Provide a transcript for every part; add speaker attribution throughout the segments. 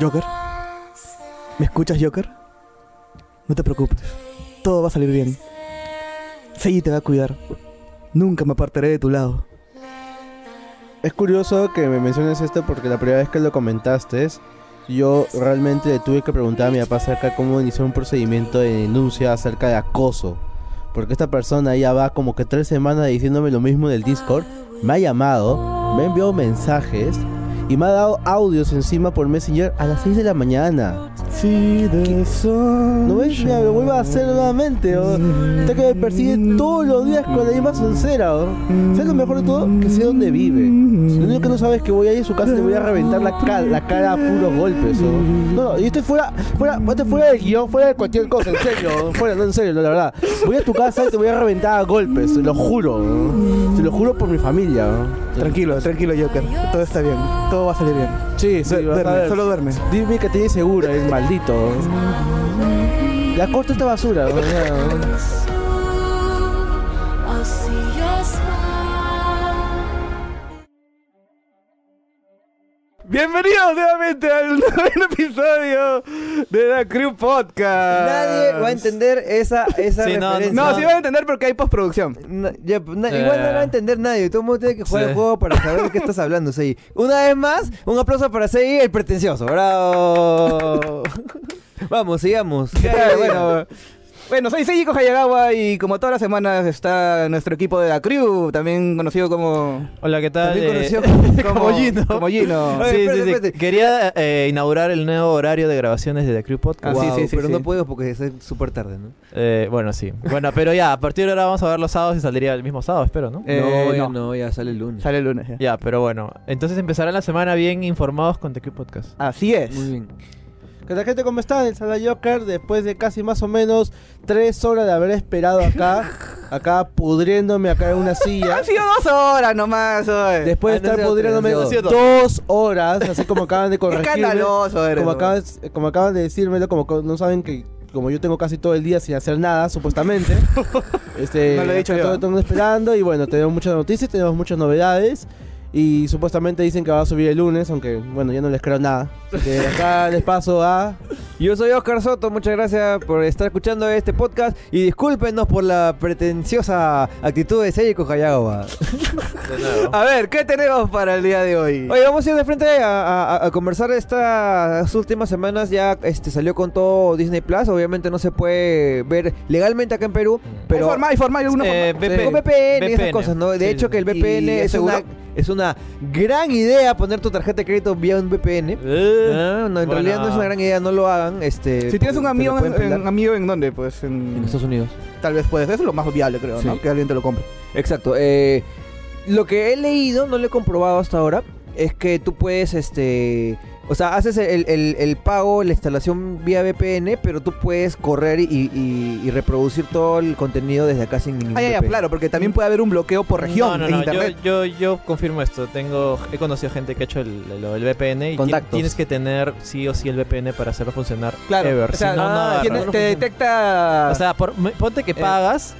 Speaker 1: Joker, ¿me escuchas, Joker? No te preocupes, todo va a salir bien. Seiji te va a cuidar. Nunca me apartaré de tu lado.
Speaker 2: Es curioso que me menciones esto porque la primera vez que lo comentaste, yo realmente le tuve que preguntar a mi papá acerca de cómo iniciar un procedimiento de denuncia acerca de acoso. Porque esta persona ya va como que tres semanas diciéndome lo mismo del Discord, me ha llamado, me ha enviado mensajes y me ha dado audios encima por Messenger a las 6 de la mañana.
Speaker 1: Sí, de sol.
Speaker 2: No ves, mira, lo vuelvo a hacer nuevamente. o Hasta que me persigue todos los días con la misma soncera. o. ¿Sabes lo mejor de todo? Que sé dónde vive. Lo único que no sabes es que voy a ir a su casa y le voy a reventar la, ca- la cara a puros golpes. o. No, no, yo estoy fuera, fuera, estoy fuera del guión, fuera de cualquier cosa, en serio. o. Fuera, no, en serio, no, la verdad. Voy a tu casa y te voy a reventar a golpes, te lo juro. o. Te lo juro por mi familia. oh. o.
Speaker 1: Tranquilo, tranquilo, Joker. Todo está bien, todo va a salir bien.
Speaker 2: Sí, sí,
Speaker 1: Du-
Speaker 2: vas a
Speaker 1: duerme,
Speaker 2: ver.
Speaker 1: solo duerme.
Speaker 2: Dime que tiene segura, es maldito. oh. La corta esta basura. oh, o sea.
Speaker 3: Bienvenidos nuevamente al noveno episodio de la Crew Podcast.
Speaker 4: Nadie va a entender esa, esa
Speaker 5: Sí, no,
Speaker 4: referencia.
Speaker 3: No, sí van a entender porque hay postproducción.
Speaker 4: Na- ya, pues, na-
Speaker 5: Eh.
Speaker 4: Igual no lo va a entender nadie. Todo el mundo tiene que jugar
Speaker 5: Sí.
Speaker 4: el juego para saber de qué estás hablando, Sei. Una vez más, un aplauso para Sei, el pretencioso. ¡Bravo! Vamos, sigamos.
Speaker 3: Ya, bueno, bueno, soy Seiji Hayagawa y como todas las semanas está nuestro equipo de la Crew, también conocido como...
Speaker 5: Hola, ¿qué tal?
Speaker 4: También
Speaker 5: Eh,
Speaker 4: conocido
Speaker 5: como Gino.
Speaker 3: Como Gino.
Speaker 4: Oye,
Speaker 5: Sí,
Speaker 4: espérate,
Speaker 5: sí, sí.
Speaker 4: espérate.
Speaker 5: Quería eh, inaugurar el nuevo horario de grabaciones de The Crew
Speaker 3: Ah,
Speaker 5: Podcast.
Speaker 3: sí,
Speaker 4: Wow,
Speaker 3: sí, sí,
Speaker 4: pero
Speaker 3: sí.
Speaker 4: no puedo porque es súper tarde, ¿no?
Speaker 5: Eh, bueno, sí. Bueno, pero ya, a partir de ahora vamos a ver los sábados y saldría el mismo sábado, espero, ¿no?
Speaker 3: Eh,
Speaker 4: ya
Speaker 3: no.
Speaker 4: ya sale el lunes.
Speaker 3: Sale el lunes. ya.
Speaker 5: Ya, pero bueno. Entonces empezarán la semana bien informados con The Crew Podcast.
Speaker 3: Así es.
Speaker 4: Muy bien.
Speaker 2: ¿Qué tal gente? ¿Cómo están? El Sala Joker, después de casi más o menos tres horas de haber esperado acá, acá pudriéndome acá en una silla.
Speaker 3: Han sido dos horas nomás hoy.
Speaker 2: Después de
Speaker 4: Ah, no
Speaker 2: estar
Speaker 4: sea
Speaker 2: pudriéndome
Speaker 4: tres, no sea
Speaker 2: dos horas, así como acaban de corregirme.
Speaker 3: Escandaloso eres.
Speaker 2: Como
Speaker 3: ¿no?
Speaker 2: acaban, como acaban de decírmelo, como co- no saben que como yo tengo casi todo el día sin hacer nada, supuestamente. este,
Speaker 3: No lo he dicho
Speaker 2: acá
Speaker 3: yo.
Speaker 2: Todo el mundo esperando y bueno, tenemos muchas noticias, tenemos muchas novedades. Y supuestamente dicen que va a subir el lunes, aunque bueno, ya no les creo nada. Así que acá les paso a...
Speaker 4: Yo soy Oscar Soto, muchas gracias por estar escuchando este podcast y discúlpenos por la pretenciosa actitud de Seiko Hayagawa.
Speaker 3: A ver, ¿qué tenemos para el día de hoy?
Speaker 4: Oye, vamos a ir de frente a, a- a conversar estas últimas semanas. Ya este, salió con todo Disney Plus. Obviamente no se puede ver legalmente acá en Perú. Pero
Speaker 3: hay forma, hay forma, hay alguna
Speaker 5: Eh,
Speaker 3: forma.
Speaker 5: VPN.
Speaker 4: con VPN y esas
Speaker 5: VPN.
Speaker 4: cosas, ¿no? De
Speaker 5: Sí,
Speaker 4: hecho,
Speaker 5: sí.
Speaker 4: que el
Speaker 3: ¿Y
Speaker 4: VPN es
Speaker 3: seguro?
Speaker 4: una, es una gran idea poner tu tarjeta de crédito vía un VPN. Ah, no, en
Speaker 5: Eh. Bueno.
Speaker 4: realidad no es una gran idea, no lo hagan. Este,
Speaker 3: Si tienes un
Speaker 4: te lo
Speaker 3: amigo,
Speaker 4: pueden
Speaker 3: en,
Speaker 4: pelar.
Speaker 3: en- amigo en dónde, pues
Speaker 4: en
Speaker 3: en,
Speaker 4: Estados Unidos.
Speaker 3: tal vez puedes. Eso es lo más viable, creo, ¿no?
Speaker 4: Sí.
Speaker 3: Que alguien te lo compre.
Speaker 4: Exacto. eh, lo que he leído, no lo he comprobado hasta ahora, es que tú puedes, este... O sea, haces el, el- el pago, la instalación vía VPN, pero tú puedes correr y, y- y reproducir todo el contenido desde acá sin ningún
Speaker 3: Ah, ya, ya,
Speaker 4: VPN.
Speaker 3: claro, porque también puede haber un bloqueo por región
Speaker 5: no, no,
Speaker 3: en
Speaker 5: no,
Speaker 3: internet.
Speaker 5: Yo, yo, yo confirmo esto. Tengo, he conocido gente que ha hecho el, lo del VPN y ti-
Speaker 4: Contactos.
Speaker 5: tienes que tener sí o sí el VPN para hacerlo funcionar.
Speaker 3: Claro,
Speaker 5: ever.
Speaker 3: o sea, ah,
Speaker 5: Si no, no
Speaker 4: ah,
Speaker 5: agarra.
Speaker 3: tiene- te detecta.
Speaker 5: O sea, por- me- ponte que pagas,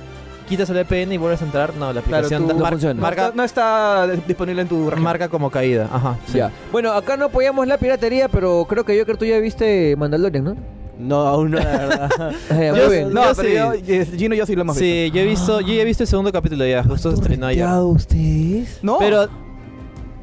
Speaker 5: quitas el VPN y vuelves a entrar. No, la
Speaker 3: Eh. Claro,
Speaker 5: aplicación
Speaker 3: tú-
Speaker 5: da-
Speaker 4: no
Speaker 5: mar-
Speaker 4: funciona.
Speaker 3: no,
Speaker 5: marca,
Speaker 3: no está disponible en tu región.
Speaker 5: marca como caída. Ajá. sí.
Speaker 4: Ya. Bueno, acá no apoyamos la piratería, pero creo que yo creo que tú ya viste Mandalorian, ¿no?
Speaker 2: No, aún no, la verdad.
Speaker 4: Ah, ya,
Speaker 5: Yo-
Speaker 4: muy bien.
Speaker 3: No,
Speaker 5: Yo
Speaker 3: pero yo, eh, Gino y yo sí lo hemos visto.
Speaker 5: Sí, yo he visto, yo ya he visto el segundo capítulo ya, justo se estrenó ayer. Oh.
Speaker 4: ¿Torrenteado ustedes?
Speaker 3: No,
Speaker 5: Pero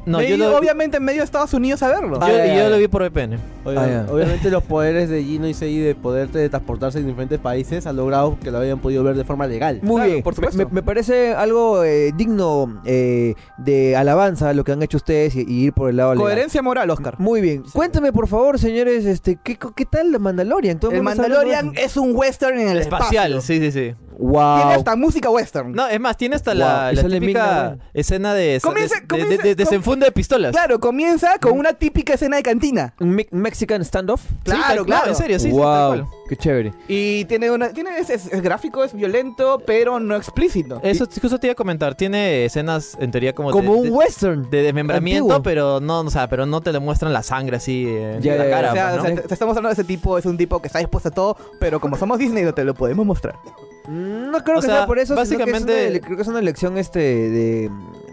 Speaker 5: no,
Speaker 3: me he
Speaker 5: yo
Speaker 3: ido,
Speaker 5: lo, yo,
Speaker 3: obviamente en medio de Estados Unidos a verlo.
Speaker 4: Ah, ya,
Speaker 5: yo
Speaker 4: ya.
Speaker 5: lo vi por VPN.
Speaker 2: Obvia-
Speaker 4: Ah, ya.
Speaker 2: Obviamente los poderes de Gino y Sei de poder teletransportarse en diferentes países han logrado que lo hayan podido ver de forma legal.
Speaker 4: Muy
Speaker 3: Claro,
Speaker 4: bien,
Speaker 3: por supuesto.
Speaker 4: Me, me parece algo eh, digno eh, de alabanza lo que han hecho ustedes y, y ir por el lado legal.
Speaker 3: Coherencia moral, Oscar.
Speaker 4: Muy bien. Cuéntame, por favor, señores, este, ¿qué, co- qué tal la Mandalorian? Todo
Speaker 3: El
Speaker 4: mundo está
Speaker 3: Mandalorian
Speaker 4: hablando de
Speaker 3: es un western en el
Speaker 5: Espacial,
Speaker 3: espacio.
Speaker 5: sí, sí, sí.
Speaker 4: Wow.
Speaker 3: Tiene hasta música western.
Speaker 5: No, es más, tiene hasta
Speaker 4: Wow,
Speaker 5: la,
Speaker 4: y
Speaker 5: la
Speaker 4: sale Ming-Na,
Speaker 5: típica
Speaker 4: bueno.
Speaker 5: escena de,
Speaker 3: Comience-
Speaker 5: de- de-
Speaker 3: comience-
Speaker 5: de- de- desenfunde de pistolas.
Speaker 3: Claro, comienza con una típica escena de cantina.
Speaker 4: un me- Mexican standoff.
Speaker 5: Mm. Sí, tal
Speaker 3: Claro,
Speaker 5: cual,
Speaker 3: claro.
Speaker 5: En serio, sí, sí, tal
Speaker 4: wow,
Speaker 5: cual.
Speaker 4: qué chévere.
Speaker 3: Y tiene una. Tiene, es, es- es gráfico, es violento, pero no explícito.
Speaker 5: Eso justo te iba a comentar, tiene escenas en teoría como, de-
Speaker 4: Como
Speaker 5: de,
Speaker 4: un western.
Speaker 5: de desmembramiento,
Speaker 4: antiguo.
Speaker 5: pero no, o sea, pero no te le muestran la sangre así en
Speaker 4: Ya,
Speaker 5: la
Speaker 4: ya, ya.
Speaker 5: cara.
Speaker 3: o sea,
Speaker 5: pues, ¿no?
Speaker 3: o sea, te, te estamos hablando de ese tipo, es un tipo que está dispuesto a todo, pero como somos Disney no te lo podemos mostrar.
Speaker 4: No creo
Speaker 5: O
Speaker 4: que
Speaker 5: sea,
Speaker 4: sea por eso. sino que es
Speaker 5: básicamente-
Speaker 4: una ele- creo que es una elección este de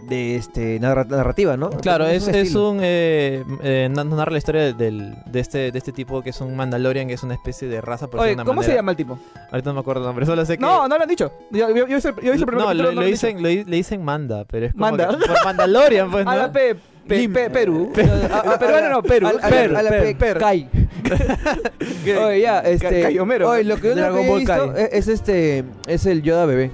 Speaker 4: de este narra- narrativa, ¿no?
Speaker 5: Claro, es, es
Speaker 4: estilo.
Speaker 5: un. Eh, eh, na- narra la historia del, de, este, de este tipo que es un Mandalorian, que es una especie de raza, por
Speaker 3: Oye,
Speaker 5: decirlo de una
Speaker 3: ¿cómo se
Speaker 5: manera.
Speaker 3: llama el tipo?
Speaker 5: Ahorita no me acuerdo el nombre, solo sé que.
Speaker 3: No, no lo han dicho. Yo, yo, yo hice, el- yo hice el primer
Speaker 5: no,
Speaker 3: capítulo,
Speaker 5: le,
Speaker 3: no
Speaker 5: le
Speaker 3: lo han
Speaker 5: dicen, le, le dicen Manda, pero es como
Speaker 3: Manda.
Speaker 5: que- por Mandalorian, pues,
Speaker 3: dicho. A la
Speaker 5: ¿no?
Speaker 3: P. Pe-
Speaker 5: Lim.
Speaker 3: Pe- Perú.
Speaker 4: A- a-
Speaker 3: Ah, peruano no, Perú.
Speaker 4: a- a-
Speaker 3: Perú,
Speaker 4: a la
Speaker 3: Perú,
Speaker 4: pe-
Speaker 3: Perú.
Speaker 4: Kai.
Speaker 3: ¿Qué?
Speaker 4: Oye, ya, este.
Speaker 3: Kai Homero.
Speaker 4: Oye, lo que yo no
Speaker 2: Dragon
Speaker 4: había
Speaker 2: Ball
Speaker 4: visto
Speaker 2: Kai.
Speaker 4: es, es este. Es el Yoda bebé.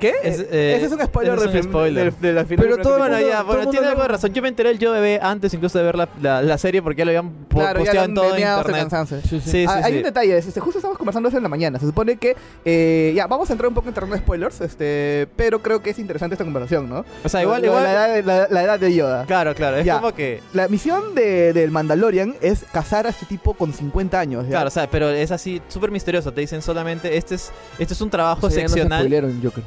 Speaker 3: ¿Qué?
Speaker 5: Es,
Speaker 3: Eh,
Speaker 5: eh,
Speaker 3: ese es un spoiler,
Speaker 5: ese es un
Speaker 3: del film-
Speaker 5: spoiler.
Speaker 3: del- de la final.
Speaker 4: Pero
Speaker 3: del
Speaker 4: todo
Speaker 3: capítulo.
Speaker 5: Bueno,
Speaker 4: mundo-
Speaker 5: ya,
Speaker 4: todo el
Speaker 5: bueno,
Speaker 4: mundo
Speaker 5: tiene
Speaker 4: lo-
Speaker 5: algo de razón. Yo me enteré del Yo Bebé antes incluso de ver la, la, la serie porque ya lo habían po-
Speaker 3: Claro, ya
Speaker 5: posteado
Speaker 3: lo
Speaker 5: en
Speaker 3: han
Speaker 5: todo
Speaker 3: memeado hasta
Speaker 5: internet.
Speaker 3: cansancio.
Speaker 5: Sí, sí,
Speaker 3: Ah, hay
Speaker 5: sí.
Speaker 3: un detalle, este, justo estamos conversando eso en la mañana. Se supone que. eh, ya, vamos a entrar un poco en terreno de spoilers, este, pero creo que es interesante esta conversación, ¿no?
Speaker 5: O sea, igual,
Speaker 3: Lo- lo-
Speaker 5: igual.
Speaker 3: La edad, de- la- la edad de Yoda.
Speaker 5: Claro, claro. Es
Speaker 3: Ya.
Speaker 5: como que.
Speaker 3: La misión de, del Mandalorian es cazar a este tipo con 50 años. ¿ya?
Speaker 5: Claro, o sea, pero es así súper misterioso. Te dicen solamente, este es, este es un trabajo
Speaker 4: O sea, ya nos
Speaker 5: seccional.
Speaker 4: spoilearon, yo creo.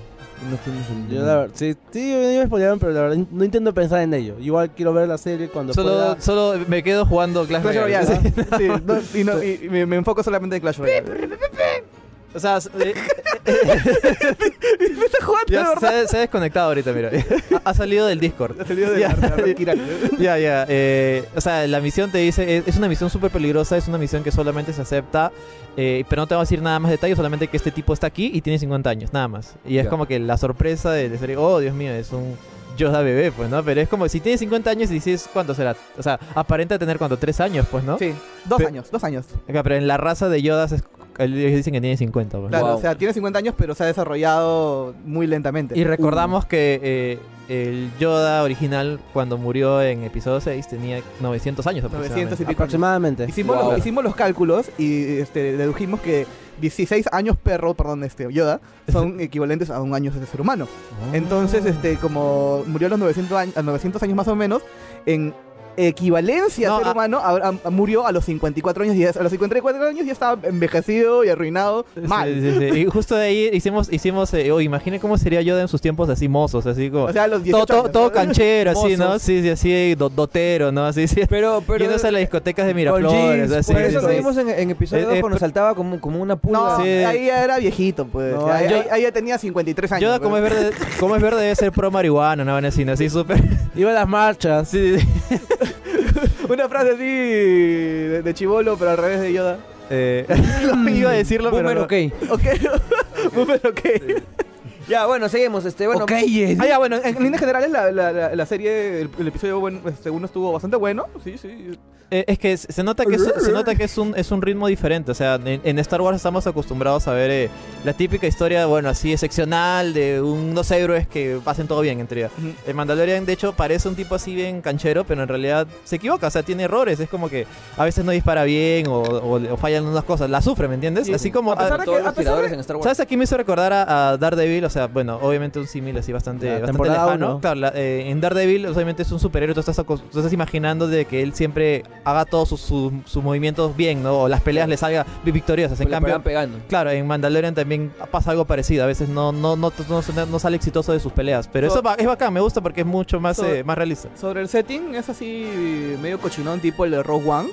Speaker 4: No fuimos el-
Speaker 2: Yo, la verdad, sí, sí, yo me spoilearon, pero la verdad no intento pensar en ello. Igual quiero ver la serie cuando
Speaker 5: Solo,
Speaker 2: pueda.
Speaker 5: solo me quedo jugando Clash
Speaker 3: Clash
Speaker 5: Royale.
Speaker 3: Royale. ¿no? Sí, no, y, no- y- y me, me enfoco solamente en Clash Royale.
Speaker 5: O sea, s- eh,
Speaker 3: jugando,
Speaker 5: ya se, ha- se ha desconectado ahorita, mira. Ha, ha salido del Discord. Ya. Ya, ya. eh, o sea, la misión te dice, es, es una misión súper peligrosa, es una misión que solamente se acepta, eh, pero no te va a decir nada más detalle, solamente que este tipo está aquí y tiene 50 años, nada más. Y es
Speaker 4: Ya.
Speaker 5: como que la sorpresa de la serie, oh, Dios mío, es un Yoda bebé, pues, ¿no? Pero es como, si tiene 50 años y dices, ¿cuánto será? O sea, aparenta tener, ¿cuánto? ¿Tres años, pues, no?
Speaker 3: Sí, dos
Speaker 5: Pe-
Speaker 3: años, dos años.
Speaker 5: Acá, pero en la raza de Yodas es- ellos dicen que tiene 50, pues.
Speaker 3: Claro,
Speaker 4: Wow.
Speaker 3: o sea, tiene 50 años, pero se ha desarrollado muy lentamente.
Speaker 5: Y recordamos que eh, el Yoda original, cuando murió en episodio 6, tenía 900 años aproximadamente.
Speaker 3: 900 Uh, y pico.
Speaker 2: aproximadamente.
Speaker 3: Hicimos,
Speaker 4: Wow.
Speaker 3: los,
Speaker 5: pues.
Speaker 3: hicimos los cálculos y este, dedujimos que 16 años perro, perdón, este, Yoda, son equivalentes a un año de ser humano.
Speaker 5: Ah. Oh.
Speaker 3: Entonces, este, como murió a los 900 años, a 900 años más o menos, en equivalencia
Speaker 5: No, ah.
Speaker 3: a ser
Speaker 5: a-
Speaker 3: humano, a- a- murió a los 54 años y ya- a los 54 años ya estaba envejecido y arruinado
Speaker 5: Sí,
Speaker 3: mal.
Speaker 5: sí, sí. Y justo de ahí hicimos, hicimos, eh, oh, imagina cómo sería Yoda en sus tiempos así mozos, así como...
Speaker 3: O sea, a los 18
Speaker 5: todo, todo,
Speaker 3: años.
Speaker 5: todo canchero, así, ¿no?
Speaker 4: Mozos.
Speaker 5: Sí, sí, así, do- dotero, ¿no? Así, sí.
Speaker 4: Pero, pero.
Speaker 5: Yéndose a las discotecas de Miraflores,
Speaker 2: jeans,
Speaker 5: así.
Speaker 4: Por
Speaker 2: Sí,
Speaker 4: eso
Speaker 5: sí,
Speaker 4: lo
Speaker 5: sí.
Speaker 4: vimos en, en episodio
Speaker 5: Eh,
Speaker 4: 2
Speaker 5: eh,
Speaker 4: cuando
Speaker 5: pero-
Speaker 4: saltaba como, como una pulga.
Speaker 3: No,
Speaker 5: Sí.
Speaker 3: ahí ya era viejito, pues.
Speaker 2: No,
Speaker 3: Ya- ahí,
Speaker 5: yo-
Speaker 3: ahí ya tenía 53 años.
Speaker 5: Yoda,
Speaker 3: pues.
Speaker 5: como es verde, como es verde debe ser pro marihuana, una vaina así, ¿no? Así súper...
Speaker 2: Iba a las marchas.
Speaker 5: Sí, sí, sí.
Speaker 3: Una frase así de, chivolo, pero al revés de Yoda.
Speaker 5: Eh, no iba a decirlo, pero...
Speaker 4: Boomer,
Speaker 5: no.
Speaker 4: ok.
Speaker 3: Ok, Boomer, ok.
Speaker 4: Ya, bueno, seguimos. Este, bueno,
Speaker 2: Ok, yes.
Speaker 3: Ah, ya, bueno, en, en líneas generales la, la- la- la serie, el, el episodio bueno, este, uno estuvo bastante bueno. Sí, sí.
Speaker 5: Eh, es que se se nota que, es, se nota que es, un, es un ritmo diferente. O sea, en, en Star Wars estamos acostumbrados a ver eh, la típica historia, bueno, así seccional de unos héroes que pasen todo bien, en teoría.
Speaker 3: Ujú.
Speaker 5: El Mandalorian, de hecho, parece un tipo así bien canchero, pero en realidad se equivoca. O sea, tiene errores. Es como que a veces no dispara bien o, o- o fallan unas cosas. La sufre, ¿me entiendes?
Speaker 4: Sí,
Speaker 5: Así
Speaker 4: sí.
Speaker 5: como.
Speaker 3: A pesar de
Speaker 4: todos
Speaker 3: que- a
Speaker 4: los
Speaker 3: pesar
Speaker 4: tiradores
Speaker 3: de-
Speaker 4: en Star Wars.
Speaker 5: ¿Sabes? Aquí me hizo recordar a, a Daredevil, o sea, bueno, obviamente un símil así bastante,
Speaker 2: La
Speaker 5: bastante
Speaker 2: temporada
Speaker 5: lejano.
Speaker 2: uno.
Speaker 5: Claro, la- eh, en Daredevil obviamente es un superhéroe, tú estás, acos- tú estás imaginando de que él siempre haga todos sus, sus- sus movimientos bien, ¿no? O las peleas le salgan vi- victoriosas. En
Speaker 4: le
Speaker 5: cambio,
Speaker 4: paran pegando.
Speaker 5: claro, en Mandalorian también pasa algo parecido, a veces no, no, no, no, no- no sale exitoso de sus peleas, pero
Speaker 3: So-
Speaker 5: eso va- es bacán, me gusta porque es mucho más,
Speaker 3: So-
Speaker 5: eh, más realista.
Speaker 3: Sobre el setting, es así medio cochinón, tipo el de Rogue One.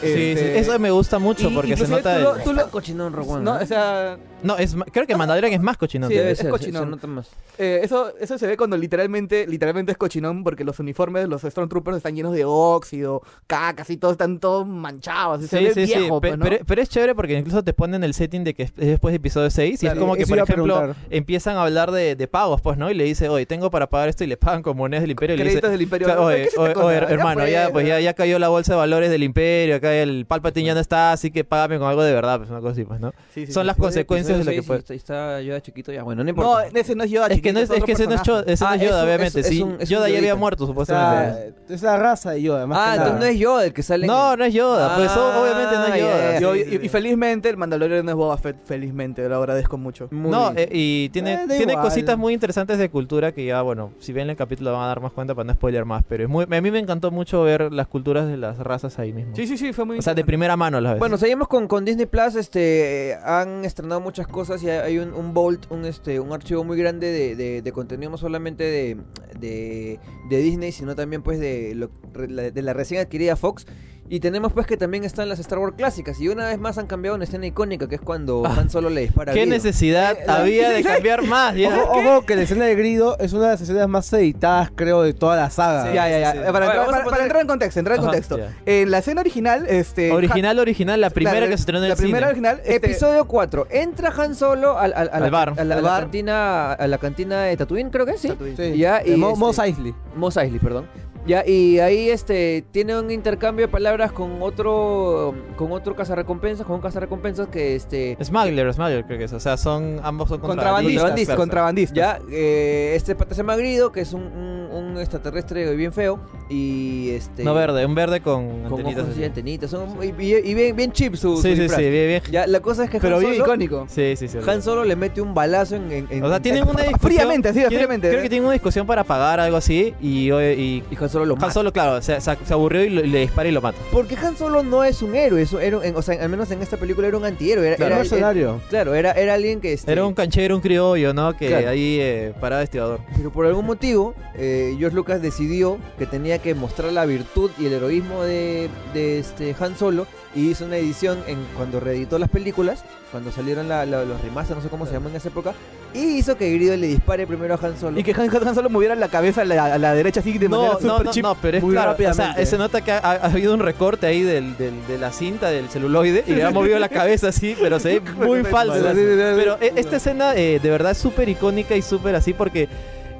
Speaker 5: Sí, sí,
Speaker 3: Este,
Speaker 5: eso me gusta mucho
Speaker 3: y-
Speaker 5: porque se
Speaker 3: inclusive
Speaker 5: nota...
Speaker 3: tú lo-
Speaker 5: el-
Speaker 3: tú lo-
Speaker 4: cochinón ¿eh?
Speaker 3: no, o sea,
Speaker 5: No, es, ma- creo que Mandalorian es más cochinón.
Speaker 3: Sí,
Speaker 5: todavía.
Speaker 3: es cochinón.
Speaker 4: nota más.
Speaker 3: eh, eso, eso se ve cuando literalmente, literalmente es cochinón porque los uniformes de los Stormtroopers están llenos de óxido, cacas y todo, están todos manchados. así se ve viejo,
Speaker 5: Pe-
Speaker 3: pues, ¿no?
Speaker 5: pero, pero es chévere porque incluso te ponen el setting de que es es después de episodio 6 y
Speaker 2: Claro,
Speaker 5: es como que,
Speaker 2: eso
Speaker 5: por
Speaker 2: iba a
Speaker 5: ejemplo,
Speaker 2: preguntar.
Speaker 5: empiezan a hablar de, de pagos, pues, ¿no? Y le dice, oye, tengo para pagar esto y le pagan con monedas del imperio. Y le dice,
Speaker 3: Créditos del Imperio.
Speaker 5: claro,
Speaker 3: ¿Qué
Speaker 5: oye,
Speaker 3: se te
Speaker 5: oye,
Speaker 3: cosa?
Speaker 5: oye, hermano,
Speaker 3: fue,
Speaker 5: ya, pues ya, ya cayó la bolsa de valores del imperio, acá el Palpatine ya no está, así que págame con algo de verdad, pues una cosa así, pues, ¿no?
Speaker 3: Sí, sí,
Speaker 5: Son
Speaker 3: sí.
Speaker 5: las consecuencias de lo que puede.
Speaker 4: Ahí está Yoda chiquito ya. Bueno, no
Speaker 3: No, eh,
Speaker 4: importa.
Speaker 3: ese no es Yoda.
Speaker 5: Es que no es, es que ese no es, Yoda- ese no
Speaker 4: Ah,
Speaker 5: es Yoda,
Speaker 4: es un-
Speaker 5: obviamente.
Speaker 4: es- es
Speaker 5: sí,
Speaker 4: un- es un
Speaker 5: Yoda ya había
Speaker 4: yodita.
Speaker 5: muerto,
Speaker 2: O sea,
Speaker 5: supuestamente.
Speaker 2: es la raza de Yoda, más
Speaker 4: ah,
Speaker 2: que
Speaker 4: entonces
Speaker 2: nada.
Speaker 4: no es Yoda el que sale. en
Speaker 5: no,
Speaker 4: el-
Speaker 5: no es Yoda, pues
Speaker 4: Ah,
Speaker 5: o- obviamente no
Speaker 4: ya,
Speaker 5: es Yoda.
Speaker 4: ya, ya.
Speaker 3: Y, hoy-
Speaker 4: Sí, sí,
Speaker 3: y-
Speaker 4: sí.
Speaker 3: y felizmente el Mandalorian no es Boba Fett, felizmente, lo agradezco mucho.
Speaker 4: Muy
Speaker 5: No,
Speaker 4: bien.
Speaker 5: eh, y tiene,
Speaker 2: Eh, da
Speaker 5: tiene
Speaker 2: igual.
Speaker 5: cositas muy interesantes de cultura que ya, bueno, si ven el capítulo van a dar más cuenta para no spoiler más, pero es muy, a mí me encantó mucho ver las culturas de las razas ahí mismo.
Speaker 3: Sí, sí, sí, fue muy
Speaker 5: O sea, de
Speaker 3: interesante.
Speaker 5: primera mano las ves.
Speaker 4: Bueno, seguimos con, con Disney Plus, este, eh, han estrenado muchas cosas y hay- hay un, un vault, un este, un archivo muy grande de, de- de contenido no solamente de, de, de Disney, sino también pues de, lo- re- la- de la recién adquirida Fox. Y tenemos pues que también están las Star Wars clásicas. Y una vez más han cambiado una escena icónica, que es cuando
Speaker 5: Ah.
Speaker 4: Han Solo le dispara a
Speaker 5: ¿Qué
Speaker 4: Grido.
Speaker 5: necesidad
Speaker 4: Eh, la-
Speaker 5: había de cambiar más? ya?
Speaker 2: Ojo, ojo, que la escena de Grido es una de las escenas más editadas, creo, de toda la saga.
Speaker 5: Sí,
Speaker 3: Ya, ya, ya.
Speaker 5: sí.
Speaker 3: Para,
Speaker 5: Oye,
Speaker 3: entrar-
Speaker 5: vamos
Speaker 3: para-
Speaker 5: a
Speaker 3: para
Speaker 5: poner-
Speaker 3: entrar en contexto, entrar en
Speaker 5: Ajá,
Speaker 3: contexto.
Speaker 5: ya.
Speaker 3: En la escena original, este.
Speaker 5: Original, original, la
Speaker 3: Han-
Speaker 5: primera
Speaker 3: la-
Speaker 5: que se estrenó en
Speaker 3: La
Speaker 5: el cine.
Speaker 3: primera original. este,
Speaker 4: Episodio 4. Entra Han Solo al, al- a la,
Speaker 5: Al bar.
Speaker 4: A la, a
Speaker 3: Al
Speaker 4: la
Speaker 3: bar.
Speaker 4: cantina, a la cantina de Tatooine, creo que sí.
Speaker 3: Tatooine.
Speaker 2: Sí.
Speaker 4: Ya, y
Speaker 2: De Mo-
Speaker 4: este-
Speaker 3: eh,
Speaker 2: Mos Eisley.
Speaker 4: Mos Eisley, perdón. Ya, y ahí este tiene un intercambio de palabras con otro con otro cazarrecompensas, con un cazarrecompensas que este
Speaker 5: Smuggler, Smuggler, creo que es. O sea, son ambos son
Speaker 3: Contrabandistas.
Speaker 5: contrabandistas.
Speaker 3: Contrabandistas.
Speaker 4: ya eh, este pata se llama Grido, que es un, un- un extraterrestre bien feo y este
Speaker 5: No verde, un verde con,
Speaker 4: con
Speaker 5: antenitas.
Speaker 4: ojos
Speaker 5: así.
Speaker 4: y antenitas, son- y, y- y bien bien chip su, su
Speaker 5: Sí, sí,
Speaker 4: disfraz.
Speaker 5: sí, bien, bien.
Speaker 4: Ya, la cosa es que
Speaker 3: Pero
Speaker 4: Han,
Speaker 3: bien
Speaker 4: Solo,
Speaker 3: icónico.
Speaker 5: Sí, sí, sí.
Speaker 4: Han Solo le mete un balazo en, en- en-
Speaker 5: O sea,
Speaker 4: en-
Speaker 5: tienen una discusión.
Speaker 3: Fríamente, así,
Speaker 5: tienen-
Speaker 3: fríamente.
Speaker 5: Creo que tienen una discusión para pagar algo así. Y, oye, y
Speaker 4: y Han Solo lo
Speaker 5: Han
Speaker 4: mata.
Speaker 5: Solo, claro, se, se- se aburrió y lo- y le dispara y lo mata.
Speaker 4: Porque Han Solo no es un héroe, eso era, un- en- o sea, al menos en esta película era un antihéroe, era,
Speaker 2: Era
Speaker 3: eh,
Speaker 4: era-
Speaker 2: un escenario.
Speaker 4: era- claro, era, era alguien que este,
Speaker 5: Era un canchero, un criollo, ¿no? Que
Speaker 4: Claro.
Speaker 5: ahí eh, paraba estibador.
Speaker 4: Pero por algún motivo, eh, George Lucas decidió que tenía que mostrar la virtud y el heroísmo de, de este Han Solo y hizo una edición en cuando reeditó las películas, cuando salieron la- la- los remaster, no sé cómo se llaman en esa época, y hizo que Grido le dispare primero a Han Solo.
Speaker 3: Y que Han, Han Solo moviera la cabeza a la, a la derecha así de manera
Speaker 5: No, no,
Speaker 3: super
Speaker 5: no,
Speaker 3: chip.
Speaker 5: no, pero es
Speaker 3: muy
Speaker 5: claro, o sea,
Speaker 3: rápidamente.
Speaker 5: se
Speaker 2: ¿eh?
Speaker 5: nota que ha, ha- ha habido un recorte ahí del, del- de la cinta del celuloide y le ha movido la cabeza así, pero se ve muy falso.
Speaker 2: Sí, sí, sí, sí.
Speaker 5: Pero eh, esta escena eh, de verdad es súper icónica y súper así porque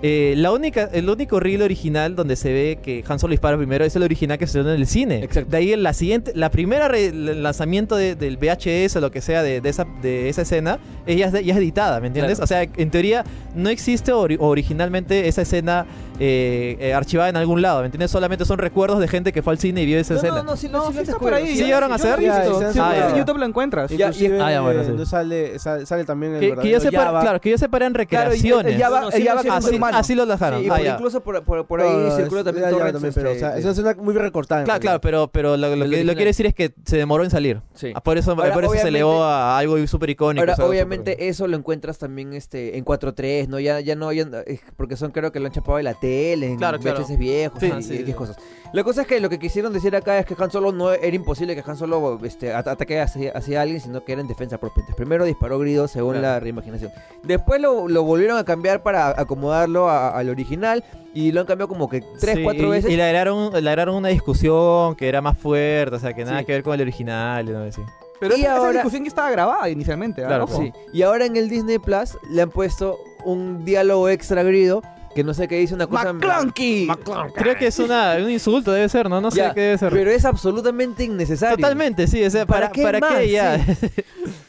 Speaker 5: eh, la única, el único reel original donde se ve que Han Solo dispara primero es el original que se dio en el cine.
Speaker 4: Exacto.
Speaker 5: De ahí en la siguiente, la primera re- el lanzamiento de- del VHS o lo que sea de, de esa, de esa escena, ella es, ya es editada, ¿me entiendes?
Speaker 4: Claro.
Speaker 5: O sea, en teoría no existe ori- originalmente esa escena eh, eh, archivada en algún lado, ¿me entiendes? Solamente son recuerdos de gente que fue al cine y vio esa
Speaker 4: no,
Speaker 5: escena.
Speaker 4: no, no, sí,
Speaker 3: No,
Speaker 4: sí,
Speaker 3: sí
Speaker 4: lo
Speaker 3: está por
Speaker 4: descubrió,
Speaker 3: ahí,
Speaker 5: ¿Sí
Speaker 4: sí,
Speaker 3: ya-
Speaker 5: llegaron a
Speaker 3: yo
Speaker 5: hacer?
Speaker 3: lo he
Speaker 2: Ya,
Speaker 3: visto.
Speaker 2: se han
Speaker 3: Sí,
Speaker 5: subido.
Speaker 3: en YouTube lo encuentras.
Speaker 4: Ya,
Speaker 2: Inclusive,
Speaker 5: ah, ya, bueno, sí.
Speaker 2: no sale, sale, sale también el
Speaker 5: Que, que yo
Speaker 2: verdadero
Speaker 5: sepa,
Speaker 2: Java.
Speaker 5: claro, que yo sepa eran recreaciones.
Speaker 3: Ya va,
Speaker 4: No, no, sí
Speaker 3: ya
Speaker 4: lo
Speaker 3: va
Speaker 4: hicieron
Speaker 3: con
Speaker 5: así,
Speaker 3: ser humano.
Speaker 5: así lo dejaron.
Speaker 4: y
Speaker 5: Ah,
Speaker 4: por-
Speaker 5: ya.
Speaker 4: incluso por, por- por
Speaker 2: No,
Speaker 4: ahí
Speaker 2: no,
Speaker 4: circula
Speaker 2: es-
Speaker 4: también
Speaker 2: ya, ya,
Speaker 4: torrents,
Speaker 2: también, pero, o
Speaker 4: este,
Speaker 2: sea,
Speaker 4: de-
Speaker 2: es una escena muy recortada. en
Speaker 5: Claro, claro,
Speaker 2: realidad.
Speaker 5: pero, pero lo, lo
Speaker 4: El
Speaker 5: que lo
Speaker 4: original.
Speaker 5: quiere decir es que se demoró en salir.
Speaker 4: Sí.
Speaker 5: Ah, Por eso,
Speaker 4: Ahora,
Speaker 5: por eso se
Speaker 4: obviamente-
Speaker 5: elevó a algo súper icónico.
Speaker 4: Ahora,
Speaker 5: o sea, algo
Speaker 4: obviamente,
Speaker 5: súper-
Speaker 4: eso lo encuentras también este en 4.3, ¿no? Ya, ya no, ya, no- eh, porque son creo que lo han chapado de la tele, en
Speaker 5: Claro, claro.
Speaker 4: VHS viejos
Speaker 5: Sí,
Speaker 4: y,
Speaker 5: sí,
Speaker 4: y
Speaker 5: sí.
Speaker 4: X cosas. La cosa es que lo que quisieron decir acá es que Han Solo no era imposible que Han Solo este, at- ataque hacia, hacia alguien, sino que era en defensa propia. Entonces, primero disparó Grido según
Speaker 5: Claro.
Speaker 4: la reimaginación. Después lo, lo volvieron a cambiar para acomodarlo a- al original y lo han cambiado como que 3,
Speaker 5: Sí,
Speaker 4: 4
Speaker 5: y-
Speaker 4: veces.
Speaker 5: Y le agregaron, le agregaron una discusión que era más fuerte, o sea, que nada
Speaker 4: Sí.
Speaker 5: que ver con el original. y no sé.
Speaker 3: Pero
Speaker 4: Y
Speaker 3: esa, esa
Speaker 4: ahora-
Speaker 3: discusión ya estaba grabada inicialmente. ¿ah?
Speaker 5: Claro,
Speaker 3: Ojo.
Speaker 4: Sí, y ahora en el Disney Plus le han puesto un diálogo extra a Grido que no sé qué dice una cosa...
Speaker 3: McClunky.
Speaker 5: Creo que es una, un insulto, debe ser, ¿no? No sé
Speaker 4: Ya,
Speaker 5: qué debe ser.
Speaker 4: Pero es absolutamente innecesario.
Speaker 5: Totalmente, sí. O sea,
Speaker 4: ¿Para
Speaker 5: ¿para,
Speaker 4: qué
Speaker 5: para
Speaker 4: más?
Speaker 5: qué ya?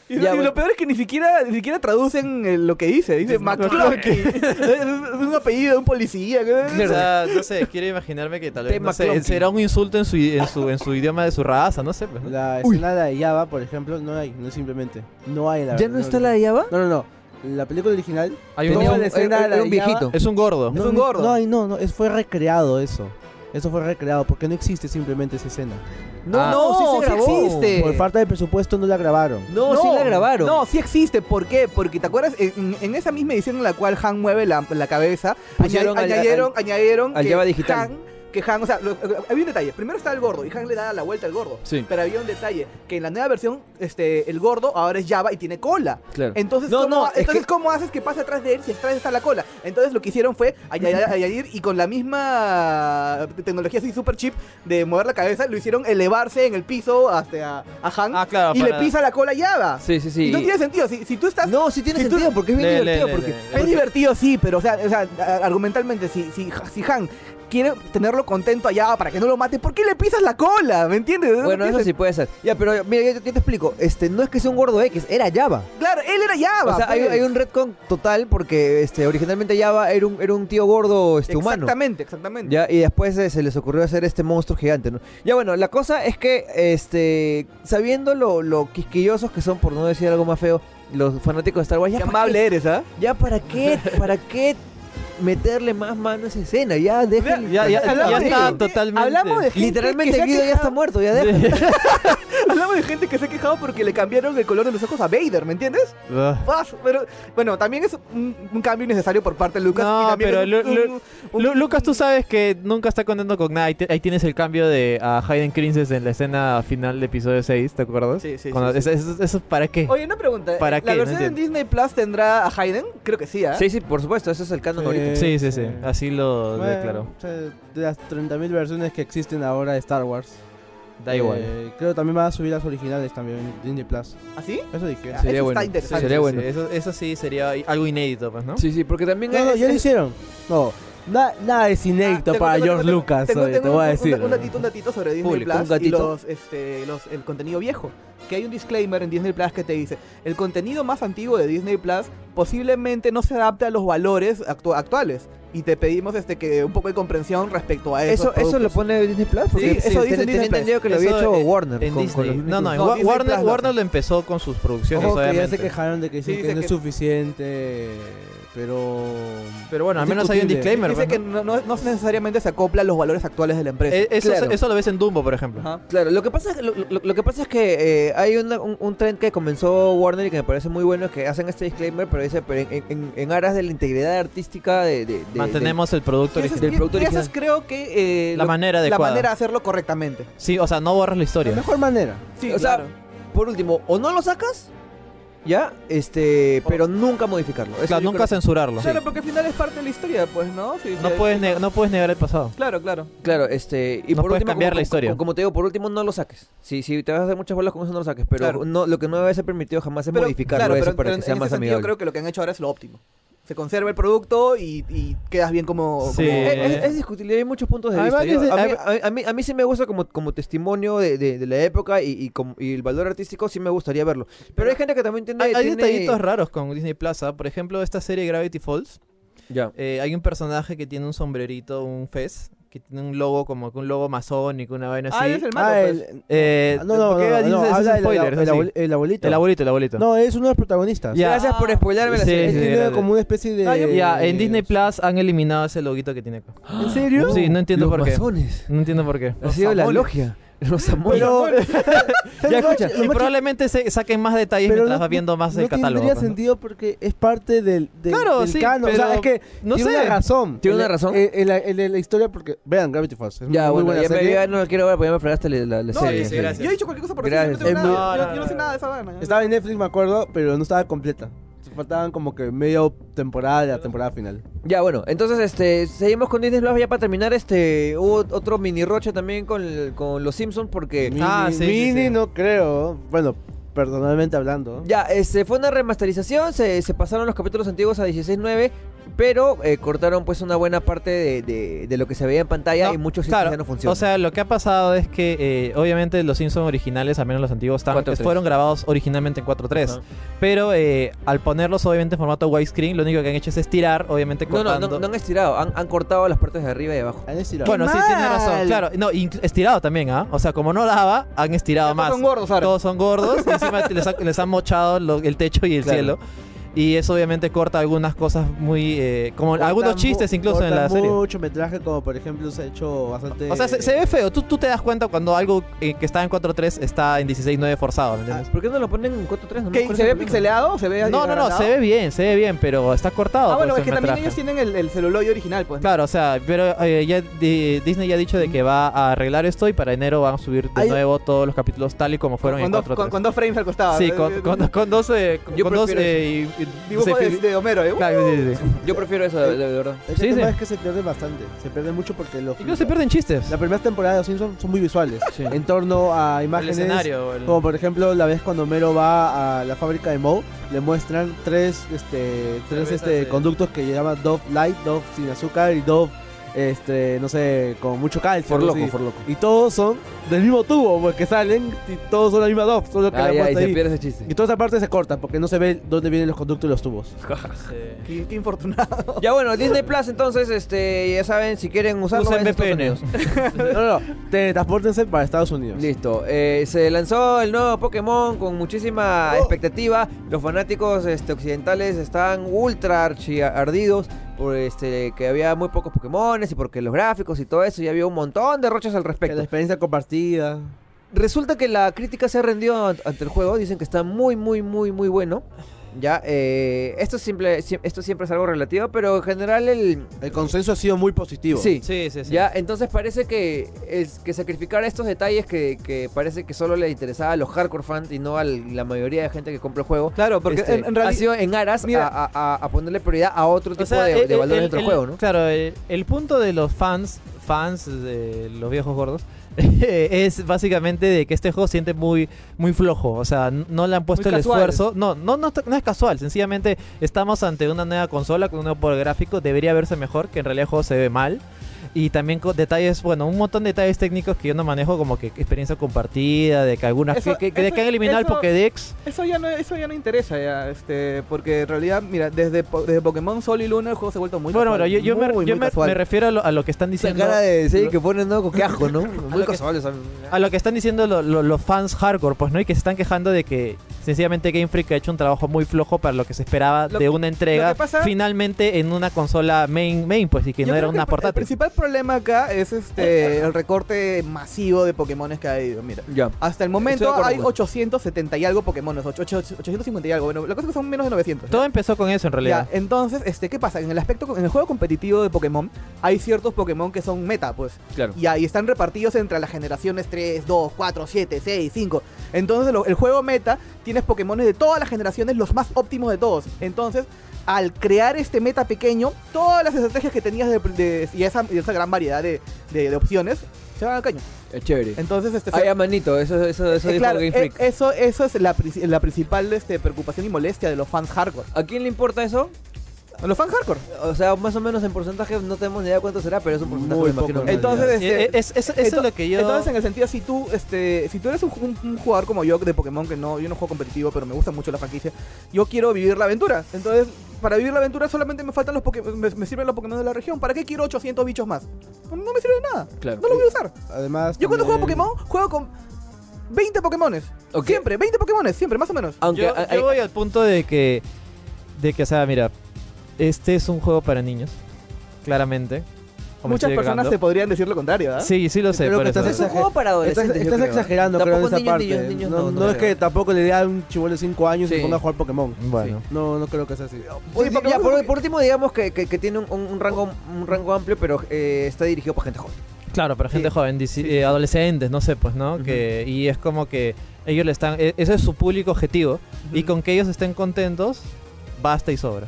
Speaker 3: Y, y
Speaker 4: Ya, bueno.
Speaker 3: lo peor es que ni siquiera, ni siquiera traducen eh, lo que dice. Dice
Speaker 5: Es
Speaker 3: McClunky. es un apellido de un policía. ¿qué?
Speaker 5: O sea, no sé, quiero imaginarme que tal vez
Speaker 4: Tema
Speaker 5: no sé,
Speaker 4: clonky.
Speaker 5: será un insulto en su, en, su, en su idioma de su raza, no sé. pues, ¿no?
Speaker 2: La escena de Java, por ejemplo, no hay, no simplemente. No hay, la
Speaker 4: ¿Ya
Speaker 2: verdad,
Speaker 4: no está la de Java?
Speaker 2: No, no, no. La película original
Speaker 5: Hay un-
Speaker 2: Tenía
Speaker 4: Tenía
Speaker 2: la
Speaker 4: un,
Speaker 2: escena
Speaker 4: era-
Speaker 2: de la
Speaker 4: era un
Speaker 2: llama-
Speaker 4: viejito.
Speaker 5: Es un gordo.
Speaker 3: Es un gordo.
Speaker 2: No, y no, no, es, fue recreado eso. Eso fue recreado porque no existe simplemente esa escena.
Speaker 4: No,
Speaker 5: Ah.
Speaker 4: no, sí se grabó.
Speaker 3: existe.
Speaker 2: Por falta de presupuesto no la grabaron.
Speaker 4: No, sí la grabaron.
Speaker 3: No, sí existe. ¿Por qué? Porque te acuerdas, en, en esa misma edición en la cual Han mueve la, la cabeza,
Speaker 4: Pusieron
Speaker 3: añadi-
Speaker 4: al-
Speaker 3: añadieron, añadieron
Speaker 4: al
Speaker 3: que
Speaker 4: Java digital.
Speaker 3: Han- que Han, o sea, lo- había un detalle. Primero estaba el gordo y Han le da la vuelta al gordo.
Speaker 5: Sí.
Speaker 3: Pero había un detalle, que en la nueva versión, este, el gordo ahora es Java y tiene cola.
Speaker 4: Claro.
Speaker 3: Entonces,
Speaker 4: No,
Speaker 3: ¿cómo,
Speaker 4: no, es
Speaker 3: entonces
Speaker 4: que-
Speaker 3: ¿cómo haces que pase atrás de él si atrás está la cola? Entonces lo que hicieron fue añadir, añadir y con la misma tecnología así super chip de mover la cabeza, lo hicieron elevarse en el piso hasta a, a Han
Speaker 5: Ah, claro.
Speaker 3: y
Speaker 5: para-
Speaker 3: le pisa la cola a Java.
Speaker 4: Sí, sí,
Speaker 3: Y
Speaker 4: sí.
Speaker 3: no tiene sentido, si, si tú estás...
Speaker 4: No, sí tiene
Speaker 3: si tú-
Speaker 4: sentido porque es bien
Speaker 5: Le- le-
Speaker 4: divertido.
Speaker 5: le-
Speaker 4: porque...
Speaker 5: le- le-
Speaker 3: Es divertido, sí, pero o sea, o sea, a- argumentalmente, si, si, si Han quiere tenerlo contento a Java para que no lo mate, ¿por qué le pisas la cola? ¿Me entiendes? No tiene
Speaker 4: Bueno, eso sí
Speaker 3: sentido.
Speaker 4: puede ser. Ya, pero mira, yo, te- yo te explico. Este, no es que sea un gordo X, era Java.
Speaker 3: Claro, él era Java.
Speaker 4: O sea, hay,
Speaker 3: pues.
Speaker 4: hay un retcon total porque este, originalmente Java era un, era un tío gordo este, humano.
Speaker 3: Exactamente, exactamente.
Speaker 4: Ya, y después eh, se les ocurrió hacer este monstruo gigante, ¿no? Ya bueno, la cosa es que, este, sabiendo lo, lo quisquillosos que son, por no decir algo más feo, los fanáticos de Star Wars, ya,
Speaker 3: Qué
Speaker 4: para
Speaker 3: amable eres, ¿ah?
Speaker 4: qué- ya para qué, para qué meterle más mano a esa escena, ya dejen...
Speaker 5: Ya, ya, ya
Speaker 3: Hablamos de-
Speaker 5: está totalmente.
Speaker 3: hablamos de- gente
Speaker 4: Literalmente
Speaker 3: que se ha
Speaker 4: Guido ya
Speaker 3: quejado.
Speaker 4: está muerto, ya dejen.
Speaker 3: Hablamos de gente que se ha quejado porque le cambiaron el color de los ojos a Vader, ¿me entiendes?
Speaker 5: Ah.
Speaker 3: Paz, pero bueno, también es un, un cambio innecesario por parte de Lucas. y
Speaker 5: No,
Speaker 3: también
Speaker 5: pero
Speaker 3: es
Speaker 5: Lu-
Speaker 3: un-
Speaker 5: Lu-
Speaker 3: un-
Speaker 5: Lu- Lucas, tú sabes que nunca está contento con nada. Ahí, te- ahí tienes el cambio de a Hayden Christensen en la escena final de episodio 6, ¿te acuerdas?
Speaker 3: Sí, sí,
Speaker 5: Cuando-
Speaker 3: sí, sí.
Speaker 5: Eso, eso- eso es para qué.
Speaker 3: Oye, una pregunta. ¿eh?
Speaker 5: ¿Para
Speaker 3: ¿La
Speaker 5: qué? No
Speaker 3: versión en
Speaker 5: entiendo.
Speaker 3: Disney Plus tendrá a Hayden? Creo que sí, ¿ah?
Speaker 4: Sí, sí, por supuesto, ese es el canon
Speaker 2: Sí.
Speaker 4: ahorita.
Speaker 5: sí, sí, sí,
Speaker 2: sí.
Speaker 5: Así lo
Speaker 2: Bueno,
Speaker 5: declaró.
Speaker 2: o sea, de las 30.000 versiones que existen ahora de Star Wars.
Speaker 5: Da
Speaker 2: eh,
Speaker 5: igual.
Speaker 2: creo también van a subir las originales también en Disney Plus.
Speaker 3: ¿Así?
Speaker 2: Eso dije.
Speaker 3: ¿Ah, Sí. está
Speaker 4: bueno.
Speaker 3: interesante.
Speaker 4: sería
Speaker 5: Sí,
Speaker 4: bueno.
Speaker 5: sí, eso, eso sí sería algo inédito, pues, ¿no?
Speaker 4: Sí, sí, porque también
Speaker 2: No, no,
Speaker 4: es-
Speaker 2: ya lo
Speaker 4: es-
Speaker 2: hicieron. No, na- nada es inédito
Speaker 3: Ah, tengo-
Speaker 2: para
Speaker 3: tengo-
Speaker 2: George
Speaker 3: tengo-
Speaker 2: Lucas,
Speaker 3: tengo-
Speaker 2: oye,
Speaker 3: tengo
Speaker 2: te voy a
Speaker 3: un-
Speaker 2: decir.
Speaker 3: Un, un datito, un datito sobre Disney
Speaker 4: Público, un
Speaker 3: Plus y
Speaker 4: gatito.
Speaker 3: los, este, los, el contenido viejo. Que hay un disclaimer en Disney Plus que te dice, el contenido más antiguo de Disney Plus posiblemente no se adapte a los valores actu- actuales. Y te pedimos este, que un poco de comprensión respecto a esos
Speaker 4: eso, eso lo
Speaker 3: productos.
Speaker 4: pone Disney Plus. Porque
Speaker 3: Sí, eso
Speaker 4: ten-
Speaker 3: dice
Speaker 4: tenía
Speaker 3: Disney Plus.
Speaker 4: entendido que lo había
Speaker 5: Eso
Speaker 4: hecho
Speaker 5: en-
Speaker 4: Warner.
Speaker 5: En
Speaker 4: con- con
Speaker 5: Disney.
Speaker 4: los
Speaker 5: no, no, en
Speaker 3: No,
Speaker 5: Wa-
Speaker 3: Disney
Speaker 5: Warner,
Speaker 3: Plus lo
Speaker 5: Warner lo empezó con sus producciones,
Speaker 2: Ojo que ya se
Speaker 5: obviamente.
Speaker 2: quejaron de que
Speaker 3: Sí,
Speaker 2: dicen que
Speaker 3: dice
Speaker 2: no es
Speaker 3: que-
Speaker 2: suficiente, pero...
Speaker 5: Pero bueno, al menos hay un
Speaker 2: Discutible.
Speaker 5: disclaimer.
Speaker 3: Dice que
Speaker 5: pues, ¿no?
Speaker 3: no, no- no necesariamente se acopla a los valores actuales de la empresa.
Speaker 5: Eh, eso,
Speaker 4: claro.
Speaker 5: eso lo ves en Dumbo, por ejemplo.
Speaker 3: Ajá.
Speaker 4: Claro, lo que pasa es que, lo, lo- lo que, pasa es que eh, hay una- un, un trend que comenzó Warner y que me parece muy bueno, que hacen este disclaimer, pero dice, pero en, en- en aras de la integridad artística de... de- de-
Speaker 5: Mantenemos el producto
Speaker 3: Y eso es-
Speaker 5: original.
Speaker 4: del producto
Speaker 3: y- y eso es,
Speaker 4: original.
Speaker 3: creo que eh,
Speaker 5: La
Speaker 3: lo-
Speaker 5: manera
Speaker 3: la
Speaker 5: adecuada.
Speaker 3: manera de hacerlo correctamente.
Speaker 5: Sí, o sea, no borras la
Speaker 2: La
Speaker 5: historia.
Speaker 2: mejor manera.
Speaker 3: Sí,
Speaker 4: O sea, de- por último, o no lo sacas, ya, este, pero nunca modificarlo. Eso
Speaker 5: Claro,
Speaker 4: yo
Speaker 5: nunca
Speaker 4: creo-
Speaker 5: censurarlo.
Speaker 3: Claro, porque al final es parte de la historia, pues, ¿no? Sí,
Speaker 5: No
Speaker 3: sí,
Speaker 5: puedes, ne- no puedes negar el pasado.
Speaker 3: Claro, claro.
Speaker 4: Claro, este, y
Speaker 5: No
Speaker 4: por
Speaker 5: puedes
Speaker 4: último,
Speaker 5: cambiar
Speaker 4: como,
Speaker 5: la
Speaker 4: como-
Speaker 5: historia.
Speaker 4: Como, te digo, por último, no lo saques. Si, si te vas a hacer muchas bolas con eso, no lo saques, pero
Speaker 3: Claro.
Speaker 4: no, lo que no debe ser permitido jamás es
Speaker 3: Pero,
Speaker 4: modificarlo
Speaker 3: claro,
Speaker 4: eso
Speaker 3: pero-
Speaker 4: para
Speaker 3: pero
Speaker 4: que sea
Speaker 3: en ese
Speaker 4: más
Speaker 3: sentido
Speaker 4: amigable.
Speaker 3: Yo creo que lo que han hecho ahora es lo óptimo. Se conserva el producto y, y quedas bien como... eh,
Speaker 5: Sí.
Speaker 3: como-
Speaker 4: Eh, Es, es- es discutible, hay muchos puntos de
Speaker 2: Además
Speaker 4: vista.
Speaker 2: que
Speaker 4: Yo-
Speaker 2: se-
Speaker 4: a, mí, a- a mí- a mí sí me gusta como, como testimonio de, de- de la época y, y como- y el valor artístico, sí me gustaría verlo. Pero hay gente que también tiene...
Speaker 5: Hay, hay
Speaker 4: tiene-
Speaker 5: detallitos raros con Disney Plaza. Por ejemplo, esta serie Gravity Falls.
Speaker 4: Ya.
Speaker 5: eh, hay un personaje que tiene un sombrerito, un fez, que tiene un logo como que un logo masónico, una vaina así.
Speaker 3: Ah, eres el malo,
Speaker 2: Ah,
Speaker 3: pues.
Speaker 2: el-
Speaker 5: Eh,
Speaker 2: Ah, no, no, no,
Speaker 5: ¿por qué
Speaker 2: no,
Speaker 5: dices-
Speaker 2: no,
Speaker 5: eso es
Speaker 2: habla el-
Speaker 5: spoiler,
Speaker 2: el-
Speaker 5: eso sí.
Speaker 2: el aboli- el abuelito.
Speaker 5: El abuelito, el abuelito.
Speaker 2: No, es uno de los protagonistas.
Speaker 5: Ya.
Speaker 4: Gracias por spoilerme la
Speaker 5: Sí,
Speaker 4: serie.
Speaker 2: Él tiene
Speaker 5: era-
Speaker 2: como una especie de...
Speaker 5: Ah, yo- ya, en Disney Plus han eliminado ese loguito que tiene acá.
Speaker 2: ¿En serio?
Speaker 5: Sí, no entiendo
Speaker 4: Los
Speaker 5: por qué.
Speaker 4: masones.
Speaker 5: No entiendo por qué.
Speaker 4: Ha sido la logia. Los amones.
Speaker 2: Pero...
Speaker 4: ya escucha.
Speaker 5: Y probablemente se saquen más detalles
Speaker 2: Pero
Speaker 5: mientras
Speaker 2: no-
Speaker 5: vas viendo más
Speaker 2: no
Speaker 5: el catálogo.
Speaker 2: tendría
Speaker 5: pues, ¿no?
Speaker 2: sentido porque es parte del, del,
Speaker 5: Claro,
Speaker 2: del
Speaker 5: sí,
Speaker 2: canon. o sea,
Speaker 5: pero
Speaker 2: es que
Speaker 5: no
Speaker 2: tiene
Speaker 5: sé.
Speaker 2: una razón.
Speaker 4: Tiene una
Speaker 2: En la-
Speaker 4: razón.
Speaker 2: En, en la, en la historia, porque vean Gravity Falls. Es
Speaker 4: Ya,
Speaker 2: muy
Speaker 4: bueno,
Speaker 2: buena
Speaker 4: ya, me-
Speaker 2: serie.
Speaker 4: ya no lo quiero ver porque ya me fregaste la, la- la
Speaker 3: No,
Speaker 4: serie.
Speaker 5: sí,
Speaker 4: Sí.
Speaker 5: gracias.
Speaker 3: Yo he dicho cualquier cosa por
Speaker 4: Gracias.
Speaker 3: decir, yo no, tengo
Speaker 2: Es
Speaker 3: nada,
Speaker 5: muy-
Speaker 3: yo-
Speaker 5: no, no,
Speaker 3: yo no sé
Speaker 5: no.
Speaker 3: nada de esa vaina.
Speaker 2: Estaba en Netflix, me acuerdo, pero no estaba completa. Faltaban como que medio temporada de la temporada final.
Speaker 4: Ya, bueno, entonces este seguimos con Disney Plus ya para terminar. Este hubo otro mini roche también con, el- con los Simpsons porque
Speaker 5: Ah,
Speaker 2: Mini-
Speaker 5: sí, sí,
Speaker 2: Mini
Speaker 5: sí.
Speaker 2: no creo. Bueno, personalmente hablando.
Speaker 4: Ya, este, fue una remasterización, se, se pasaron los capítulos antiguos a 16.9, pero eh, cortaron pues una buena parte de, de- de lo que se veía en pantalla
Speaker 5: No,
Speaker 4: y muchos sitios
Speaker 5: claro,
Speaker 4: ya no funcionan.
Speaker 5: O sea, lo que ha pasado es que eh, obviamente los Simpsons originales, al menos los antiguos, están-
Speaker 4: 4:3.
Speaker 5: fueron grabados originalmente en 4.3.
Speaker 4: Ajá.
Speaker 5: Pero eh, al ponerlos obviamente en formato widescreen, lo único que han hecho es estirar, obviamente
Speaker 4: no, no,
Speaker 5: cortando.
Speaker 4: no, no han estirado, han, han cortado las partes de arriba y de abajo.
Speaker 2: Han estirado.
Speaker 5: Bueno, sí, tiene razón.
Speaker 3: mal!
Speaker 5: Claro, no, inc- estirado también, ¿ah? O sea, como no daba, han estirado
Speaker 3: Todos
Speaker 5: más.
Speaker 3: son gordos ahora.
Speaker 5: Todos son gordos. y encima les, ha- les han mochado lo- el techo y el
Speaker 4: Claro.
Speaker 5: cielo. Y eso obviamente corta algunas cosas muy... eh, como
Speaker 2: Cortan
Speaker 5: algunos
Speaker 2: mu-
Speaker 5: chistes incluso en
Speaker 2: cortan
Speaker 5: la serie.
Speaker 2: mucho metraje, como por ejemplo se ha hecho bastante.
Speaker 5: O sea, se, se ve feo. Tú, tú te das cuenta cuando algo eh, que está en 4.3 está en 16.9
Speaker 3: Ah,
Speaker 5: forzado, ¿me entiendes?
Speaker 4: ¿Por qué no lo ponen en 4.3? No me
Speaker 3: ¿Qué? ¿Se
Speaker 4: acuerdo
Speaker 3: ve
Speaker 4: ese problema.
Speaker 3: pixeleado? ¿Se ve
Speaker 5: No, no, no, se ve bien, se ve bien, pero está cortado.
Speaker 3: Ah, bueno,
Speaker 5: pues,
Speaker 3: es que
Speaker 5: el
Speaker 3: también
Speaker 5: metraje.
Speaker 3: ellos tienen el, el celuloide original, pues. ¿no?
Speaker 5: Claro, o sea, pero eh, ya di- Disney ya ha dicho de que va a arreglar esto y para enero van a subir de
Speaker 2: Hay-
Speaker 5: nuevo todos los capítulos tal y como fueron
Speaker 3: Con,
Speaker 5: en
Speaker 3: dos,
Speaker 5: 4.3.
Speaker 3: con, con dos frames al costado.
Speaker 5: Sí,
Speaker 3: Eh,
Speaker 5: con,
Speaker 3: eh,
Speaker 5: con, con dos... eh,
Speaker 4: Yo
Speaker 5: con dos
Speaker 4: prefiero
Speaker 5: eh, y- y-
Speaker 3: Dibujo
Speaker 5: se
Speaker 3: de,
Speaker 5: fil-
Speaker 3: de Homero, ¿eh?
Speaker 5: Claro, sí, sí, sí.
Speaker 4: Yo prefiero eso, de, de verdad.
Speaker 2: El
Speaker 5: Sí,
Speaker 2: Este tema
Speaker 5: sí.
Speaker 2: es que se pierde bastante. Se pierde mucho porque los.
Speaker 5: Incluso se pierden chistes.
Speaker 2: La primera temporada de Los Simpsons son muy visuales.
Speaker 5: Sí.
Speaker 2: En torno a
Speaker 5: el
Speaker 2: imágenes.
Speaker 5: escenario. el-
Speaker 2: Como por ejemplo la vez cuando Homero va a la fábrica de Moe, le muestran tres, este, tres
Speaker 5: Cervezas
Speaker 2: este,
Speaker 5: de-
Speaker 2: conductos que llaman Dove Light, Dove sin azúcar y Dove, este, no sé, con mucho calcio.
Speaker 4: Por
Speaker 2: ¿no?
Speaker 4: loco,
Speaker 2: Sí.
Speaker 4: por loco.
Speaker 2: Y todos son del mismo tubo, porque salen y todos son la misma Dove, solo que la
Speaker 4: Ah,
Speaker 2: han
Speaker 4: ya, y
Speaker 2: puesto
Speaker 4: se
Speaker 2: ahí.
Speaker 4: pierde ese chiste.
Speaker 2: Y toda esa parte se corta porque no se ve dónde vienen los conductos y los tubos.
Speaker 3: Qué, qué infortunado.
Speaker 4: Ya bueno, Disney Plus entonces, este, ya saben, si quieren usarlo
Speaker 5: Usen
Speaker 4: vayan a Estados
Speaker 5: VPN.
Speaker 4: Unidos.
Speaker 2: No, no, teletranspórtense para Estados Unidos.
Speaker 4: Listo, eh, se lanzó el nuevo Pokémon con muchísima expectativa. Los fanáticos este, occidentales están ultra archi ardidos por este, que había muy pocos Pokémones y porque los gráficos y todo eso, y había un montón de rochas al
Speaker 2: Que la
Speaker 4: respecto.
Speaker 2: experiencia compartida.
Speaker 4: resulta que la crítica se ha rendido an- ante el juego. Dicen que está muy, muy, muy, muy bueno. Ya, eh, esto, es simple, si- esto siempre es algo relativo, pero en general el...
Speaker 2: El consenso ha sido muy positivo.
Speaker 4: Sí,
Speaker 5: Sí, sí, sí.
Speaker 4: ya, entonces parece que, es, que sacrificar estos detalles que, que parece que solo le interesaba a los hardcore fans y no a la mayoría de gente que compra el juego.
Speaker 5: Claro, porque
Speaker 4: este,
Speaker 5: en, en realidad...
Speaker 4: ha sido en aras
Speaker 5: mira-
Speaker 4: a, a- a- a ponerle prioridad a otro
Speaker 5: o
Speaker 4: tipo
Speaker 5: sea,
Speaker 4: de,
Speaker 5: el-
Speaker 4: de valores
Speaker 5: el-
Speaker 4: dentro del
Speaker 5: el-
Speaker 4: juego, ¿no?
Speaker 5: Claro, el, el punto de los fans, fans de los viejos gordos, es básicamente de que este juego siente muy, muy flojo. O sea, n- no le han puesto
Speaker 4: Muy
Speaker 5: el
Speaker 4: casual.
Speaker 5: esfuerzo. No, no, no, está- no es casual. Sencillamente estamos ante una nueva consola con un nuevo poder gráfico. Debería verse mejor, que en realidad el juego se ve mal. Y también con detalles, bueno, un montón de detalles técnicos que yo no manejo, como que experiencia compartida, de que algunas
Speaker 3: Eso-
Speaker 5: que, que- de
Speaker 3: eso-
Speaker 5: que han eliminado
Speaker 3: eso-
Speaker 5: el Pokédex.
Speaker 3: Eso ya no, eso ya no interesa ya, este, porque en realidad, mira, desde, po- desde Pokémon Sol y Luna el juego se ha vuelto muy
Speaker 5: Bueno, bueno,
Speaker 3: casual,
Speaker 5: yo, yo me,
Speaker 3: muy,
Speaker 5: yo
Speaker 3: muy
Speaker 5: me-
Speaker 3: casual.
Speaker 5: me refiero a lo, a lo que están
Speaker 4: Esa
Speaker 5: diciendo.
Speaker 4: cara de sí, que ponen ¿no? con qué asco, ¿no?
Speaker 5: lo
Speaker 4: Muy
Speaker 5: que-
Speaker 4: casual. o sea,
Speaker 5: a lo que están diciendo lo- lo- los fans hardcore, pues no, y que se están quejando de que sencillamente Game Freak ha hecho un trabajo muy flojo para lo que se esperaba
Speaker 3: Lo-
Speaker 5: de una entrega
Speaker 3: que pasa-
Speaker 5: finalmente en una consola main, main pues, y que
Speaker 3: Yo
Speaker 5: no
Speaker 3: creo
Speaker 5: era una
Speaker 3: el pr- El
Speaker 5: portátil.
Speaker 3: principal problema acá es este el recorte masivo de Pokémones que ha habido. Mira,
Speaker 4: ya.
Speaker 3: hasta el
Speaker 4: Estoy de
Speaker 3: momento
Speaker 4: acuerdo
Speaker 3: hay
Speaker 4: con eso.
Speaker 3: 870 y algo Pokémones, ocho- ocho- 850 y algo. Bueno, la cosa es que son menos de 900. ¿ya?
Speaker 5: Todo empezó con eso en
Speaker 3: Ya,
Speaker 5: realidad.
Speaker 3: entonces, este, ¿qué pasa? En el aspecto, co- en el juego competitivo de Pokémon, hay ciertos Pokémon que son meta, pues.
Speaker 4: Claro.
Speaker 3: Y ahí están repartidos entre las generaciones 3, 2, 4, 7, 6, 5. Entonces, lo- el juego meta, tienes Pokémones de todas las generaciones, los más óptimos de todos. Entonces, al crear este meta pequeño, todas las estrategias que tenías de, de- y, esa, y esa gran variedad de, de- de opciones se van al caño.
Speaker 4: Es chévere.
Speaker 3: Entonces, este. se-
Speaker 4: Ay, a manito, eso, eso, eso
Speaker 3: eh,
Speaker 4: dijo
Speaker 3: claro,
Speaker 4: Game
Speaker 3: eh,
Speaker 4: Freak.
Speaker 3: eso, eso es la, princi- la principal este, preocupación y molestia de los fans hardcore.
Speaker 4: ¿A quién le importa eso?
Speaker 3: A Los fans hardcore.
Speaker 4: O sea, más o menos en porcentaje no tenemos ni idea cuánto será, pero es un porcentaje
Speaker 2: Muy
Speaker 4: me imagino.
Speaker 2: poco.
Speaker 4: muy
Speaker 3: Entonces,
Speaker 4: grande.
Speaker 5: Eh, eh, es- es- eso es
Speaker 3: Ento-
Speaker 5: lo que yo...
Speaker 3: este, Entonces, en el sentido, si tú, este, si tú eres un, un- un jugador como yo de Pokémon, que no, yo no juego competitivo, pero me gusta mucho la franquicia, yo quiero vivir la aventura. Entonces, para vivir la aventura solamente me faltan los Pokémon, me, me sirven los Pokémon de la región. ¿Para qué quiero 800 bichos más? No me sirve de nada.
Speaker 4: Claro.
Speaker 3: No lo voy a usar.
Speaker 2: Además.
Speaker 3: Yo cuando juego
Speaker 2: también-
Speaker 3: Pokémon, juego con 20 Pokémones.
Speaker 4: Ok.
Speaker 3: Siempre, 20 Pokémones, siempre, más o menos.
Speaker 4: Aunque
Speaker 5: yo,
Speaker 4: hay-
Speaker 5: yo voy al punto de que, de que, o sea, mira, este es un juego para niños, claramente. o me
Speaker 3: Muchas
Speaker 5: estoy
Speaker 3: personas te
Speaker 5: equivocando.
Speaker 3: podrían decir lo contrario, ¿verdad?
Speaker 5: Sí, sí lo sé.
Speaker 2: Creo
Speaker 5: por
Speaker 2: que
Speaker 5: eso.
Speaker 2: estás
Speaker 4: es un juego para
Speaker 2: Estás,
Speaker 4: adolescentes. yo
Speaker 2: estás
Speaker 4: creo.
Speaker 2: exagerando, creo, en
Speaker 4: Tampoco
Speaker 2: esa
Speaker 4: niños,
Speaker 2: parte.
Speaker 4: niños, niños,
Speaker 2: no,
Speaker 4: no,
Speaker 2: no
Speaker 4: no
Speaker 2: es que
Speaker 4: creo.
Speaker 2: tampoco le dé a un chivolo de 5 años y
Speaker 4: Sí.
Speaker 2: se ponga a jugar Pokémon.
Speaker 5: Bueno.
Speaker 2: No, no creo que sea así.
Speaker 4: Oye,
Speaker 3: Sí,
Speaker 4: pa-
Speaker 3: sí,
Speaker 4: ya,
Speaker 3: no,
Speaker 4: por,
Speaker 3: porque-
Speaker 4: por último, digamos que, que- que tiene un, un rango, un rango amplio, pero eh, está dirigido para gente joven.
Speaker 5: Claro, para gente
Speaker 3: Sí,
Speaker 5: joven, dieci- eh, adolescentes, no sé, pues, ¿no? que, y es como que ellos le están... e- Ese es su público objetivo. Y con que ellos estén contentos, basta y sobra.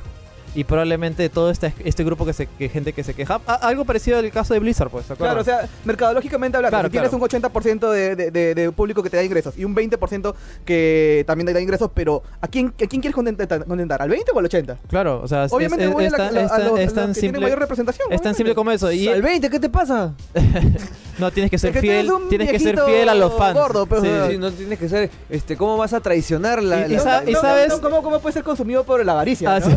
Speaker 5: Y probablemente todo este, este grupo que se que gente que se queja... a- algo parecido al caso de Blizzard, pues, ¿te
Speaker 3: Claro, o
Speaker 5: acuerdas?
Speaker 3: sea, mercadológicamente hablando,
Speaker 5: Claro,
Speaker 3: si tienes
Speaker 5: claro.
Speaker 3: un 80% de, de- de- de público que te da ingresos y un 20% que también te da ingresos, pero ¿a quién, a quién quieres contentar, contentar? ¿Al 20 o al 80?
Speaker 5: claro, o sea, es-
Speaker 3: Obviamente
Speaker 5: es,
Speaker 3: voy
Speaker 5: es
Speaker 3: a, la-
Speaker 5: tan-
Speaker 3: la-
Speaker 5: es
Speaker 3: a
Speaker 5: tan-
Speaker 3: los, a
Speaker 5: es
Speaker 3: los
Speaker 5: tan
Speaker 3: que tienen
Speaker 5: simple...
Speaker 3: mayor representación.
Speaker 5: Es tan
Speaker 3: obviamente.
Speaker 5: simple como eso. Y
Speaker 4: ¡Al 20! ¿Qué te pasa?
Speaker 5: no, tienes que ser
Speaker 3: Es que tú eres
Speaker 5: fiel.
Speaker 3: un
Speaker 5: Tienes que ser
Speaker 3: viejito
Speaker 5: fiel a los fans.
Speaker 3: gordo, pero-
Speaker 5: Sí, sí,
Speaker 4: Sí, no tienes que ser. Este, ¿Cómo vas a traicionar la.?
Speaker 5: ah, Y- y
Speaker 4: la-
Speaker 5: sa-
Speaker 4: la-
Speaker 5: y
Speaker 3: No, no,
Speaker 5: sabes-
Speaker 3: no, ¿cómo, cómo puede ser consumido por la avaricia?
Speaker 5: Ah,
Speaker 3: no?
Speaker 5: sí.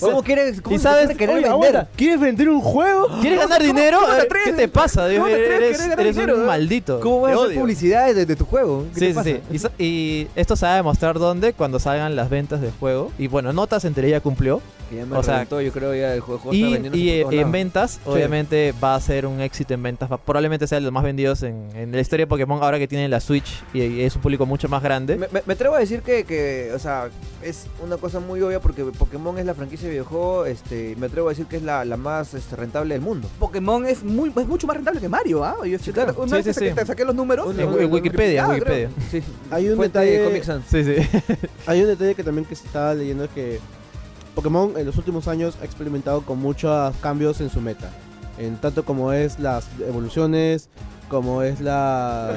Speaker 4: ¿Cómo quieres.? ¿Cómo
Speaker 5: y
Speaker 4: se
Speaker 5: sabes-
Speaker 4: puede querer
Speaker 2: Oye,
Speaker 4: vender?
Speaker 2: aguanta, ¿Quieres vender un juego?
Speaker 5: ¿Quieres ganar dinero?
Speaker 3: cómo te
Speaker 5: A ver, ¿Qué
Speaker 3: atreves?
Speaker 5: te pasa? Dios,
Speaker 3: ¿Cómo te atreves a
Speaker 5: Eres,
Speaker 3: querer ganar
Speaker 5: eres un
Speaker 3: dinero? eh?
Speaker 5: maldito.
Speaker 4: ¿Cómo
Speaker 5: Te
Speaker 4: vas a hacer
Speaker 5: odio.
Speaker 4: publicidad de, de tu juego? ¿Qué
Speaker 5: Sí,
Speaker 4: te
Speaker 5: sí,
Speaker 4: pasa?
Speaker 5: sí. Y, so- y esto se va a demostrar dónde cuando salgan las ventas del juego. Y bueno, notas entre ella cumplió.
Speaker 4: Que ya me
Speaker 5: O sea,
Speaker 4: reventó, yo creo ya el juego, juego está
Speaker 5: y
Speaker 4: vendiéndose
Speaker 5: y,
Speaker 4: por
Speaker 5: eh,
Speaker 4: todos
Speaker 5: en
Speaker 4: lados.
Speaker 5: ventas, obviamente va a ser un éxito en ventas. Va- Probablemente sea de los más vendidos en, en la historia de Pokémon ahora que tienen la Switch y, y es un público mucho más grande.
Speaker 4: Me, me- me atrevo a decir que, que, o sea, es una cosa muy obvia porque Pokémon es la franquicia de videojuego, este, me atrevo a decir que es la, la más este, rentable del mundo.
Speaker 3: Pokémon es, muy, es mucho más rentable que Mario, ¿ah? Yo estoy-
Speaker 4: claro.
Speaker 3: Una
Speaker 5: Sí,
Speaker 3: vez
Speaker 5: sí,
Speaker 3: que
Speaker 5: sí.
Speaker 3: te saqué los números...
Speaker 5: En, en Wikipedia, en
Speaker 3: Ah,
Speaker 5: Wikipedia.
Speaker 4: Sí,
Speaker 2: Hay un
Speaker 4: fuente de
Speaker 2: detalle-
Speaker 4: Comic Sans.
Speaker 5: Sí, sí.
Speaker 2: Hay un detalle que también que se estaba leyendo es que Pokémon en los últimos años ha experimentado con muchos cambios en su meta. En tanto como es las evoluciones, como es las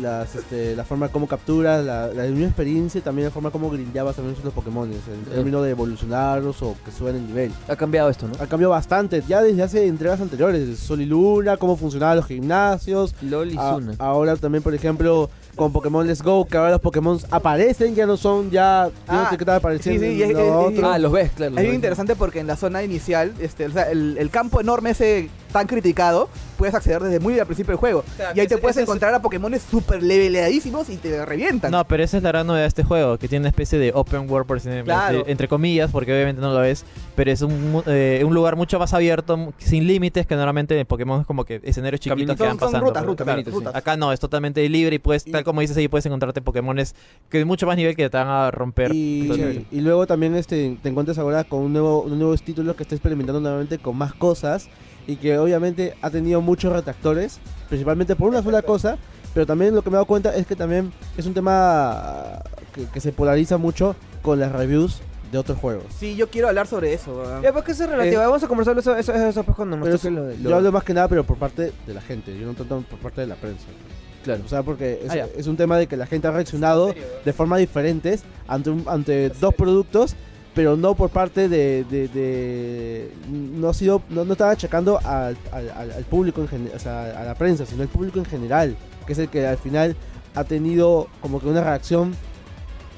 Speaker 2: las este, la forma como capturas, la, la misma experiencia y también la forma como grindeabas también los Pokémon, en términos de evolucionarlos o que suban el nivel.
Speaker 4: Ha cambiado esto, ¿no?
Speaker 2: Ha cambiado bastante, ya desde hace entregas anteriores, desde Sol y Luna, cómo funcionaban los gimnasios,
Speaker 4: LOL y
Speaker 2: a-
Speaker 4: Zuna.
Speaker 2: ahora también, por ejemplo, con Pokémon Let's Go, que ahora los Pokémon aparecen, ya no son, ya
Speaker 3: Ah,
Speaker 2: no sé qué tal apareciendo
Speaker 3: sí, sí, y es-
Speaker 2: uno a
Speaker 3: es-
Speaker 2: otro.
Speaker 4: Ah, los ves, claro. los
Speaker 3: Es bien
Speaker 4: ves.
Speaker 3: interesante porque en la zona inicial, este, o sea, el, el campo enorme ese tan criticado, puedes acceder desde muy al principio del juego. y ahí te
Speaker 5: ese-
Speaker 3: puedes
Speaker 5: ese es-
Speaker 3: encontrar a Pokémones super leveladísimos y te revientan.
Speaker 5: No, pero esa es la gran novedad de este juego, que tiene una especie de open world, por decir-
Speaker 3: Claro.
Speaker 5: de- entre comillas, porque obviamente no lo es, pero es un, mu- eh, un lugar mucho más abierto, mu- sin límites, que normalmente en Pokémon es como que escenarios chiquitos
Speaker 4: Caminitos.
Speaker 5: que
Speaker 3: son,
Speaker 5: van
Speaker 3: son
Speaker 5: pasando.
Speaker 3: rutas,
Speaker 5: por-
Speaker 3: rutas,
Speaker 5: claro.
Speaker 3: claro, rutas.
Speaker 5: Acá no, es totalmente libre y puedes,
Speaker 2: Y-
Speaker 5: tal como dices ahí, puedes encontrarte Pokémones que de mucho más nivel que te van a romper.
Speaker 2: Y,
Speaker 5: totalmente.
Speaker 2: y luego también este, te encuentras ahora con un nuevo, un nuevos títulos que está experimentando nuevamente con más cosas y que obviamente ha tenido muchos retractores, principalmente por una sola cosa, pero también lo que me he dado cuenta es que también es un tema ah, que, que se polariza mucho con las reviews de otros juegos.
Speaker 3: Sí, yo quiero hablar sobre eso. ¿verdad?
Speaker 4: Ya, pues que eso es relativo.
Speaker 2: Eh,
Speaker 4: Vamos a conversarlo eso, eso, eso, pues cuando nos
Speaker 2: Pero
Speaker 4: toque
Speaker 2: eso-
Speaker 4: lo de- lo-
Speaker 2: Yo hablo más que nada, pero por parte de la gente, yo no tanto por parte de la prensa. pues.
Speaker 4: Claro.
Speaker 2: O sea, porque es,
Speaker 5: Ah, ya.
Speaker 2: es un tema de que la gente ha reaccionado de formas diferentes ante, un- ante dos productos, pero no por parte de... de- de- no, ha sido, no, no estaba achacando al, al- al- al público, en gen- o sea, a la prensa, sino al público en general, que es el que al final ha tenido como que una reacción